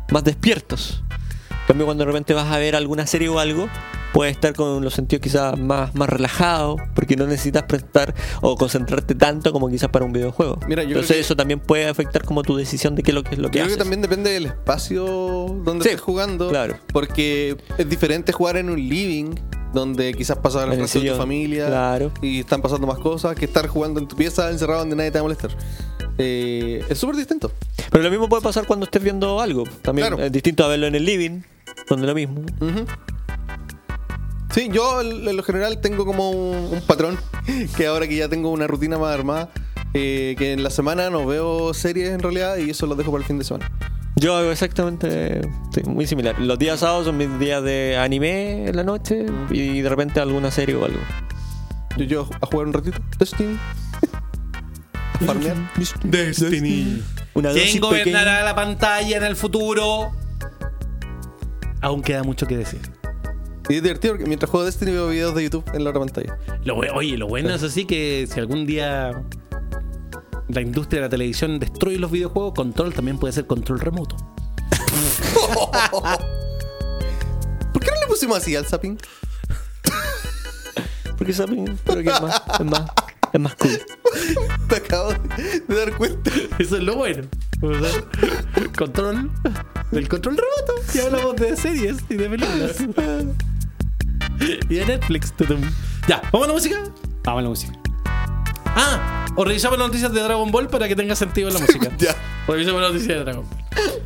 S4: más despiertos. En cambio, cuando de repente vas a ver alguna serie o algo, puedes estar con los sentidos quizás más, más relajados, porque no necesitas prestar o concentrarte tanto como quizás para un videojuego.
S5: Mira, yo creo
S4: Entonces
S5: que-
S4: eso también puede afectar como tu decisión de qué es lo que es lo que
S5: Yo creo
S4: haces.
S5: que también depende del espacio donde
S4: Sí,
S5: estés jugando.
S4: claro.
S5: Porque es diferente jugar en un living, donde quizás pasas
S4: En
S5: el
S4: el
S5: resto de tu
S4: sillón,
S5: familia.
S4: claro.
S5: Y están pasando más cosas que estar jugando en tu pieza encerrado donde nadie te va a molestar. Eh, es súper distinto.
S4: Pero lo mismo puede pasar cuando estés viendo algo. También
S5: Claro.
S4: es distinto a verlo en el living, donde lo mismo.
S5: Ujú. Sí, yo en en lo general tengo como un, un patrón que ahora que ya tengo una rutina más armada, eh, que en la semana no veo series en realidad y eso lo dejo para el fin de semana.
S4: Yo hago exactamente sí, muy similar. Los días sábados son mis días de anime en la noche y de repente alguna serie o algo.
S5: Yo llego a jugar un ratito, Destiny, a farmear.
S1: Destiny.
S4: Una dosis
S1: ¿Quién
S4: pequeña.
S1: gobernará la pantalla en el futuro? Aún queda mucho que decir.
S5: Y es divertido porque mientras juego Destiny veo videos de YouTube en la otra pantalla.
S1: Lo bue- oye, lo bueno es así que si algún día la industria de la televisión destruye los videojuegos, control también puede ser control remoto.
S5: ¿Por qué no le pusimos así al zapping?
S4: Porque saben, creo que es más, es más, es más cool.
S5: Te acabo de dar cuenta.
S1: Eso es lo bueno. O sea, control del control remoto. Y hablamos de series y de películas. Y de Netflix. tutum. Ya, ¿vamos a la música?
S6: Vamos a la música.
S1: Ah, o revisamos las noticias de Dragon Ball para que tenga sentido la música.
S5: Ya.
S1: Revisemos las noticias de Dragon Ball.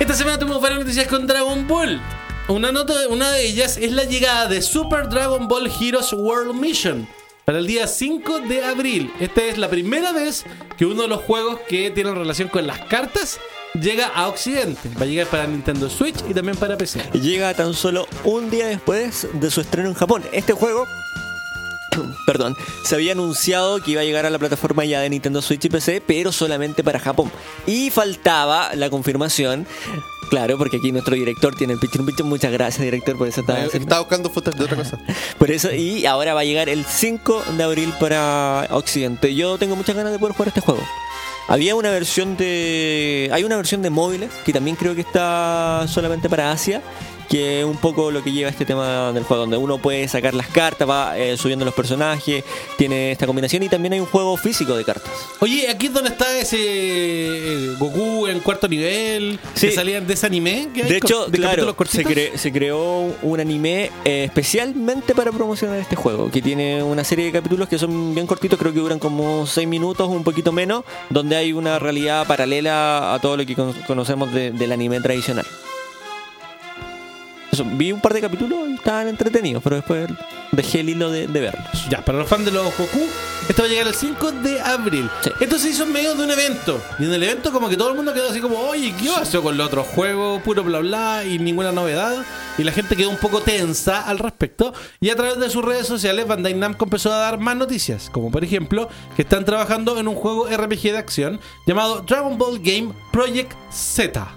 S1: Esta semana tuvimos varias noticias con Dragon Ball. Una, nota, una de ellas es la llegada de Super Dragon Ball Heroes World Mission para el día 5 de abril. Esta es la primera vez que uno de los juegos que tienen relación con las cartas llega a Occidente. Va a llegar para Nintendo Switch y también para PC.
S4: llega tan solo un día después de su estreno en Japón. Este juego, perdón, se había anunciado que iba a llegar a la plataforma ya de Nintendo Switch y PC, pero solamente para Japón. Y faltaba la confirmación, claro, porque aquí nuestro director tiene el pichín pichín. Muchas gracias, director, por esa
S1: Ah,
S5: Eh,
S4: tarea.
S5: Estaba buscando fotos de otra cosa.
S4: Por eso, y ahora va a llegar el 5 de abril para Occidente. Yo tengo muchas ganas de poder jugar este juego. Había una versión de. Hay una versión de móviles que también creo que está solamente para Asia. que es un poco lo que lleva este tema del juego, donde uno puede sacar las cartas, va eh, subiendo los personajes, tiene esta combinación y también hay un juego físico de cartas.
S1: Oye, aquí es donde está ese eh, Goku en cuarto nivel,
S4: Sí.
S1: que salía de ese anime. que hay
S4: De
S1: co-
S4: hecho,
S1: de capítulos
S4: claro, se,
S1: cortitos.
S4: cre- se creó un anime eh, especialmente para promocionar este juego, que tiene una serie de capítulos que son bien cortitos, creo que duran como 6 minutos, un poquito menos, donde hay una realidad paralela a todo lo que con- conocemos de- del anime tradicional. Eso, vi un par de capítulos y estaban entretenidos, pero después dejé el hilo de, de verlos.
S1: Ya, para los fans de los Goku, esto va a llegar el 5 de abril.
S4: Sí.
S1: Esto se hizo en medio de un evento. Y en el evento como que todo el mundo quedó así como, oye, ¿qué pasó con el otro juego? Puro bla bla y ninguna novedad. Y la gente quedó un poco tensa al respecto. Y a través de sus redes sociales, Bandai Namco empezó a dar más noticias. Como por ejemplo, que están trabajando en un juego RPG de acción llamado Dragon Ball Game Project Z.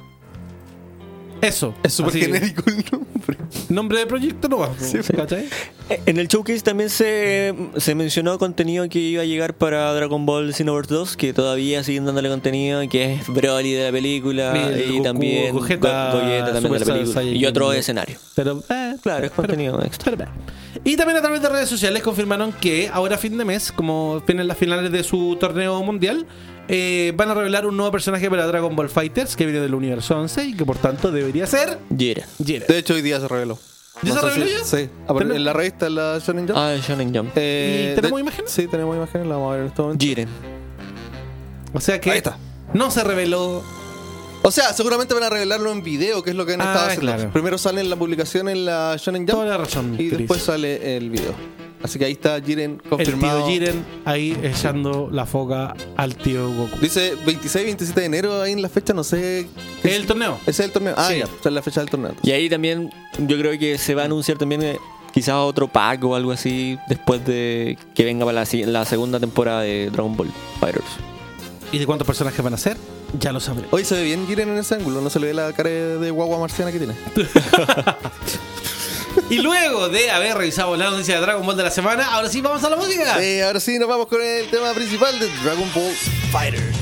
S1: Eso.
S5: Es súper
S1: Así,
S5: genérico el nombre.
S1: Nombre de proyecto no va. ¿cachai?
S4: Eh, En el showcase también se, se mencionó contenido que iba a llegar para Dragon Ball Xenoverse 2, que todavía siguen dándole contenido, que es Broly de la película
S1: El
S4: Ah, y
S1: Goku,
S4: también Go-
S1: Gogeta,
S4: Gogeta también de
S1: Super
S4: la película
S1: Saiyan.
S4: y otro escenario.
S1: Pero, eh,
S4: Claro, es contenido extra.
S1: Pero, Y también a través de redes sociales confirmaron que ahora a fin de mes, como vienen las finales de su torneo mundial, eh, van a revelar un nuevo personaje para Dragon Ball Fighters que viene del universo 11 y que por tanto debería ser
S4: Jira.
S1: Jiren.
S5: De hecho, hoy día se reveló.
S1: ¿Ya se
S5: sé
S1: reveló
S5: si-
S1: ya?
S5: Sí. A ver,
S1: Tenemos-
S5: En la revista, en la Shonen Jump.
S4: Ah, el Shonen Jump.
S5: Eh,
S1: ¿Y tenemos
S5: de-
S1: imágenes?
S5: Sí, tenemos imágenes, la vamos a ver en este momento.
S4: Jiren.
S1: O sea que
S5: Ahí está.
S1: no se reveló.
S5: O sea, seguramente van a revelarlo en video, que es lo que han
S1: Ah,
S5: estado haciendo.
S1: claro.
S5: Primero sale en la publicación en la Shonen Jump.
S1: Toda la razón,
S5: Y
S1: Chris.
S5: después sale el video. Así que ahí está Jiren
S1: El
S5: confirmado.
S1: tío Jiren ahí echando la foca al tío Goku.
S5: Dice 26, 27 de enero ahí en la fecha, no sé. qué-
S1: ¿Es el torneo?
S5: Ese es el torneo. Ah,
S1: Sí.
S5: ya. O sea, la fecha del torneo.
S4: Y ahí también yo creo que se va a anunciar también eh, quizás otro pack o algo así después de que venga para la, si- la segunda temporada de Dragon Ball Fighters.
S1: ¿Y de cuántos personajes van a ser? Ya lo sabré.
S5: Hoy se ve bien Jiren en ese ángulo, no se le ve la cara de guagua marciana que tiene.
S1: Y luego de haber revisado la noticia de Dragon Ball de la semana, ahora sí vamos a la música.
S4: Ah.
S5: Eh, ahora sí, nos vamos con el tema principal de Dragon Ball Fighters.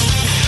S8: Thank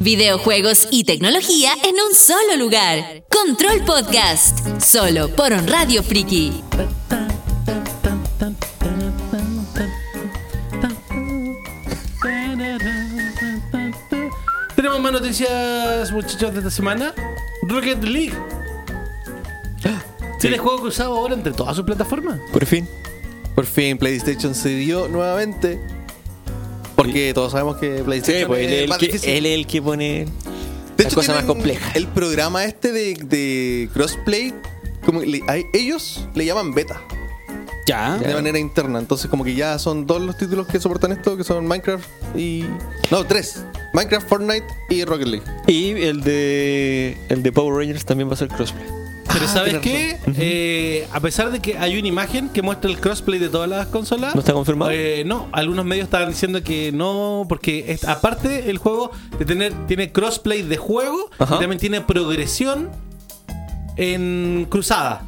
S3: Videojuegos y tecnología en un solo lugar. Control Podcast, solo por On Radio Friki.
S1: Tenemos más noticias, muchachos, de esta semana. Rocket League. Tiene juego cruzado ahora entre todas sus plataformas.
S4: Por fin.
S5: Por fin, PlayStation se dio nuevamente. Porque todos sabemos que PlayStation
S4: Sí, pues él
S5: es
S4: es
S5: más
S4: el que,
S5: difícil.
S4: él es el que pone
S5: De
S4: las cosas
S5: hecho,
S4: más
S5: tienen
S4: complejas.
S5: El programa este de, de crossplay, como le- a ellos le llaman beta
S1: Ya.
S5: de manera interna. Entonces, como que ya son dos los títulos que soportan esto, que son Minecraft y. No, tres. Minecraft, Fortnite y Rocket League.
S4: Y el de el de Power Rangers también va a ser crossplay.
S1: Pero
S5: Ah,
S1: ¿sabes qué?
S5: tienes
S1: Eh, a pesar de que hay una imagen que muestra el crossplay de todas las consolas.
S4: ¿No está confirmado?
S1: eh, no, algunos medios estaban diciendo que no, porque es- aparte el juego de tener, tiene crossplay de juego
S4: Ajá.
S1: y también tiene progresión en cruzada.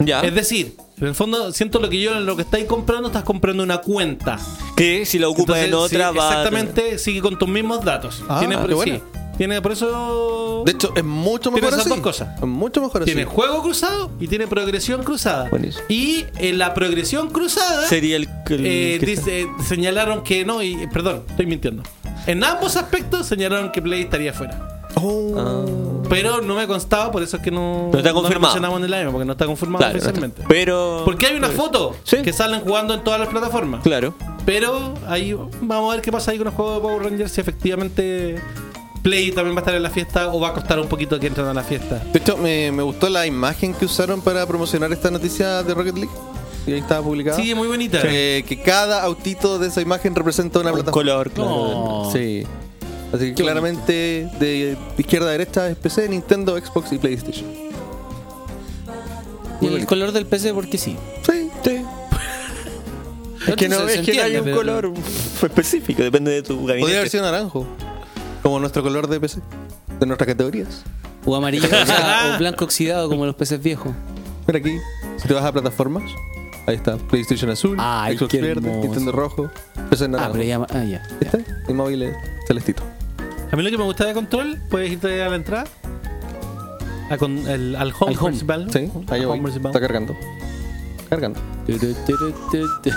S4: Ya.
S1: Es decir, en el fondo siento lo que yo lo que estáis comprando, estás comprando una cuenta.
S4: que si la ocupa en
S1: Entonces,
S4: otra
S1: sí,
S4: va a-
S1: exactamente, sigue con tus mismos datos.
S5: Ah,
S1: tiene, por,
S5: qué
S1: sí,
S5: bueno.
S1: tiene por eso
S5: De hecho, es mucho
S1: Tiene
S5: mejor
S1: esas
S5: así.
S1: dos cosas.
S5: Es mucho mejor así.
S1: tiene juego cruzado y tiene progresión cruzada.
S4: Buenísimo.
S1: Y en la progresión cruzada
S4: sería el, el
S1: eh,
S4: que
S1: dice- eh, señalaron que no, y eh, perdón, estoy mintiendo. En ambos aspectos señalaron que Play estaría fuera.
S5: Oh.
S4: Ah.
S1: Pero no me constaba, por eso es que no,
S4: No está
S1: lo
S4: confirmado.
S1: mencionamos en el año, porque no está confirmado
S4: Claro,
S1: oficialmente.
S4: pero
S1: Porque hay una foto
S4: Sí.
S1: que salen jugando en todas las plataformas.
S4: claro.
S1: Pero ahí vamos a ver qué pasa ahí con los juegos de Power Rangers si efectivamente Play también va a estar en la fiesta o va a costar un poquito que entren a la fiesta.
S5: De hecho, me, me gustó la imagen que usaron para promocionar esta noticia de Rocket League. Y ahí estaba publicada.
S1: Sigue muy bonita. Eh,
S5: que, que cada autito de esa imagen representa una
S4: Un
S5: plataforma.
S4: color claro.
S1: No.
S5: Sí. Así que claramente de izquierda a derecha es PC, Nintendo, Xbox y PlayStation.
S6: Y el color del PC porque sí.
S5: Sí.
S4: Es que no,
S6: Se- se
S4: es que no hay
S6: entiende,
S4: un
S6: pero-
S4: color específico, depende de tu gabinete.
S5: Podría haber sido naranjo. Como nuestro color de PC. De nuestras categorías.
S6: O amarillo o, sea, o blanco oxidado como los peces viejos.
S5: Mira aquí. Si te vas a plataformas, ahí está. PlayStation azul,
S6: Ay,
S5: Xbox
S6: qué
S5: verde,
S6: hermoso.
S5: Nintendo rojo, PC
S6: Ah,
S5: naranjo.
S6: pero ya. Ah, ya.
S5: Ahí está. Y móviles celestito.
S1: A mí lo que me gusta de Control, puedes irte a la entrada. a con- el- al home,
S6: Al home.
S1: principal.
S5: Sí, ahí
S1: Al
S5: voy.
S1: home principal.
S5: Está cargando. Cargando.
S6: Turu, turu, turu, turu.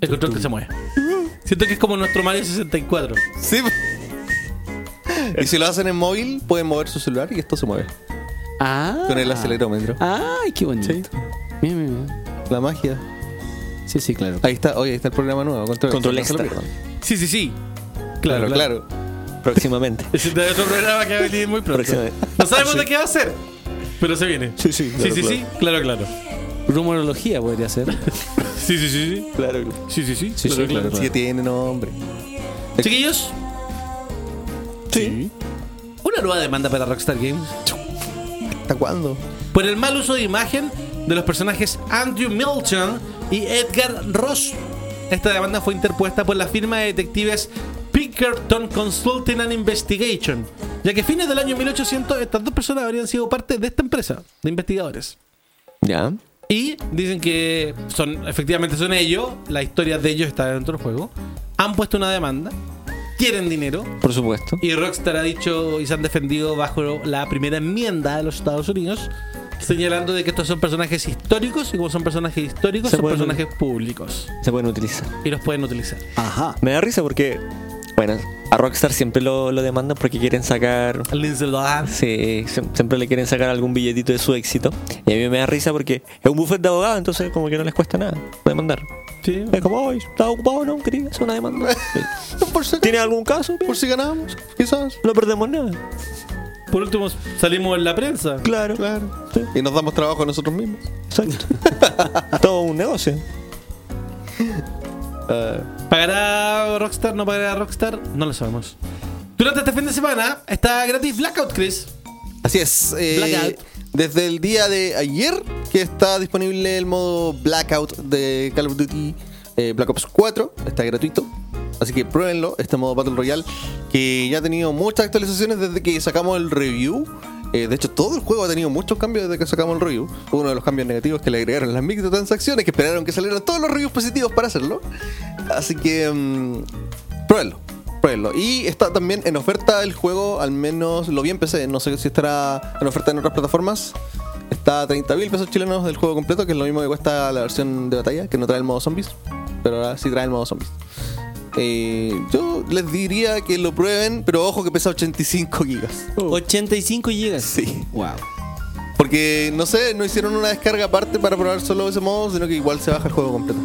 S1: El control que se mueve. Siento que es como nuestro Mario 64.
S5: Sí. y si lo hacen en móvil, pueden mover su celular y esto se mueve.
S6: Ah.
S5: Con el acelerómetro.
S6: Ay, qué bonito.
S5: Sí.
S6: Mira, mira, mira.
S5: La magia.
S6: Sí, sí, claro.
S5: Ahí está, oye, ahí está el programa nuevo. Control,
S4: Control
S5: no se lo
S4: extra.
S5: pierdan.
S1: Sí, sí, sí.
S5: Claro, claro.
S4: próximamente.
S1: Ese es otro programa que va a venir muy pronto.
S4: Próximamente.
S1: No sabemos de qué va a ser, pero se viene.
S4: Sí, sí,
S1: Sí,
S4: claro,
S1: sí, sí. Claro, claro.
S6: Rumorología podría ser.
S1: Sí, sí, sí. sí.
S4: Claro.
S1: Sí, sí, sí.
S6: Sí, sí, claro,
S5: Sí, tiene nombre.
S1: Chiquillos. Sí. Una nueva demanda para Rockstar Games
S5: ¿Hasta cuándo?
S1: por el mal uso de imagen de los personajes Andrew Milton y Edgar Ross. Esta demanda fue interpuesta por la firma de detectives Pinkerton Consulting and Investigation, ya que a fines del año 1800 estas dos personas habrían sido parte de esta empresa de investigadores.
S4: Ya.
S1: Y dicen que son, efectivamente son ellos, la historia de ellos está dentro del juego. Han puesto una demanda, quieren dinero,
S4: Por supuesto.
S1: y Rockstar ha dicho y se han defendido bajo la primera enmienda de los Estados Unidos, señalando de que estos son personajes históricos y como son personajes históricos,
S4: Se
S1: son
S4: pueden-
S1: personajes públicos
S4: Se pueden utilizar.
S1: y Ah. los pueden utilizar.
S6: Ajá.
S4: Me da risa porque, bueno, a Rockstar siempre lo, lo demandan porque quieren sacar.
S1: Lindsay Lohan.
S4: Sí, siem- siempre le quieren sacar algún billetito de su éxito. Y a mí me da risa porque es un buffet de abogados, entonces como que no les cuesta nada demandar.
S1: Sí.
S4: Es como, hoy ¿estás ocupado no? Quería hacer una demanda.
S5: Por si,
S4: ¿Tiene algún caso? Bien,
S5: por si ganamos, quizás.
S4: No perdemos nada.
S1: Por último, salimos en la prensa.
S4: Claro,
S5: Claro.
S4: Sí,
S5: Y nos damos trabajo a nosotros mismos.
S4: exacto. Todo un negocio.
S1: ¿Pagará Rockstar? ¿No pagará Rockstar? No lo sabemos. Durante este fin de semana está gratis Blackout, Chris.
S5: Así es. eh,
S1: Blackout.
S5: desde el día de ayer que está disponible el modo Blackout de Call of Duty eh, Black Ops 4. Está gratuito. Así que pruébenlo, este modo Battle Royale que ya ha tenido muchas actualizaciones desde que sacamos el review. Eh, de hecho, todo el juego ha tenido muchos cambios desde que sacamos el review. Uno de los cambios negativos que le agregaron las microtransacciones, que esperaron que salieran todos los reviews positivos para hacerlo. Así que, mm, pruébenlo. Pruébenlo. Y está también en oferta el juego, al menos lo vi en PC. No sé si estará en oferta en otras plataformas. Está a 30 mil pesos chilenos del juego completo, que es lo mismo que cuesta la versión de batalla, que no trae el modo zombies. Pero ahora sí trae el modo zombies. Eh, yo les diría que lo prueben, pero ojo que pesa 85 gigas.
S6: Uh. 85 gigas.
S5: Sí.
S6: Wow.
S5: Porque, no sé, no hicieron una descarga aparte para probar solo ese modo, sino que igual se baja el juego completo.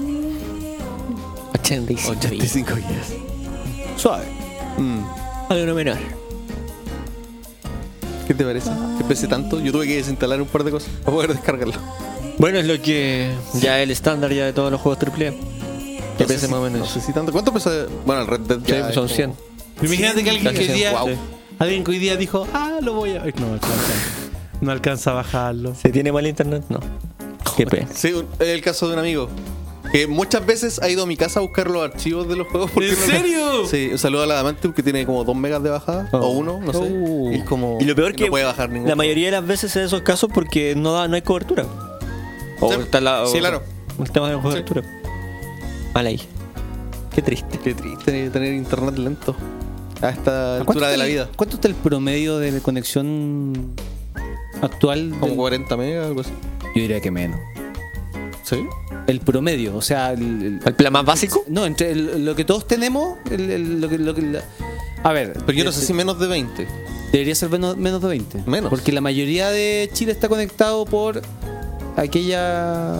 S4: 85.
S5: 85 gigas.
S6: Suave.
S4: Algo no menor.
S5: ¿Qué te parece? ¿Que pese tanto? Yo tuve que desinstalar un par de cosas para poder descargarlo.
S4: Bueno, es lo que ya el estándar ya de todos los juegos AAA. Que
S5: No sé
S4: pese
S5: si-
S4: más o menos.
S5: No sé si tanto. ¿Cuánto pesa? Bueno, el Red Dead
S4: Sí,
S5: ya es
S4: son
S5: como-
S4: 100.
S1: Imagínate que alguien que hoy
S4: Gracias.
S1: día,
S5: Wow.
S1: alguien que hoy día dijo, ah, lo voy a. Ay, No alcanza. No alcanza a bajarlo.
S4: ¿Se tiene mal internet? No. Qué pena.
S5: Sí, un- es el caso de un amigo. Que muchas veces ha ido a mi casa a buscar los archivos de los juegos. porque
S1: ¿En
S5: no-
S1: serio?
S5: Sí, un saludo a la Adamantium que tiene como 2 megas de bajada. O uno, no sé.
S6: Oh.
S5: Y es como.
S4: Y lo peor
S5: no
S4: que
S5: puede bajar ningún.
S4: la mayoría de las veces en esos casos porque no da, no hay cobertura. O
S5: Sí.
S4: está la, o-
S5: Sí, claro.
S4: El tema de la cobertura. Mal ahí. Qué triste.
S5: Qué triste tener internet lento. A esta
S6: ¿Cuánto
S5: altura de
S6: está
S5: la
S6: el-
S5: vida.
S6: ¿Cuánto está el promedio de la conexión actual?
S5: Como
S6: del-
S5: 40 megas, algo así.
S6: Yo diría que menos.
S5: Sí.
S6: El promedio, o sea, el- el-
S4: ¿El plan más básico?
S6: no, entre el- lo que todos tenemos, el- el- lo que, lo que- la- a ver, eh,
S5: Pero yo no
S6: de-
S5: sé si menos de 20.
S6: debería ser menos, menos de 20.
S5: Menos.
S6: Porque la mayoría de Chile está conectado por aquella...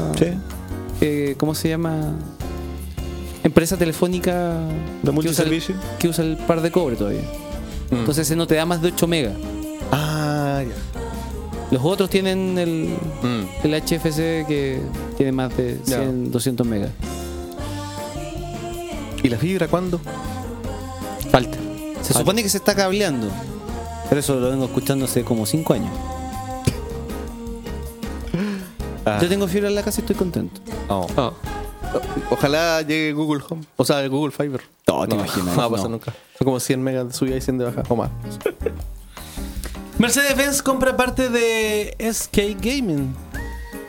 S6: eh, ¿Cómo se llama? Empresa telefónica
S4: De
S6: que usa, el,
S4: multiservicio.
S6: que usa el par de cobre todavía.
S5: Mm.
S6: Entonces ese no te da más de 8 megas.
S5: Ah, ya.
S6: Los otros tienen el,
S5: Mm.
S6: el HFC que tiene más de 100,
S5: Ya.
S6: 200 megas.
S5: ¿Y la fibra cuándo?
S6: Falta. Se supone que se está cableando. Pero eso lo vengo escuchando hace como 5 años.
S5: Ah.
S6: Yo tengo fibra en la casa y estoy contento.
S4: Ah.
S5: O- Ojalá llegue Google Home. O sea, Google Fiber.
S6: No, te imaginas,
S5: No va a pasar
S6: no.
S5: nunca. Son como 100 megas de subida y 100 de baja. O más.
S1: Mercedes-Benz compra parte de SK Gaming.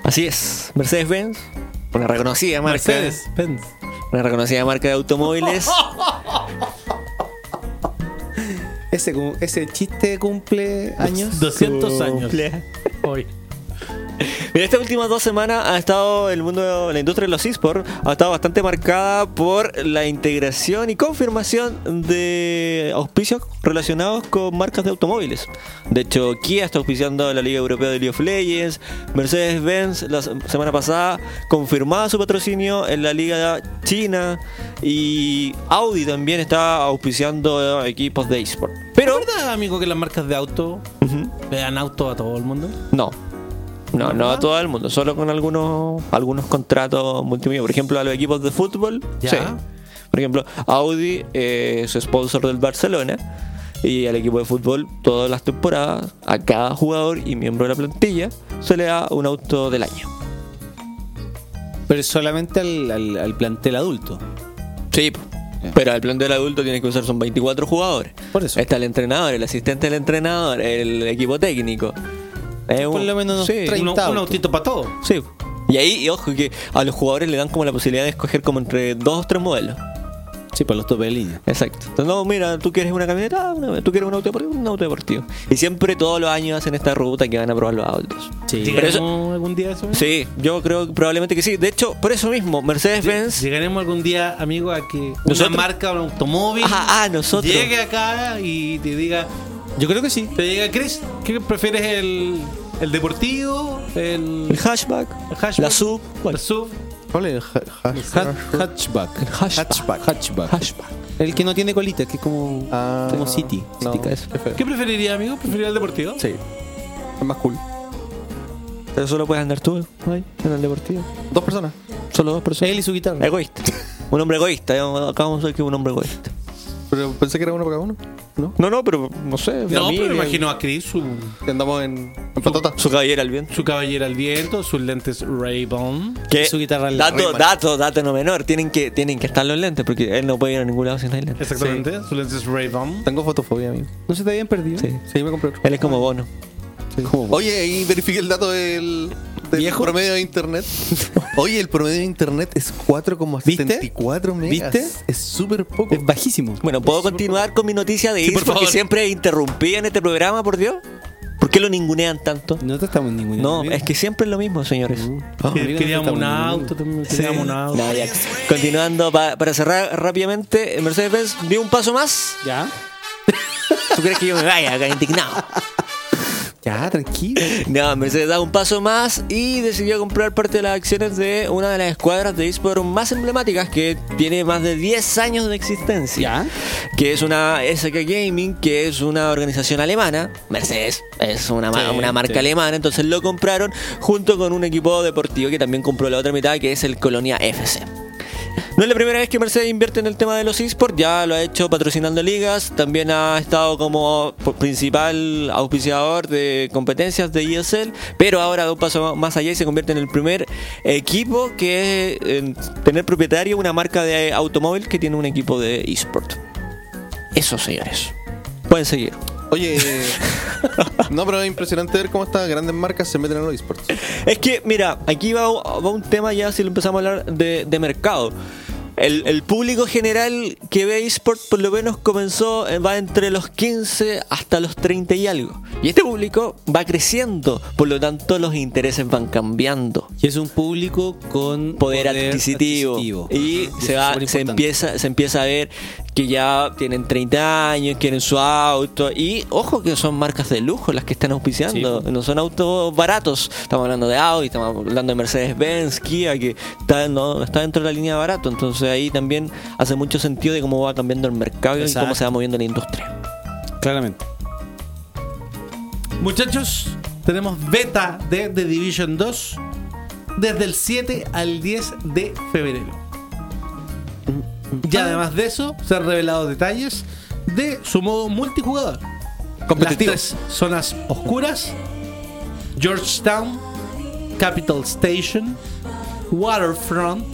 S4: Así es. Mercedes-Benz. Una reconocida marca.
S1: Mercedes-Benz.
S4: Una reconocida marca de automóviles.
S6: Ese, cum- ese chiste cumple
S5: Eh,
S6: años.
S1: 200 años.
S4: Cumple.
S1: Hoy.
S4: Mira, estas últimas dos semanas ha estado el mundo, la industria de los esports ha estado bastante marcada por la integración y confirmación de auspicios relacionados con marcas de automóviles. De hecho, Kia está auspiciando la Liga Europea de League of Legends, Mercedes-Benz la se- semana pasada confirmaba su patrocinio en la Liga China y Audi también está auspiciando eh, equipos de esports. Pero
S1: ¿Verdad, amigo, que las marcas de auto
S4: Ujú.
S1: le dan auto a todo el mundo?
S4: No. No, no a todo el mundo, solo con algunos algunos contratos multimedia. Por ejemplo, a los equipos de fútbol.
S1: Ya.
S4: Sí. Por ejemplo, Audi eh, es sponsor del Barcelona y al equipo de fútbol todas las temporadas, a cada jugador y miembro de la plantilla, se le da un auto del año.
S6: Pero solamente al, al- al plantel adulto.
S4: Sí, po. pero el plan del adulto tiene que usar son 24 jugadores.
S6: Por eso.
S4: Está el entrenador, el asistente del entrenador, el equipo técnico. Es
S6: Por
S4: un-
S6: lo menos unos
S4: sí.
S6: 30
S1: Un, un
S6: autos.
S1: autito para todo.
S4: Sí. Y ahí, y ojo, que a los jugadores le dan como la posibilidad de escoger como entre dos o tres modelos.
S6: Sí, para los topes de línea.
S4: Exacto. Entonces, no, mira, tú quieres una camioneta, Ah, una- tú quieres un auto deportivo, un auto deportivo. Y siempre todos los años hacen esta ruta que van a probar los autos.
S6: Sí.
S4: Pero eso-
S1: ¿Llegaremos algún día a eso?
S4: Sí, yo creo que probablemente que sí. De hecho, por eso mismo, Mercedes-Benz.
S1: Llegaremos algún día, amigo, a que
S4: Nosotros-
S1: una marca, un automóvil,
S4: Ah, ah, nosotros.
S1: llegue acá y te diga,
S6: Yo creo que sí.
S1: te diga, Chris, ¿qué prefieres el, el deportivo, el,
S4: El hatchback,
S1: el hatchback,
S4: la sub,
S1: la sub?
S5: ¿Cuál es? Ha- ha-
S6: Hat- hatchback.
S5: Hatchback.
S6: Hatchback.
S4: hatchback.
S6: El que no tiene colita, que es como,
S5: Ah,
S6: como City.
S5: no.
S6: City Cars.
S5: Qué feo.
S1: ¿Qué preferiría, amigo? ¿Preferiría el deportivo?
S5: Sí. Es más cool.
S4: Pero solo puedes andar tú, ¿no? en el deportivo.
S5: Dos personas.
S4: Solo dos personas.
S6: Él y su guitarra.
S4: Egoísta. Un hombre egoísta. Acá vamos a ver que es un hombre egoísta.
S5: Pero pensé que era uno para cada uno. ¿No?
S4: No, no, pero no sé.
S1: No, pero
S4: familia,
S1: me imagino a Chris, su,
S5: Que andamos en, en patota.
S4: Su caballero al viento.
S1: su caballera al viento, sus lentes Ray-Ban.
S4: Que
S6: Su guitarra al
S4: dato,
S5: Rayman.
S4: dato, dato no menor. Tienen que, tienen que estar los lentes porque él no puede ir a ningún lado sin las lentes.
S1: Exactamente, sus lentes Ray-Ban.
S5: Ah, Tengo fotofobia, amigo.
S6: ¿No se te habían perdido?
S4: Sí.
S5: Sí, me compré otro.
S4: Él es como bono.
S5: Oye, ahí verifiqué el dato del, del
S6: ¿Viejo?
S5: promedio de internet. Oye, el promedio de internet es 4,74 megas.
S6: ¿Viste?
S5: Es súper poco.
S6: Es bajísimo.
S4: Bueno, ¿puedo continuar con mi noticia de IRS? Porque siempre interrumpían este programa, por Dios. ¿Por qué lo ningunean tanto?
S6: No te estamos ninguna.
S4: No, es que siempre es lo mismo, señores.
S1: Queríamos un auto también. Queríamos un auto.
S4: No, ya. Continuando, pa- para cerrar rápidamente, Mercedes-Benz dio un paso más.
S6: Ya.
S4: ¿Tú crees que yo me vaya acá indignado?
S6: Ya, tranquilo.
S4: No, Mercedes da un paso más y decidió comprar parte de las acciones de una de las escuadras de eSport más emblemáticas que tiene más de 10 años de existencia.
S6: Ya.
S4: Que es una SK Gaming, que es una organización alemana. Mercedes es una, ma-
S6: Sí,
S4: una marca
S6: sí.
S4: alemana, entonces lo compraron junto con un equipo deportivo que también compró la otra mitad, que es el Colonia FC. No es la primera vez que Mercedes invierte en el tema de los esports, ya lo ha hecho patrocinando ligas, también ha estado como p- principal auspiciador de competencias de ESL, pero ahora da un paso más allá y se convierte en el primer equipo que es eh, tener propietario una marca de automóvil que tiene un equipo de esport. Eso, señores. Pueden seguir.
S5: Oye, no, pero es impresionante ver cómo estas grandes marcas se meten en los esports.
S4: Es que, mira, aquí va, va un tema ya si lo empezamos a hablar de, de mercado. El, el público general que ve eSport por lo menos comenzó, eh, va entre los 15 hasta los 30 y algo. Y este público va creciendo, por lo tanto los intereses van cambiando.
S6: Y es un público con
S4: Poder, adquisitivo. Y
S6: Ajá.
S4: se,
S6: Eso es
S4: va,
S6: súper
S4: se,
S6: importante.
S4: empieza, se empieza a ver que ya tienen 30 años, quieren su auto. Y ojo que son marcas de lujo las que están auspiciando. no son autos baratos. Estamos hablando de Audi, estamos hablando de Mercedes-Benz, Kia, que está, no, está dentro de la línea de barato. Entonces ahí también hace mucho sentido de cómo va cambiando el mercado y cómo
S6: Exacto.
S4: se va moviendo la industria.
S6: Claramente.
S1: Muchachos, tenemos beta de The Division 2 desde el 7 al 10 de febrero. Y además de eso, se han revelado detalles de su modo multijugador. Las
S5: Competitivo.
S1: tres zonas oscuras, Georgetown, Capital Station, Waterfront,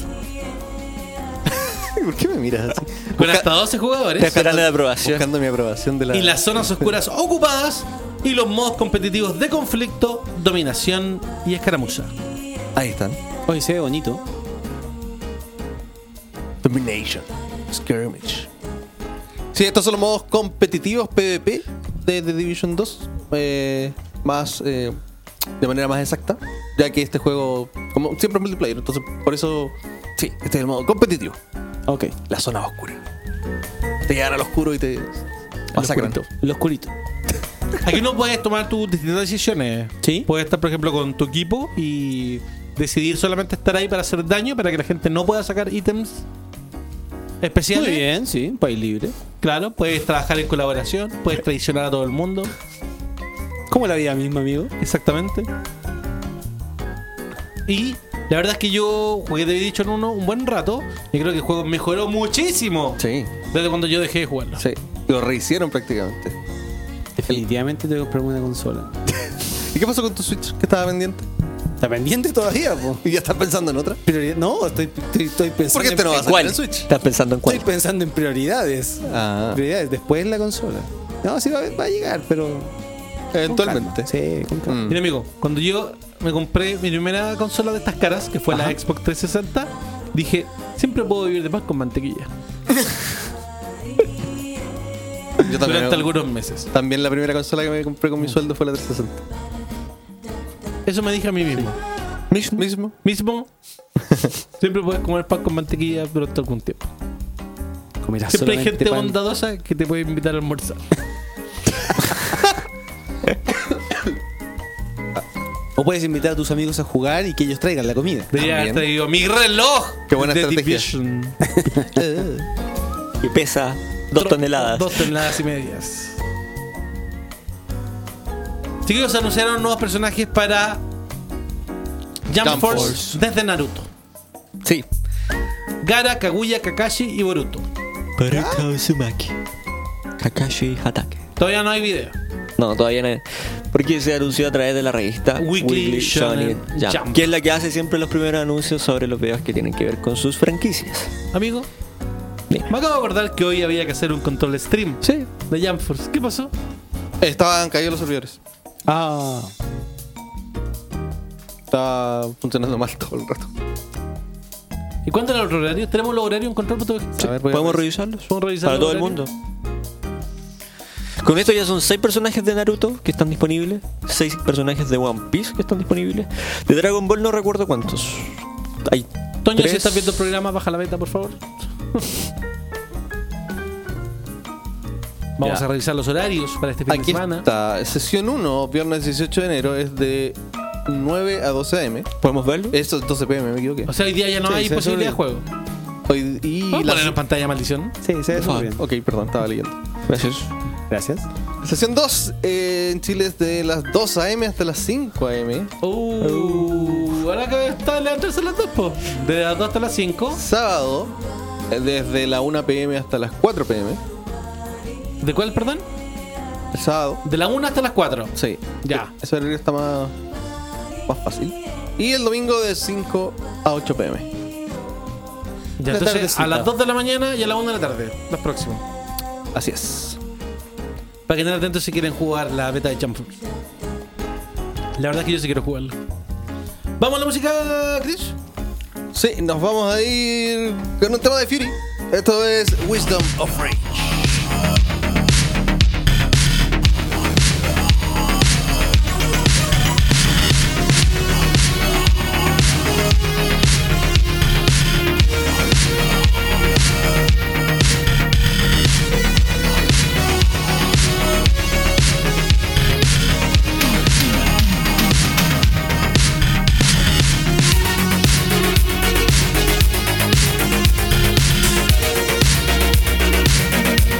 S5: ¿Por qué me miras así?
S1: con hasta 12
S4: Está
S1: jugadores,
S4: esperando la aprobación.
S5: Buscando mi aprobación de la.
S1: y las zonas oscuras ocupadas, y los modos competitivos de conflicto, dominación y escaramuza.
S5: Ahí están.
S6: Oye, se ve bonito.
S5: Domination. Skirmish. Sí, estos son los modos competitivos PvP de The Division 2. eh, más. eh, de manera más exacta. Ya que este juego. Como siempre es multiplayer. Entonces, por eso. Sí, este es el modo competitivo.
S6: Ok.
S5: La zona oscura. Te llegan al oscuro y te. Masacran.
S6: El oscurito.
S1: Aquí no puedes tomar tus distintas decisiones.
S6: Sí.
S1: Puedes estar, por ejemplo, con tu equipo y decidir solamente estar ahí para hacer daño, para que la gente no pueda sacar ítems especiales.
S6: Muy bien, sí. Un país libre.
S1: Claro, puedes trabajar en colaboración, puedes traicionar a todo el mundo.
S6: Como la vida misma, amigo.
S1: Exactamente. Y la verdad es que yo jugué The Division 1 un buen rato y creo que el juego mejoró muchísimo
S5: Sí, Mm.
S1: desde cuando yo dejé de jugarlo.
S5: sí. Lo rehicieron prácticamente.
S6: Definitivamente tengo que comprarme una consola.
S5: ¿Y qué pasó con tu Switch que estaba pendiente?
S6: Está pendiente todavía, po.
S5: ¿Y ya estás pensando en otra?
S6: Prioridad- No, estoy, estoy, estoy pensando.
S5: ¿Por qué este no va a
S6: en-
S5: salir en Switch?
S4: ¿Estás pensando en cuál?
S6: Estoy pensando en prioridades.
S5: Ah.
S6: Prioridades. Después la consola. No, sí va, a- va a llegar, pero. con calma.
S5: Eventualmente.
S6: Sí, con calma.
S1: Mira, amigo, cuando yo me compré mi primera consola de estas caras, que fue la Xbox 360, dije, siempre puedo vivir de paz con mantequilla. Durante
S5: Yo también.
S1: algunos meses.
S5: También la primera consola que me compré con mi sueldo fue la 360.
S1: Eso me dije a mí mismo.
S5: ¿Mismo? ¿Mismo?
S1: Mismo, siempre puedes comer pan con mantequilla durante algún tiempo.
S6: Comerás
S1: Siempre hay
S6: solamente
S1: gente
S6: pan.
S1: bondadosa que te puede invitar a almorzar.
S6: O puedes invitar a tus amigos a jugar y que ellos traigan la comida.
S1: Debería haber traído mi reloj.
S5: Qué buena
S1: de
S5: estrategia.
S1: Division.
S4: Y pesa dos
S1: Tro-
S4: toneladas.
S1: Dos toneladas y medias. Chicos, anunciaron nuevos personajes para Jump,
S5: Jump
S1: Force,
S5: Force.
S1: desde Naruto.
S4: Sí.
S1: Gara, Kaguya, Kakashi y Boruto.
S4: Baruto Uzumaki. Kakashi Hatake.
S1: Todavía no hay video.
S4: No, todavía no. Porque se anunció a través de la revista
S1: Weekly Shonen
S4: Jump,
S1: Jump.
S4: que es la que hace siempre los primeros anuncios sobre los videos que tienen que ver con sus franquicias.
S1: Amigo,
S4: Dime.
S1: me acabo de acordar que hoy había que hacer un control stream
S4: Sí.
S1: de Jump Force. ¿Qué pasó?
S5: Estaban Eh, caídos los servidores.
S6: Ah.
S5: Está funcionando mal todo el rato.
S1: ¿Y cuánto era el horario? ¿Tenemos los horarios en control?
S6: A ver, voy a-
S4: ¿Podemos revisarlos?
S1: ¿Podemos revisar
S4: Para
S1: los
S4: todo el mundo.
S1: horarios?
S4: Con esto ya son 6 personajes de Naruto que están disponibles, 6 personajes de One Piece que están disponibles. De Dragon Ball no recuerdo cuántos. Hay
S1: Toño,
S4: tres.
S1: si estás viendo el programa, baja la beta, por favor. Vamos
S4: Ya.
S1: a revisar los horarios para este fin de
S5: Aquí
S1: semana.
S5: está. Sesión 1, viernes 18 de enero, es de 9 a 12 am.
S4: ¿Podemos verlo?
S1: Eh,
S5: Eso es 12 pm, me equivoqué.
S1: O sea, hoy día ya no
S6: Sí,
S1: hay
S6: se
S1: posibilidad de
S6: resolvió.
S1: juego.
S5: Hoy- y
S1: Vamos a
S5: la-
S1: poner en pantalla maldición.
S6: Sí, se ve
S4: Ah.
S6: súper bien.
S5: Ok, perdón, estaba leyendo.
S4: Gracias.
S6: Gracias.
S5: Sesión 2 eh, en Chile es de las 2 am hasta las 5 am.
S1: Uh, ahora que está levantarse a las 2, po. De las 2 hasta las 5.
S5: Sábado, eh, desde la 1 pm hasta las 4 pm.
S1: ¿De cuál, perdón?
S5: El sábado,
S1: De la 1 hasta las 4.
S5: sí.
S1: Ya.
S5: Ese horario está más, más fácil. Y el domingo de 5 a 8 pm.
S1: Ya,
S5: La
S1: entonces,
S5: tardecita.
S1: a las 2 de la mañana y a la 1 de la tarde. Las próximas.
S5: Así es.
S1: Para que estén atentos si quieren jugar la beta de Champions. La verdad es que yo sí quiero jugarlo. Vamos a la música, Chris.
S5: Sí, nos vamos a ir con un tema de Fury. Esto es Wisdom of Rage.
S8: Wisdom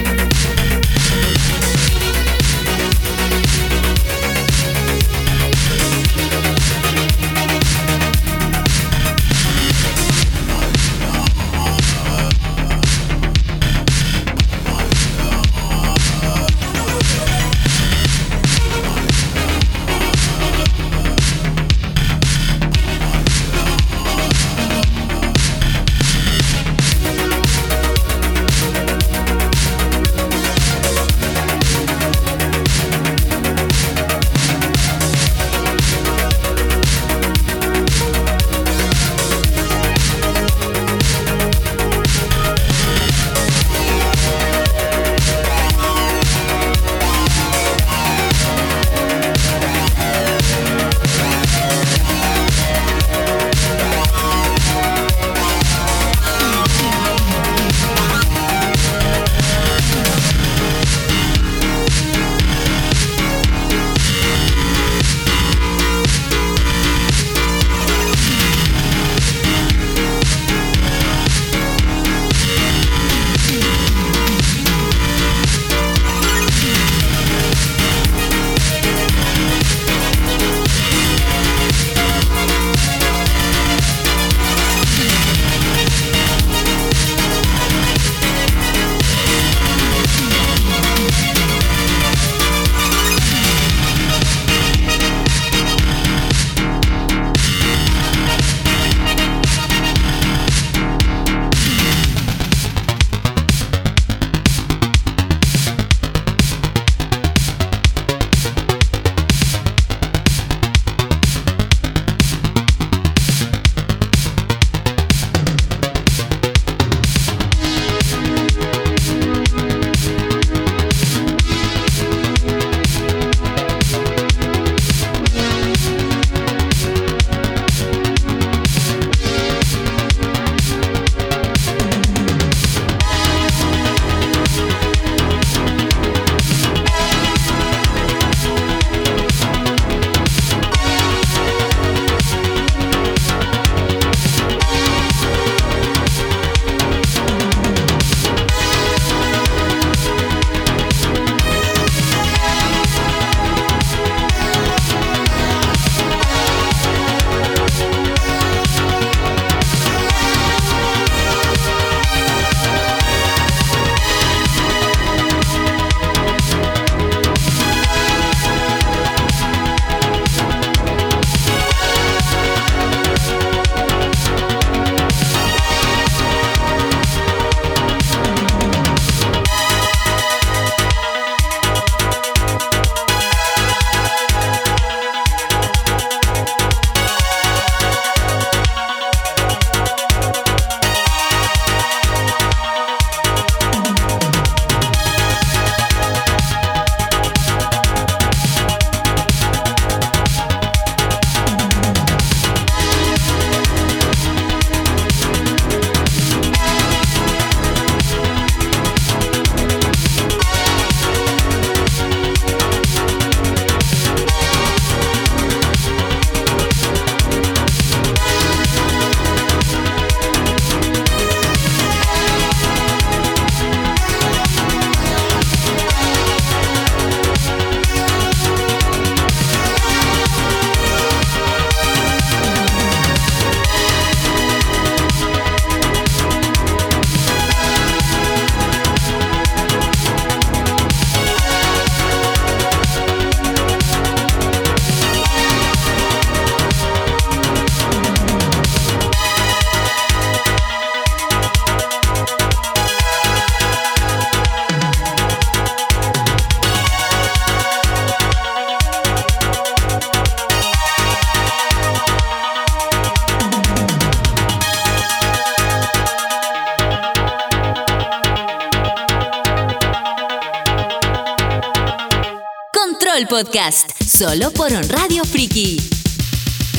S3: Control Podcast, solo por On Radio Friki.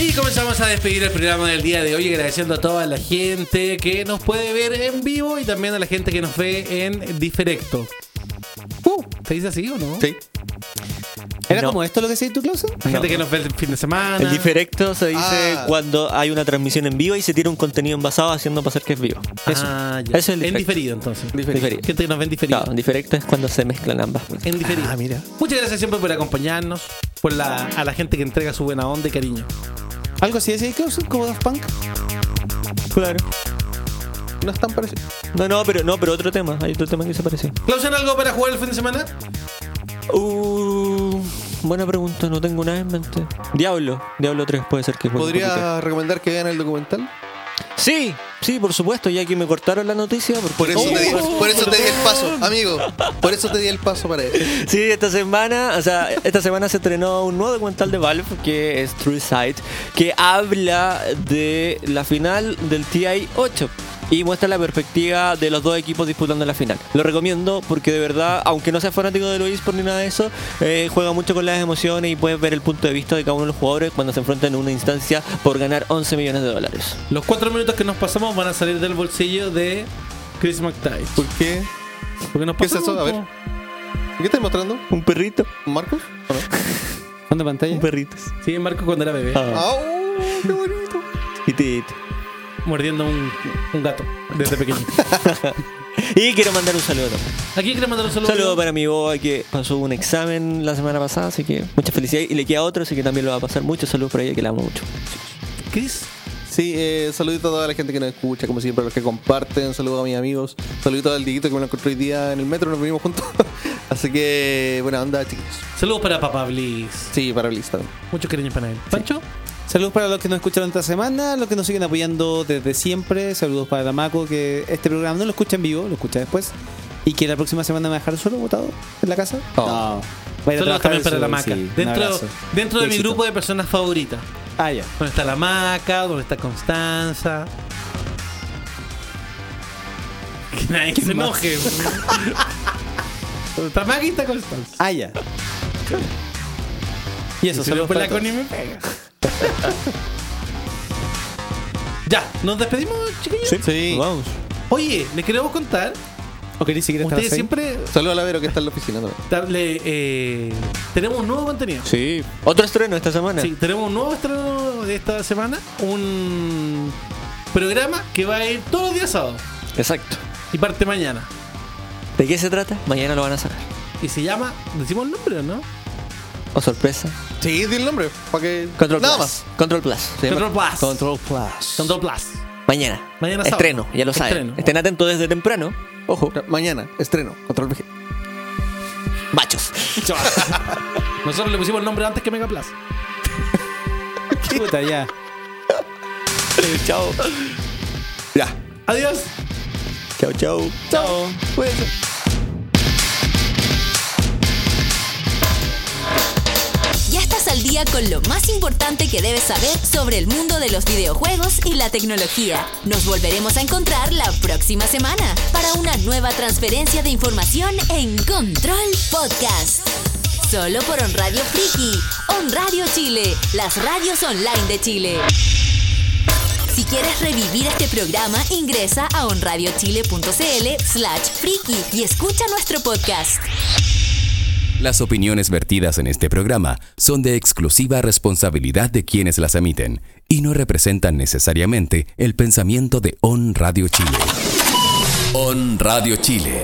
S1: Y comenzamos a despedir el programa del día de hoy agradeciendo a toda la gente que nos puede ver en vivo y también a la gente que nos ve en diferecto. Uh, ¿Se dice así o no?
S5: Sí.
S6: ¿Era
S4: No.
S6: como esto lo que decís tú, Clauso?
S1: La gente que nos ve el fin de semana.
S4: El diferecto se dice
S5: Ah.
S4: cuando hay una transmisión en vivo y se tira un contenido envasado haciendo pasar que es vivo. Eso.
S1: Ah, ya.
S4: Eso es el
S1: en
S4: diferecto.
S1: diferido entonces.
S4: Diferido.
S1: Gente que nos ve en diferido.
S4: Claro, en diferecto es cuando se mezclan ambas.
S1: En diferido.
S5: Ah, mira.
S1: Muchas gracias siempre por acompañarnos, por la, a la gente que entrega su buena onda y cariño.
S6: ¿Algo así decís, Clauso? ¿Como Daft Punk?
S4: Claro.
S5: No es tan parecido.
S4: No, no, pero no, pero otro tema. Hay otro tema que se parece.
S1: ¿Clausen algo para jugar el fin de semana?
S4: Uh, buena pregunta, no tengo nada en mente. Diablo, Diablo 3 puede ser que juegue un poquito.
S5: ¿Podría recomendar que vean el documental?
S4: Sí, sí, por supuesto, ya que me cortaron la noticia. porque-
S5: Por eso,
S4: Oh,
S5: te, di,
S4: oh,
S5: por eso te di el
S4: perdón.
S5: paso, amigo. Por eso te di el paso para eso.
S4: Sí, esta semana, o sea, esta semana se estrenó un nuevo documental de Valve que es True Sight, que habla de la final del TI 8 y muestra la perspectiva de los dos equipos disputando la final. Lo recomiendo porque de verdad, aunque no sea fanático de Luis por ni nada de eso, eh, juega mucho con las emociones y puedes ver el punto de vista de cada uno de los jugadores cuando se enfrentan en una instancia por ganar 11 millones de dólares.
S1: Los cuatro minutos que nos pasamos van a salir del bolsillo de Chris McTavish.
S5: ¿Por qué?
S1: Porque nos
S5: ¿Qué es
S1: pasamos,
S5: eso? A ver.
S1: po.
S5: ¿Qué estás mostrando?
S4: Un perrito,
S5: ¿Marcos? ¿O no?
S6: ¿Fondo de
S1: ¿Eh?
S6: pantalla?
S4: un perrito.
S1: Sí, Marco cuando era bebé,
S4: Ah,
S5: ¡Au! oh, ¡Qué bonito!
S4: pitito.
S1: mordiendo un, un gato desde pequeño.
S4: Y quiero mandar un saludo también.
S1: Aquí quiero mandar un saludo.
S4: Saludo para mi boa que pasó un examen la semana pasada, así que mucha felicidad. Y le queda otro, así que también lo va a pasar. Muchos saludos para ella que la amo mucho.
S1: Chris.
S5: Sí, eh, saludito a toda la gente que nos escucha, como siempre, a los que comparten. Saludos a mis amigos. Saludito al Diguito que me lo encontré hoy día en el metro, nos vinimos juntos. Así que, buena onda, chicos.
S1: Saludos para Papá Bliss.
S5: Sí, para Blitz también.
S1: Mucho cariño para él. ¿Pancho?
S6: Saludos para los que nos escucharon esta semana, los que nos siguen apoyando desde siempre. Saludos para Maco, que este programa no lo escucha en vivo, lo escucha después. Y que la próxima semana me va a dejar solo botado en la casa. No. Va a
S1: Oh.
S6: ir a
S1: Saludos
S6: trabajar
S1: también para la
S6: solo,
S1: maca.
S6: sí. Un
S1: dentro
S6: abrazo.
S1: dentro de mi
S6: Éxito.
S1: grupo de personas favoritas.
S6: Ah, ya.
S1: ¿Dónde está la maca? ¿Dónde está Constanza? Que nadie se enoje. ¿Dónde está Maca y está Constanza?
S6: Ah, ya. Y eso,
S1: Si
S6: saludos
S1: no, pues la
S6: para todos.
S1: Connie me pega. ya, nos despedimos, chiquillos.
S5: Sí.
S4: Vamos.
S1: Oye, les queremos contar.
S6: ¿O queréis seguir hasta las
S1: Ustedes
S6: seis?
S1: siempre
S5: Saludos a la Vero que está en la oficina también.
S1: darle, eh, tenemos un nuevo contenido.
S4: Sí. Otro estreno esta semana.
S1: Sí, tenemos un nuevo estreno de esta semana, un programa que va a ir todos los días sábados
S4: Exacto.
S1: y parte mañana.
S4: ¿De qué se trata? Mañana lo van a sacar.
S1: Y se llama, decimos el nombre, o ¿no?
S4: O sorpresa.
S5: Sí, di el nombre. Para que.
S4: Control
S5: Nada
S4: Plus.
S5: más.
S4: Control Plus. Se llama
S1: Control Plus.
S4: Control Plus.
S1: Control Plus.
S4: Mañana.
S1: Mañana sábado.
S4: Estreno, ya lo saben.
S1: Estreno.
S4: Estén atentos desde temprano. Ojo.
S5: Mañana, estreno. Control VG.
S4: Machos.
S1: Nosotros le pusimos el nombre antes que Mega Plus.
S6: Puta, ya.
S4: chao.
S5: Ya.
S1: Adiós.
S4: Chao, chao. Chao.
S5: Pues.
S3: Ya estás al día con lo más importante que debes saber sobre el mundo de los videojuegos y la tecnología. Nos volveremos a encontrar la próxima semana para una nueva transferencia de información en Control Podcast. Solo por On Radio Friki, On Radio Chile, las radios online de Chile. Si quieres revivir este programa, ingresa a onradiochile.cl slash friki y escucha nuestro podcast.
S2: Las opiniones vertidas en este programa son de exclusiva responsabilidad de quienes las emiten y no representan necesariamente el pensamiento de On Radio Chile. On Radio Chile.